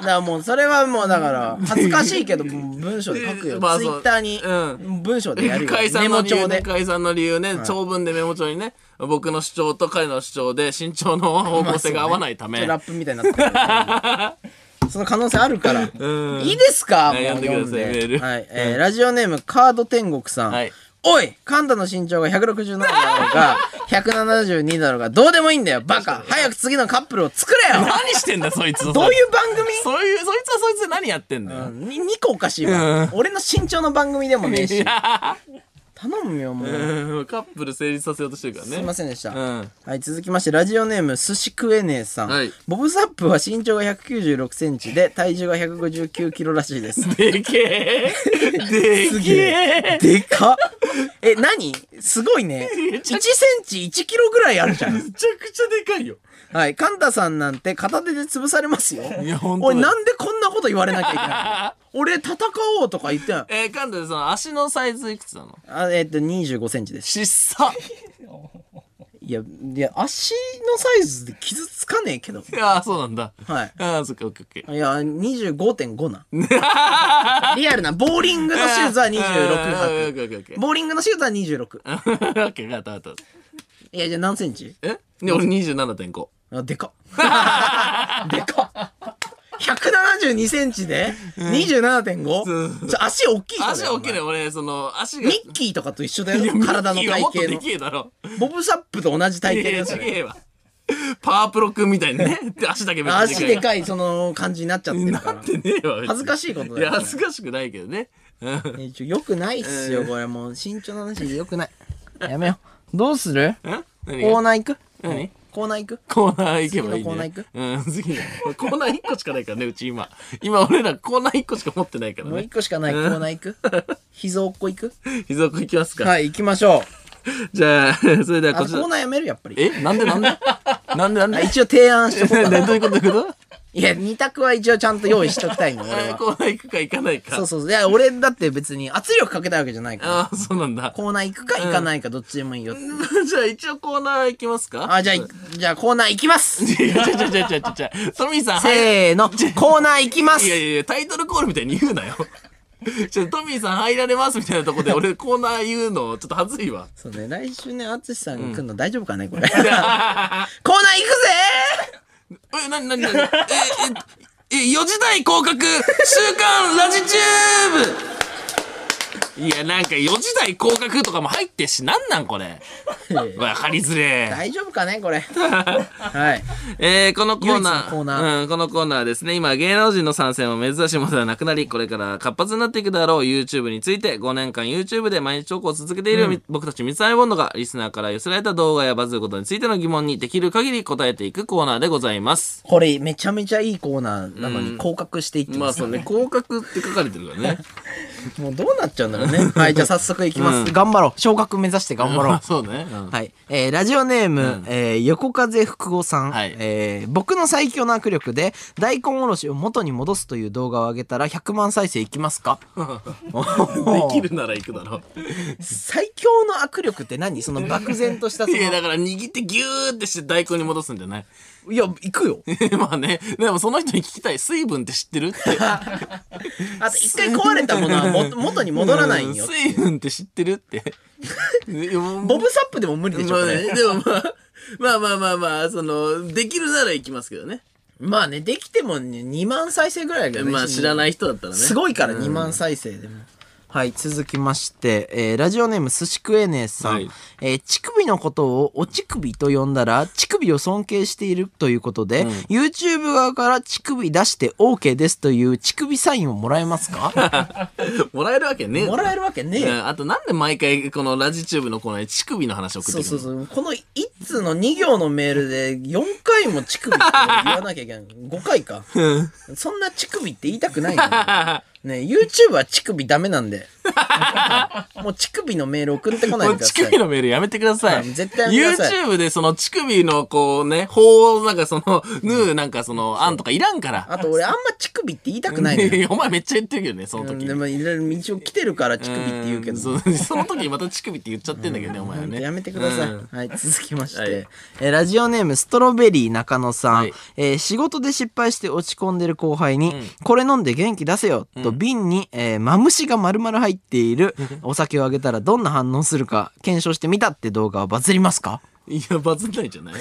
Speaker 2: らもうそれはもうだから恥ずかしいけどもう文章で書くよ。
Speaker 1: まあ
Speaker 2: ツイ
Speaker 1: そう
Speaker 2: ッターに
Speaker 1: う
Speaker 2: 文章でやるよ。
Speaker 1: 解
Speaker 2: メ
Speaker 1: 散の
Speaker 2: モ
Speaker 1: 理由
Speaker 2: 帳
Speaker 1: ね
Speaker 2: で。
Speaker 1: 解散の理由ね長文でメモ帳にね僕の主張と彼の主張で身長の方向性が合わないため、
Speaker 2: ラップみたいになってるから。その可能性あるから。いいですか
Speaker 1: はい読
Speaker 2: もう
Speaker 1: んでください
Speaker 2: 読ん
Speaker 1: メール
Speaker 2: はい。えーラジオネームカード天国さん。
Speaker 1: はい
Speaker 2: おい神田の身長が167だろ うが、172だろうが、どうでもいいんだよ、バカ早く次のカップルを作れよ
Speaker 1: 何してんだ そいつ
Speaker 2: どういう番組
Speaker 1: そういうそいつはそいつで何やってんだよ、
Speaker 2: に2個おかしいわ、俺の身長の番組でもねえし頼むよもう、
Speaker 1: うんカップル成立させようとしてるからね
Speaker 2: すいませんでした、
Speaker 1: うん
Speaker 2: はい続きましてラジオネーム寿司食えねえさん、
Speaker 1: はい
Speaker 2: ボブサップは身長が1 9 6ンチで体重が1 5 9キロらしいです
Speaker 1: でけえですけ
Speaker 2: げ
Speaker 1: え
Speaker 2: でかっえ何すごいね1センチ1キロぐらいあるじゃん
Speaker 1: めちゃくちゃでかいよ
Speaker 2: はいカンタさんなんて片手で潰されますよ
Speaker 1: いや本当だよ
Speaker 2: 俺なんでこんなこと言われなきゃいけないの俺戦おうとか言ってない
Speaker 1: えー、カンタその足のサイズいくつなの
Speaker 2: あえっと2 5ンチです
Speaker 1: ちっさ
Speaker 2: いや、いや、足のサイズで傷つかねえけど。
Speaker 1: ああ、そうなんだ。
Speaker 2: はい。
Speaker 1: ああ、そっか、オッケーオッケー。
Speaker 2: いや、25.5な。 リアルな。ボーリングのシューズは26
Speaker 1: あーオ
Speaker 2: 履
Speaker 1: ッケーオッケーオッケ
Speaker 2: く。ボーリングのシューズは26。
Speaker 1: ー。オッケー、わかったわかった。
Speaker 2: いや、じゃあ何センチ
Speaker 1: えで、俺27.5。
Speaker 2: あ でかっ。でかっ。172センチで 27.5? ちょ足大きい人だよ
Speaker 1: 足大きいね、俺、その、足が。
Speaker 2: ミッキーとかと一緒だよ。体 の
Speaker 1: ミッキーはもっと
Speaker 2: 体
Speaker 1: で
Speaker 2: 型
Speaker 1: けえだろ。
Speaker 2: の。ボブサップと同じ
Speaker 1: い
Speaker 2: 体
Speaker 1: やいや、
Speaker 2: 型
Speaker 1: ち
Speaker 2: だよ。
Speaker 1: げえわ。パワープロ君みたいにね。で足だけめっちゃ
Speaker 2: 足で
Speaker 1: い。
Speaker 2: かい、その感じになっちゃってるか
Speaker 1: な
Speaker 2: ら
Speaker 1: っ。てねえわ。
Speaker 2: 恥ずか
Speaker 1: い。
Speaker 2: しいこと
Speaker 1: い
Speaker 2: だよ
Speaker 1: や、。恥ずかしくないけどね。うん
Speaker 2: ねちょよくないっすよ、これもう身長の話でよくないやめようどうする
Speaker 1: ん何
Speaker 2: コー
Speaker 1: が
Speaker 2: ナー行く
Speaker 1: 何
Speaker 2: コーナー行く
Speaker 1: コーナー行けばいい、ね。
Speaker 2: 次のコーナー行く
Speaker 1: うん、次 の。コーナー1個しかないからね、うち今。今俺らコーナー1個しか持ってないから
Speaker 2: もう
Speaker 1: ね
Speaker 2: 一。個しかないコーナー行く膝おっこ行く
Speaker 1: 膝をこ行きますか。
Speaker 2: はい行きましょう
Speaker 1: じゃあ、それでは
Speaker 2: あ
Speaker 1: こ
Speaker 2: の
Speaker 1: ち
Speaker 2: コー
Speaker 1: ら。
Speaker 2: ナーやめるやっぱり。
Speaker 1: えなんで なんでなんでなん
Speaker 2: あ
Speaker 1: で
Speaker 2: 一応提案しとこう か
Speaker 1: どう
Speaker 2: な
Speaker 1: いうことどういうこ
Speaker 2: いや、二択は一応ちゃんと用意しとき たいの、
Speaker 1: とえ
Speaker 2: 俺
Speaker 1: ー
Speaker 2: は。
Speaker 1: コーナー行くか行かないか。
Speaker 2: そうそうそう。いや、俺だって別に圧力かけたいわけじゃないから。
Speaker 1: ああ、そうなんだ。
Speaker 2: コーナー行くか行かないかどっちでもいいよ。
Speaker 1: じゃあ一応コーナー行きますか
Speaker 2: あ、じゃあ、いじゃあコーナー行 きます
Speaker 1: いや、ちゃちゃちゃちゃちゃちゃ。トミーさん、はい。
Speaker 2: せーの、コーナー行きます
Speaker 1: いやいやいや、タイトルコールみたいに言うな よ。ちょ、トミーさん入られますみたいなとこで、俺コーナー言うの、ちょっと恥ずい わ。
Speaker 2: そうね、来週ね、淳さんが来るの大丈夫かね、これ。コーナー行くぜ
Speaker 1: え、なになになにえ、え、え、4時台広角、週刊ラジチューブいや、なんか4時台広角とかも入ってし、なんなんこ れ。わかりづれえ。
Speaker 2: 大丈夫かね、これ。はい。
Speaker 1: えーこのコーナー
Speaker 2: 唯一のコーナ
Speaker 1: うん、このコーナーですね今芸能人の参戦は珍しいものではなくなりこれから活発になっていくだろう YouTube について5年間 YouTube で毎日投稿を続けている、僕たち三つ編ボンドがリスナーから寄せられた動画やバズることについての疑問にできる限り答えていくコーナーでございます
Speaker 2: これ、めちゃめちゃいいコーナーなのに、降格していってます。
Speaker 1: ね広角って書かれてるから ね
Speaker 2: もうどうなっちゃうんだろう ね。はい、じゃあ早速行きます。頑張ろう。昇格目指して頑張 ろう。
Speaker 1: そうね、うん
Speaker 2: はい。えーラジオネーム、えー横風福男さん。
Speaker 1: はい
Speaker 2: えー僕の最強の握力で、大根おろしを元に戻すという動画を上げたら100万再生いきますかで
Speaker 1: できるなら行くだろう
Speaker 2: 最強の握力って何その漠然としたそ
Speaker 1: い
Speaker 2: の。
Speaker 1: やだから握ってギューってして大根に戻すんじゃない
Speaker 2: いや、行くよ。
Speaker 1: まあねでもその人に聞きたい水分って知ってるって
Speaker 2: あと一回壊れたものはも元に戻らないんよ
Speaker 1: うん。水分って知ってる って。ボ
Speaker 2: ボブサップでも無理でしょ、これ。
Speaker 1: でもまあ、まあまあまあまあ、その、できるなら行きますけどね。
Speaker 2: まあね、できてもね2万再生ぐらいだけどね。。
Speaker 1: まあ知らないい人だったらね。
Speaker 2: すごいから2万再生でも。はい、続きまして、えーラジオネームすしくえねえさん、
Speaker 1: はい
Speaker 2: えー乳首のことをお乳首と呼んだら、乳首を尊敬しているということで、YouTube 側から乳首出して OK ですという乳首サインをもらえます か
Speaker 1: もらえるわけねえ。
Speaker 2: もらえるわけねえよ
Speaker 1: うんあとなんで毎回このラジチューブのコーナーに乳首の話を送って
Speaker 2: そ
Speaker 1: く
Speaker 2: う
Speaker 1: るの
Speaker 2: そうそう。この1通の2行のメールで4回も乳首って言わなきゃいけない。5回か。そんな乳首って言いたくないよ。ね YouTube は乳首ダメなんで。もう乳首のメール送ってこない
Speaker 1: も
Speaker 2: で
Speaker 1: う乳
Speaker 2: ください
Speaker 1: 首。のメールやめてくださ。
Speaker 2: はいい絶対やめてくださ
Speaker 1: YouTube でその乳首のこうね、法をなんかその、ヌーなんかその、案とかいらんから。
Speaker 2: あと俺あんま乳首って言いたくないのよ。
Speaker 1: お前めっちゃ言ってるけどね、その
Speaker 2: うん
Speaker 1: 時。
Speaker 2: でもいろいろ一応来てるから乳首って言うけど。
Speaker 1: んそうその時にまた乳首って言っちゃってんだけどね、お前はね。
Speaker 2: やめてください。
Speaker 1: うん
Speaker 2: はい、続きまして、
Speaker 1: はい
Speaker 2: えーラジオネームストロベリー中野さん、
Speaker 1: はい
Speaker 2: えー仕事で失敗して落ち込んでる後輩に、これ飲んで元気出せよと瓶に、えーマムシが丸々入っているお酒をあげたらどんな反応するか検証してみたって動画はバズりますか、
Speaker 1: いや、バズんないんじゃない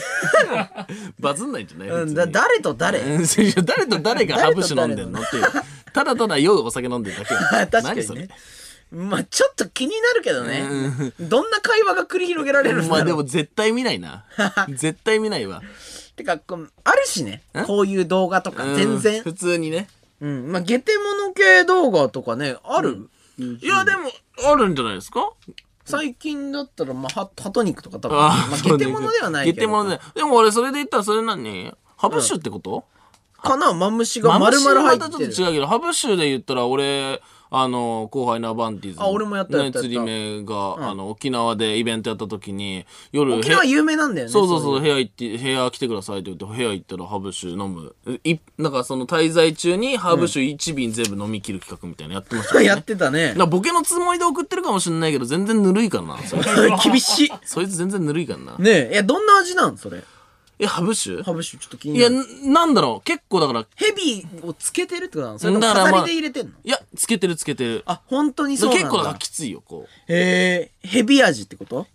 Speaker 1: バズんないんじゃない普通に
Speaker 2: 誰と誰
Speaker 1: うん そういや誰と誰がハブ酒飲んでんのっていう。ただただ酔うお酒飲んでるだけ。
Speaker 2: 確か
Speaker 1: 何
Speaker 2: に
Speaker 1: それ
Speaker 2: ね。まあちょっと気になるけどね。どんな会話が繰り広げられるんだろう。
Speaker 1: まあでも絶対見ない な。絶対見ないわ。
Speaker 2: てか、こうあるしね。こういう動画とか
Speaker 1: うん
Speaker 2: 全然。
Speaker 1: 普通にね。
Speaker 2: うん。まあ、ゲテモノ系動画とかね、ある。
Speaker 1: いや、でも、あるんじゃないですか
Speaker 2: 最近だったら、まあ、は鳩肉とか多分、
Speaker 1: あ
Speaker 2: まあ、
Speaker 1: そう
Speaker 2: ゲ
Speaker 1: ね
Speaker 2: テモノではない
Speaker 1: ゲ
Speaker 2: けど。
Speaker 1: テモノで。でも俺、それで言ったらそれ何ハブ酒ってこと
Speaker 2: かなマムシが丸々入
Speaker 1: マムシはまた
Speaker 2: ってる。
Speaker 1: ちょっと違うけど、ハブ酒で言ったら俺、あの、後輩のアバンティーズの。
Speaker 2: あ俺もやったやった
Speaker 1: ね釣り目が、あの、沖縄でイベントやった時に、夜、
Speaker 2: 沖縄有名なんだよね。
Speaker 1: そうそう
Speaker 2: い
Speaker 1: そう、
Speaker 2: の
Speaker 1: 部屋行って、部屋来てくださいって言って、部屋行ったらハブ酒飲む。い、なんかその滞在中にハブ酒1瓶全部飲み切る企画みたいなのやってましたね。
Speaker 2: やってたね
Speaker 1: なん。かボケのつもりで送ってるかもしれないけど、全然ぬるいからな。そいつ
Speaker 2: 厳しい。
Speaker 1: そいつ全然ぬるいからな。
Speaker 2: ねえ、いや、どんな味なんそれ。
Speaker 1: え、ハブ酒
Speaker 2: ハブ酒ちょっと気に
Speaker 1: いや、
Speaker 2: なる。
Speaker 1: んなんだろう。結構だから、い
Speaker 2: ヘビをつけてるってことなのそれとも
Speaker 1: だからまあ
Speaker 2: 飾りで入れてんの、
Speaker 1: や、つけてるつけてる。
Speaker 2: あ、本当にそうなんだ。
Speaker 1: 結構だからきついよ、こ
Speaker 2: へえ、ヘビ味ってこと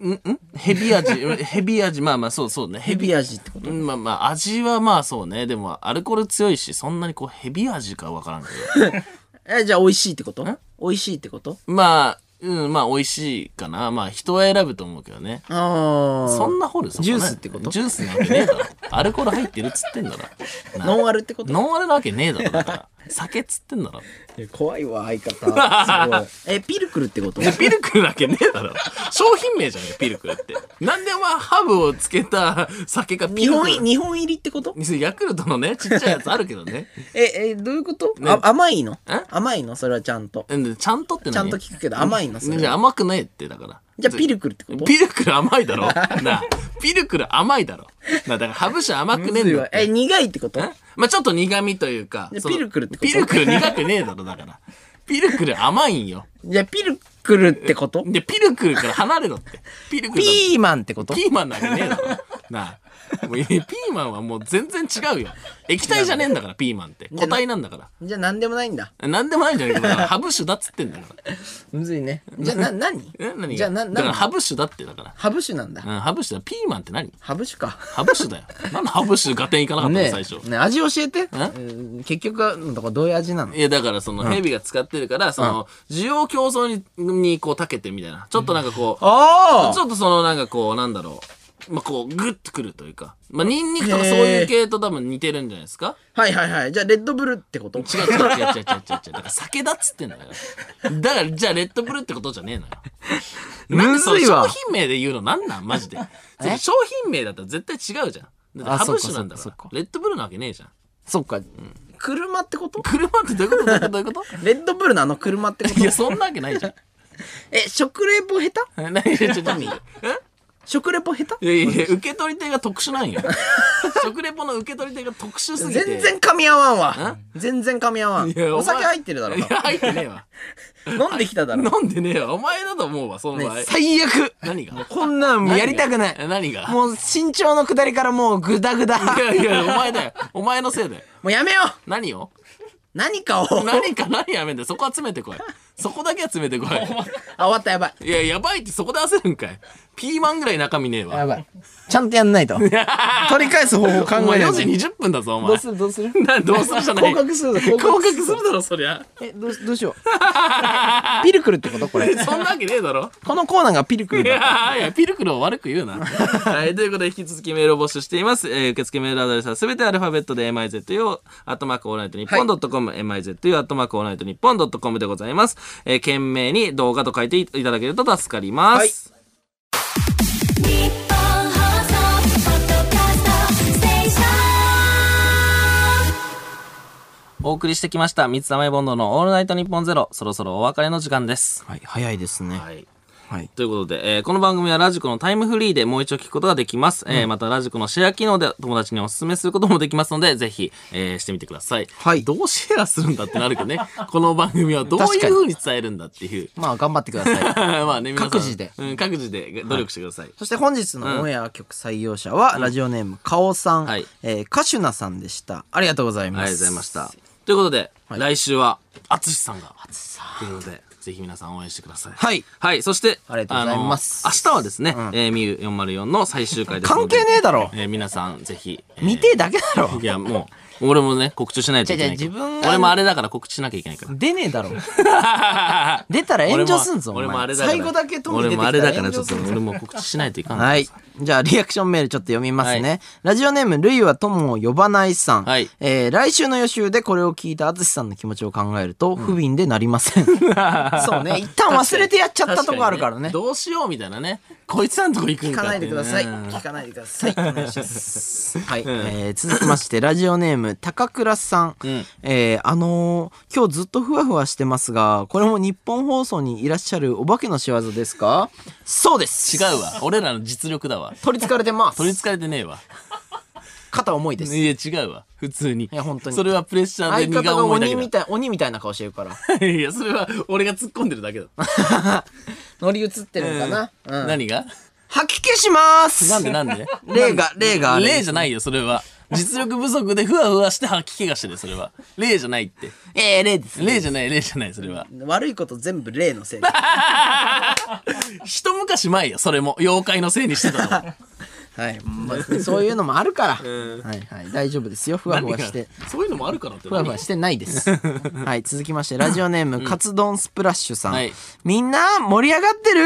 Speaker 1: う。んんヘビ 味、ヘビ味、まあまあそうそうね。ヘ
Speaker 2: ヘ
Speaker 1: ビ。
Speaker 2: ビ味ってこと
Speaker 1: うんまあまあ、味はまあそうね。でも、アルコール強いし、そんなにこう、ヘビ味かわからんけど。
Speaker 2: え、じゃあ美味しいってこと美味しいってこと
Speaker 1: まあ、うん、まあ、美味しいかな。まあ、人は選ぶと思うけどね。
Speaker 2: ああ。
Speaker 1: そんな掘るそこね
Speaker 2: ジュースってこと
Speaker 1: ジュースなわけねえだろ。アルコール入ってるっつってん だろ。な
Speaker 2: ノンアルってこと
Speaker 1: ノンアルなわけねえだろ。だから、酒っつってんだろ。
Speaker 2: いや怖いわ、相 方。すごい。え、ピルクルってこと
Speaker 1: ピルクルなわけねえだろ。商品名じゃねえ、ピルクルって。なんでお前、ハブをつけた酒がピ
Speaker 2: 日
Speaker 1: ルク
Speaker 2: 本い、
Speaker 1: ル。
Speaker 2: 日本入りってこと
Speaker 1: ヤクルトのね、ちっちゃいやつあるけどね。
Speaker 2: え、え、どういうこと、あ甘いの
Speaker 1: え
Speaker 2: 甘いのそれはちゃんと。
Speaker 1: うんちゃんとって何
Speaker 2: ちゃんと聞くけど甘いのそれ
Speaker 1: じゃあ甘くないって、だから。
Speaker 2: じゃあピルクルってこと
Speaker 1: ピルクル甘いだろなあピルクル甘いだろなあだからハブ酒甘くねえんだ
Speaker 2: むずい
Speaker 1: よ
Speaker 2: わえ苦いってこと
Speaker 1: まあちょっと苦味というか
Speaker 2: で
Speaker 1: その
Speaker 2: ピルクルってこと
Speaker 1: ピルクル苦くねえだろだからピルクル甘いんよ
Speaker 2: じゃあピルクルってこと
Speaker 1: でピルクルから離れろってピルクルだろ
Speaker 2: ピーマンってこと
Speaker 1: ピーマンなんかねえだろなあもういやピーマンはもう全然違うよ液体じゃねえんだからピーマンって固体なんだか
Speaker 2: じゃあ何でもないんだ
Speaker 1: らなんでもないんじゃない けどだからハブ酒だっつってんだから
Speaker 2: むずいねじゃあな何
Speaker 1: え何が
Speaker 2: じゃあな
Speaker 1: だから
Speaker 2: 何
Speaker 1: ハブ酒だってだから
Speaker 2: ハブ酒なんだ
Speaker 1: うん、ハブ酒だ。ピーマンって何
Speaker 2: ハブ酒か
Speaker 1: ハブ酒だよ。なんでハブ酒合点いかなかったの、
Speaker 2: ね
Speaker 1: 最初。
Speaker 2: ね味教えてうん結局はうんだからどういう味なの
Speaker 1: いや、だからその、ヘビが使ってるから、その、需要競争に、にこう、たけてみたいな。ちょっとなんかこう、
Speaker 2: あ
Speaker 1: ちょっとその、なんかこう、なんだろう。まあ、こう、グッとくるというか。まあ、ニンニクとかそういう系と多分似てるんじゃないですか
Speaker 2: はいはいはいじゃあレッドブルってこと違う
Speaker 1: 違う違う違う違う違う違う。だから酒だっつってんだから。だから、じゃあレッドブルってことじゃねえのよ。
Speaker 2: むずい
Speaker 1: なん
Speaker 2: わ
Speaker 1: でその商品名で言うのなんなんマ ジで。商品名だったら絶対違うじゃん。だって
Speaker 2: あ
Speaker 1: ハ
Speaker 2: そっ
Speaker 1: ブ
Speaker 2: か
Speaker 1: 酒なんだか
Speaker 2: そっ
Speaker 1: ら
Speaker 2: かそっ。
Speaker 1: レッドブルなわけねえじゃん。
Speaker 2: そっか車ってこと
Speaker 1: 車ってどういうことどういうことどういうこ と
Speaker 2: レッドブルのあの車ってこと
Speaker 1: いや、そんなわけないじゃん。
Speaker 2: え食レポ下手
Speaker 1: え 何ちょちょちょ
Speaker 2: 食レポ下
Speaker 1: え
Speaker 2: 手
Speaker 1: いやいやいや、受け取り手が特殊なんよ。 食レポの受け取り手が特殊すぎて。
Speaker 2: 全然噛み合わんわ全然噛み合わん
Speaker 1: いや
Speaker 2: お酒
Speaker 1: 前
Speaker 2: 入ってるだろ
Speaker 1: いや、入ってねえわ。
Speaker 2: 飲んできただろ
Speaker 1: 飲んでねえわ。お前だと思うわ、その場合。
Speaker 2: ね最悪
Speaker 1: 何が
Speaker 2: こんなんもうやりたくない
Speaker 1: え何が
Speaker 2: もう身長の下りからもうグダグダ
Speaker 1: いやいや、お前だよ。お前のせいだよ。
Speaker 2: もうやめよう
Speaker 1: 何を
Speaker 2: 何かを
Speaker 1: 何か何やめんだよ。そこは詰めてこい。そこだけは詰めてこ
Speaker 2: あ終わったやばい
Speaker 1: い。いや、やばいってそこで焦るんかい。ピーマンぐらい中身ねえ
Speaker 2: や
Speaker 1: わ。
Speaker 2: ばいちゃんとやん ないと取り返す方法考
Speaker 1: お前
Speaker 2: えない
Speaker 1: 4
Speaker 2: と
Speaker 1: 時20分だぞ、お前。
Speaker 2: どうするどうする
Speaker 1: な どうするじゃない
Speaker 2: 降格するぞ
Speaker 1: 降
Speaker 2: 降格
Speaker 1: 格
Speaker 2: する
Speaker 1: するだろそり ゃ
Speaker 2: えどうしどうしよう ピルクルってことこれ
Speaker 1: そんなわけねえだろ
Speaker 2: このコーナーがピルクル
Speaker 1: い
Speaker 2: だ
Speaker 1: やいやピルクルを悪く言うな はいということで引き続きメールを募集しています、えー受付メールアドレスはすべてアルファベットで mizu アットマークオールナイトニッポンドットコム mizu アットマークオールナイトニッポンドットコムでございます、えー、懸命に動画と書いていただけると助かります、
Speaker 3: 日本放送ポッドキャストステーション
Speaker 1: お送りしてきました三つ玉井ボンドのオールナイトニッポンゼロそろそろお別れの時間です
Speaker 2: はい早いですね
Speaker 1: はい
Speaker 2: はい
Speaker 1: ということで、えーこの番組はラジコのタイムフリーでもう一度聞くことができます。えーまたラジコのシェア機能で友達にお勧めすることもできますので、ぜひ、えーしてみてください。
Speaker 2: はい
Speaker 1: どうシェアするんだってなる けどね。この番組はどういう
Speaker 2: 確かに
Speaker 1: 風に伝えるんだっていう。
Speaker 2: まあ頑張ってください
Speaker 1: まあね、皆さん
Speaker 2: 各自で
Speaker 1: うん、各自で努力してください。
Speaker 2: そして本日のオンエア曲採用者は、ラジオネームかおさん、
Speaker 1: はい
Speaker 2: えー、カシュナさんでしたありがとうござい
Speaker 1: あ
Speaker 2: ま
Speaker 1: り
Speaker 2: す
Speaker 1: がとうございました。ということで、来週は、あつしさんが。
Speaker 2: さ
Speaker 1: ということで、ぜひ皆さん応援してください。
Speaker 2: はい。
Speaker 1: はい。そして、
Speaker 2: ありがとうございます
Speaker 1: あの明日はですね、えー、ミュー404の最終回ですの
Speaker 2: 関
Speaker 1: で。
Speaker 2: 係ねえだろ
Speaker 1: えー皆さん、ぜひ。えー
Speaker 2: 見てえだけだろ
Speaker 1: いや、もう、俺もね、告知しないといけないけど。
Speaker 2: 違う違う自分が
Speaker 1: 俺もあれだから告知しなきゃいけないから。
Speaker 2: 出ねえだ ろ出たら炎上すんぞ
Speaker 1: 俺も
Speaker 2: お前
Speaker 1: 俺もあれだから。
Speaker 2: 最後だけトーン
Speaker 1: 俺
Speaker 2: 出てき
Speaker 1: もあ
Speaker 2: た
Speaker 1: れ
Speaker 2: ら
Speaker 1: だか
Speaker 2: 炎
Speaker 1: ら、ちょ
Speaker 2: 上
Speaker 1: っ
Speaker 2: す
Speaker 1: と
Speaker 2: るぞ
Speaker 1: 俺も告知しないとい かん
Speaker 2: はい。じゃあ、リアクションメールちょっと読みますね。
Speaker 1: は
Speaker 2: ラジオネーム、ルイは友を呼ばないさん。
Speaker 1: はい
Speaker 2: えー来週の予習でこれを聞いた淳さんの気持ちを考えると、不憫でなりま せん。そうね。一旦忘れてやっちゃったとこあるからね。
Speaker 1: どうしようみたいなね。こいつらのとこ行くん
Speaker 2: 聞
Speaker 1: か
Speaker 2: か
Speaker 1: っ
Speaker 2: な
Speaker 1: て
Speaker 2: いうで
Speaker 1: ね
Speaker 2: ください。聞かないでください。お願いします。 はい。えー続きまして、ラジオネーム、高倉さん。
Speaker 1: ん
Speaker 2: えーあのー今日ずっとふわふわしてますが、これも日本放送にいらっしゃるお化けの仕業ですかそうです。
Speaker 1: 違うわ。俺らの実力だわ。
Speaker 2: 取り憑かれてます
Speaker 1: 取。り憑かれてねえわ。
Speaker 2: 肩重いです。
Speaker 1: いや、違うわ。普通に。い
Speaker 2: や本当に
Speaker 1: それはプレッシャーで
Speaker 2: 相
Speaker 1: 荷
Speaker 2: 方
Speaker 1: が
Speaker 2: が
Speaker 1: 重いだ
Speaker 2: 鬼
Speaker 1: け
Speaker 2: みたい鬼みたいな顔してるから
Speaker 1: だ。 いや、それは俺が突っ込んでるだけだ。
Speaker 2: 乗り移ってるのかな、うん
Speaker 1: 何が
Speaker 2: 吐き消します
Speaker 1: なんでなんで
Speaker 2: 霊が霊があれ
Speaker 1: 例じゃないよ、それは。実力不足でふわふわして吐き気がしてる、それは。例じゃないって。
Speaker 2: ええ霊です
Speaker 1: 例じゃない、例じゃない、それは。
Speaker 2: 悪いこと全部霊のせい
Speaker 1: 一昔前よ、それも。妖怪のせいにしてた の。
Speaker 2: はい、まあ、そう いうのもあるから、はいはい大丈夫ですよふわふ
Speaker 1: 何
Speaker 2: わ
Speaker 1: が
Speaker 2: して。
Speaker 1: そういうのもあるからって
Speaker 2: ふわふわしてないです。はい、続きまして、ラジオネーム、カツ丼スプラッシュさん。
Speaker 1: はい
Speaker 2: みんな、盛り上がってる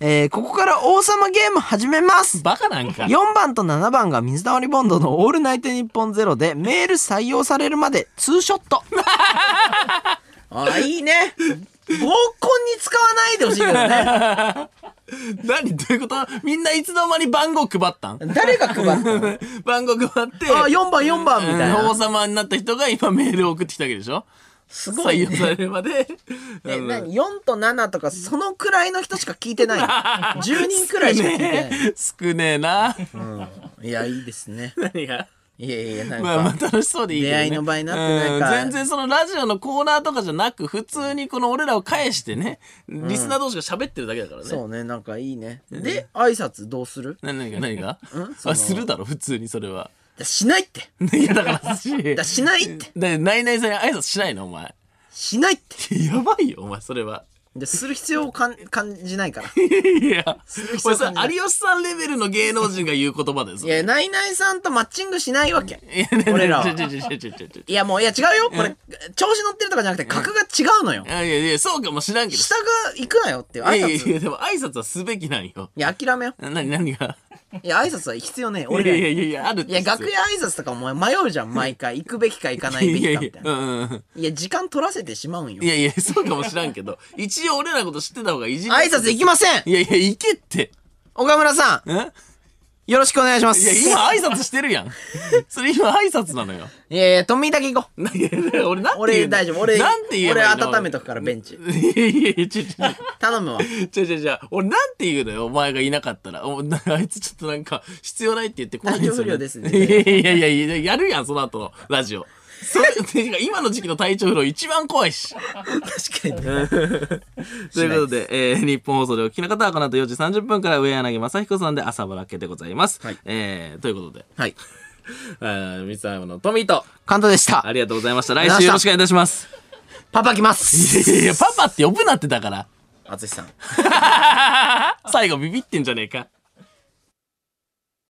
Speaker 2: えー、ここから王様ゲーム始めます
Speaker 1: バカなんか。
Speaker 2: 4番と7番が水溜りボンドの「オールナイトニッポンゼロでメール採用されるまでツーショット あいいね合コンに使わないでほしいけど ね
Speaker 1: 何どういうことみんないつの間に番号配ったん
Speaker 2: 誰が配る の
Speaker 1: 番号配って、
Speaker 2: あ4番4番みたいな
Speaker 1: うん王様になった人が今メールを送ってきたわけでしょ
Speaker 2: すごい
Speaker 1: 採
Speaker 2: ね
Speaker 1: 用されるま で。
Speaker 2: ね、
Speaker 1: うん
Speaker 2: 何4と7とかそのくらいの人しか聞いてないの 10人くらいしか聞いてない、
Speaker 1: 少ねえな。
Speaker 2: うん、いやいいです ね
Speaker 1: 何が。
Speaker 2: いやいやなんか、
Speaker 1: まあまあ楽しそうでいいけど、ね、
Speaker 2: 出会いの場になってなん
Speaker 1: う
Speaker 2: か
Speaker 1: ん全然そのラジオのコーナーとかじゃなく普通にこの俺らを返してねリスナー同士が喋ってるだけだからね、
Speaker 2: そうねなんかいいねで挨拶どうする
Speaker 1: な何が何が
Speaker 2: んその
Speaker 1: あするだろ普通にそれは
Speaker 2: だしないって
Speaker 1: いやだからし
Speaker 2: だ
Speaker 1: だ
Speaker 2: しないって
Speaker 1: ないないさんに挨拶しないのお前
Speaker 2: しないって
Speaker 1: やばいよお前それは
Speaker 2: でする必要を かん感じないから
Speaker 1: いや
Speaker 2: 必
Speaker 1: お前
Speaker 2: 要感
Speaker 1: さ
Speaker 2: じない
Speaker 1: 有吉さんレベルの芸能人が言う言葉だよそ
Speaker 2: い
Speaker 1: れ
Speaker 2: やないないさんとマッチングしないわけ
Speaker 1: いやね
Speaker 2: 俺らは
Speaker 1: ちょちょちょちょちょちょ
Speaker 2: いやもういや違うよこれ調子乗ってるとかじゃなくて格が違うのよ
Speaker 1: いやいやいやそうかもしらんけど
Speaker 2: 下が行くなよっていう
Speaker 1: い
Speaker 2: 挨
Speaker 1: やいやい
Speaker 2: 拶
Speaker 1: やでも挨拶はすべきなんよ
Speaker 2: いや諦めよ
Speaker 1: な何何が
Speaker 2: いや挨拶は必要ねえ
Speaker 1: いや
Speaker 2: 俺
Speaker 1: い
Speaker 2: ら
Speaker 1: や
Speaker 2: に
Speaker 1: いやいやあるって
Speaker 2: いや、楽屋挨拶とかお前迷うじゃん、毎回。行くべきか行かないべ
Speaker 1: いやい
Speaker 2: きか
Speaker 1: や
Speaker 2: み
Speaker 1: い
Speaker 2: たいな。
Speaker 1: や、うんうんうん
Speaker 2: いや、時間取らせてしまうんよ
Speaker 1: い。やいや、そうかもしらんけど、一応俺らのこと知ってた方がいじり
Speaker 2: 挨拶行きません
Speaker 1: いやいや、行けって。
Speaker 2: 岡村さん、
Speaker 1: んいや、
Speaker 2: よろしくお願いします。
Speaker 1: 今挨拶してる やん。それ今挨拶なのよ。
Speaker 2: いやいや、富井だけ行こう。
Speaker 1: ないやいや俺なんて言うの
Speaker 2: 俺大丈夫。俺、
Speaker 1: なんて言えば
Speaker 2: 俺
Speaker 1: いいの
Speaker 2: 温めとくから、ベンチ。
Speaker 1: いやいやいや、ちょちょ。
Speaker 2: 頼むわ。
Speaker 1: ちょちょちょ、俺なんて言うのよ、お前がいなかったら。おなあいつちょっとなんか、必要ないって言ってこないんですよ、
Speaker 2: 体調不良ですね
Speaker 1: いやいやいやいや、やるやん、その後のラジオ。それ、てか今の時期の体調不良一番怖いし。
Speaker 2: 確かにね。
Speaker 1: ということで、えー日本放送でお聞きの方はこの後4時30分から上柳正彦さんで朝ぼらけでございます。
Speaker 2: はい
Speaker 1: えーということで、
Speaker 2: はい。
Speaker 1: えー、三沢山の富と、
Speaker 2: カントでした
Speaker 1: あ。りがとうございました。来週よろしくお願いいたします。
Speaker 2: パパ来ます。
Speaker 1: いや いや、パパって呼ぶなってだから。
Speaker 2: 淳さん。
Speaker 1: 最後ビビってんじゃねえか。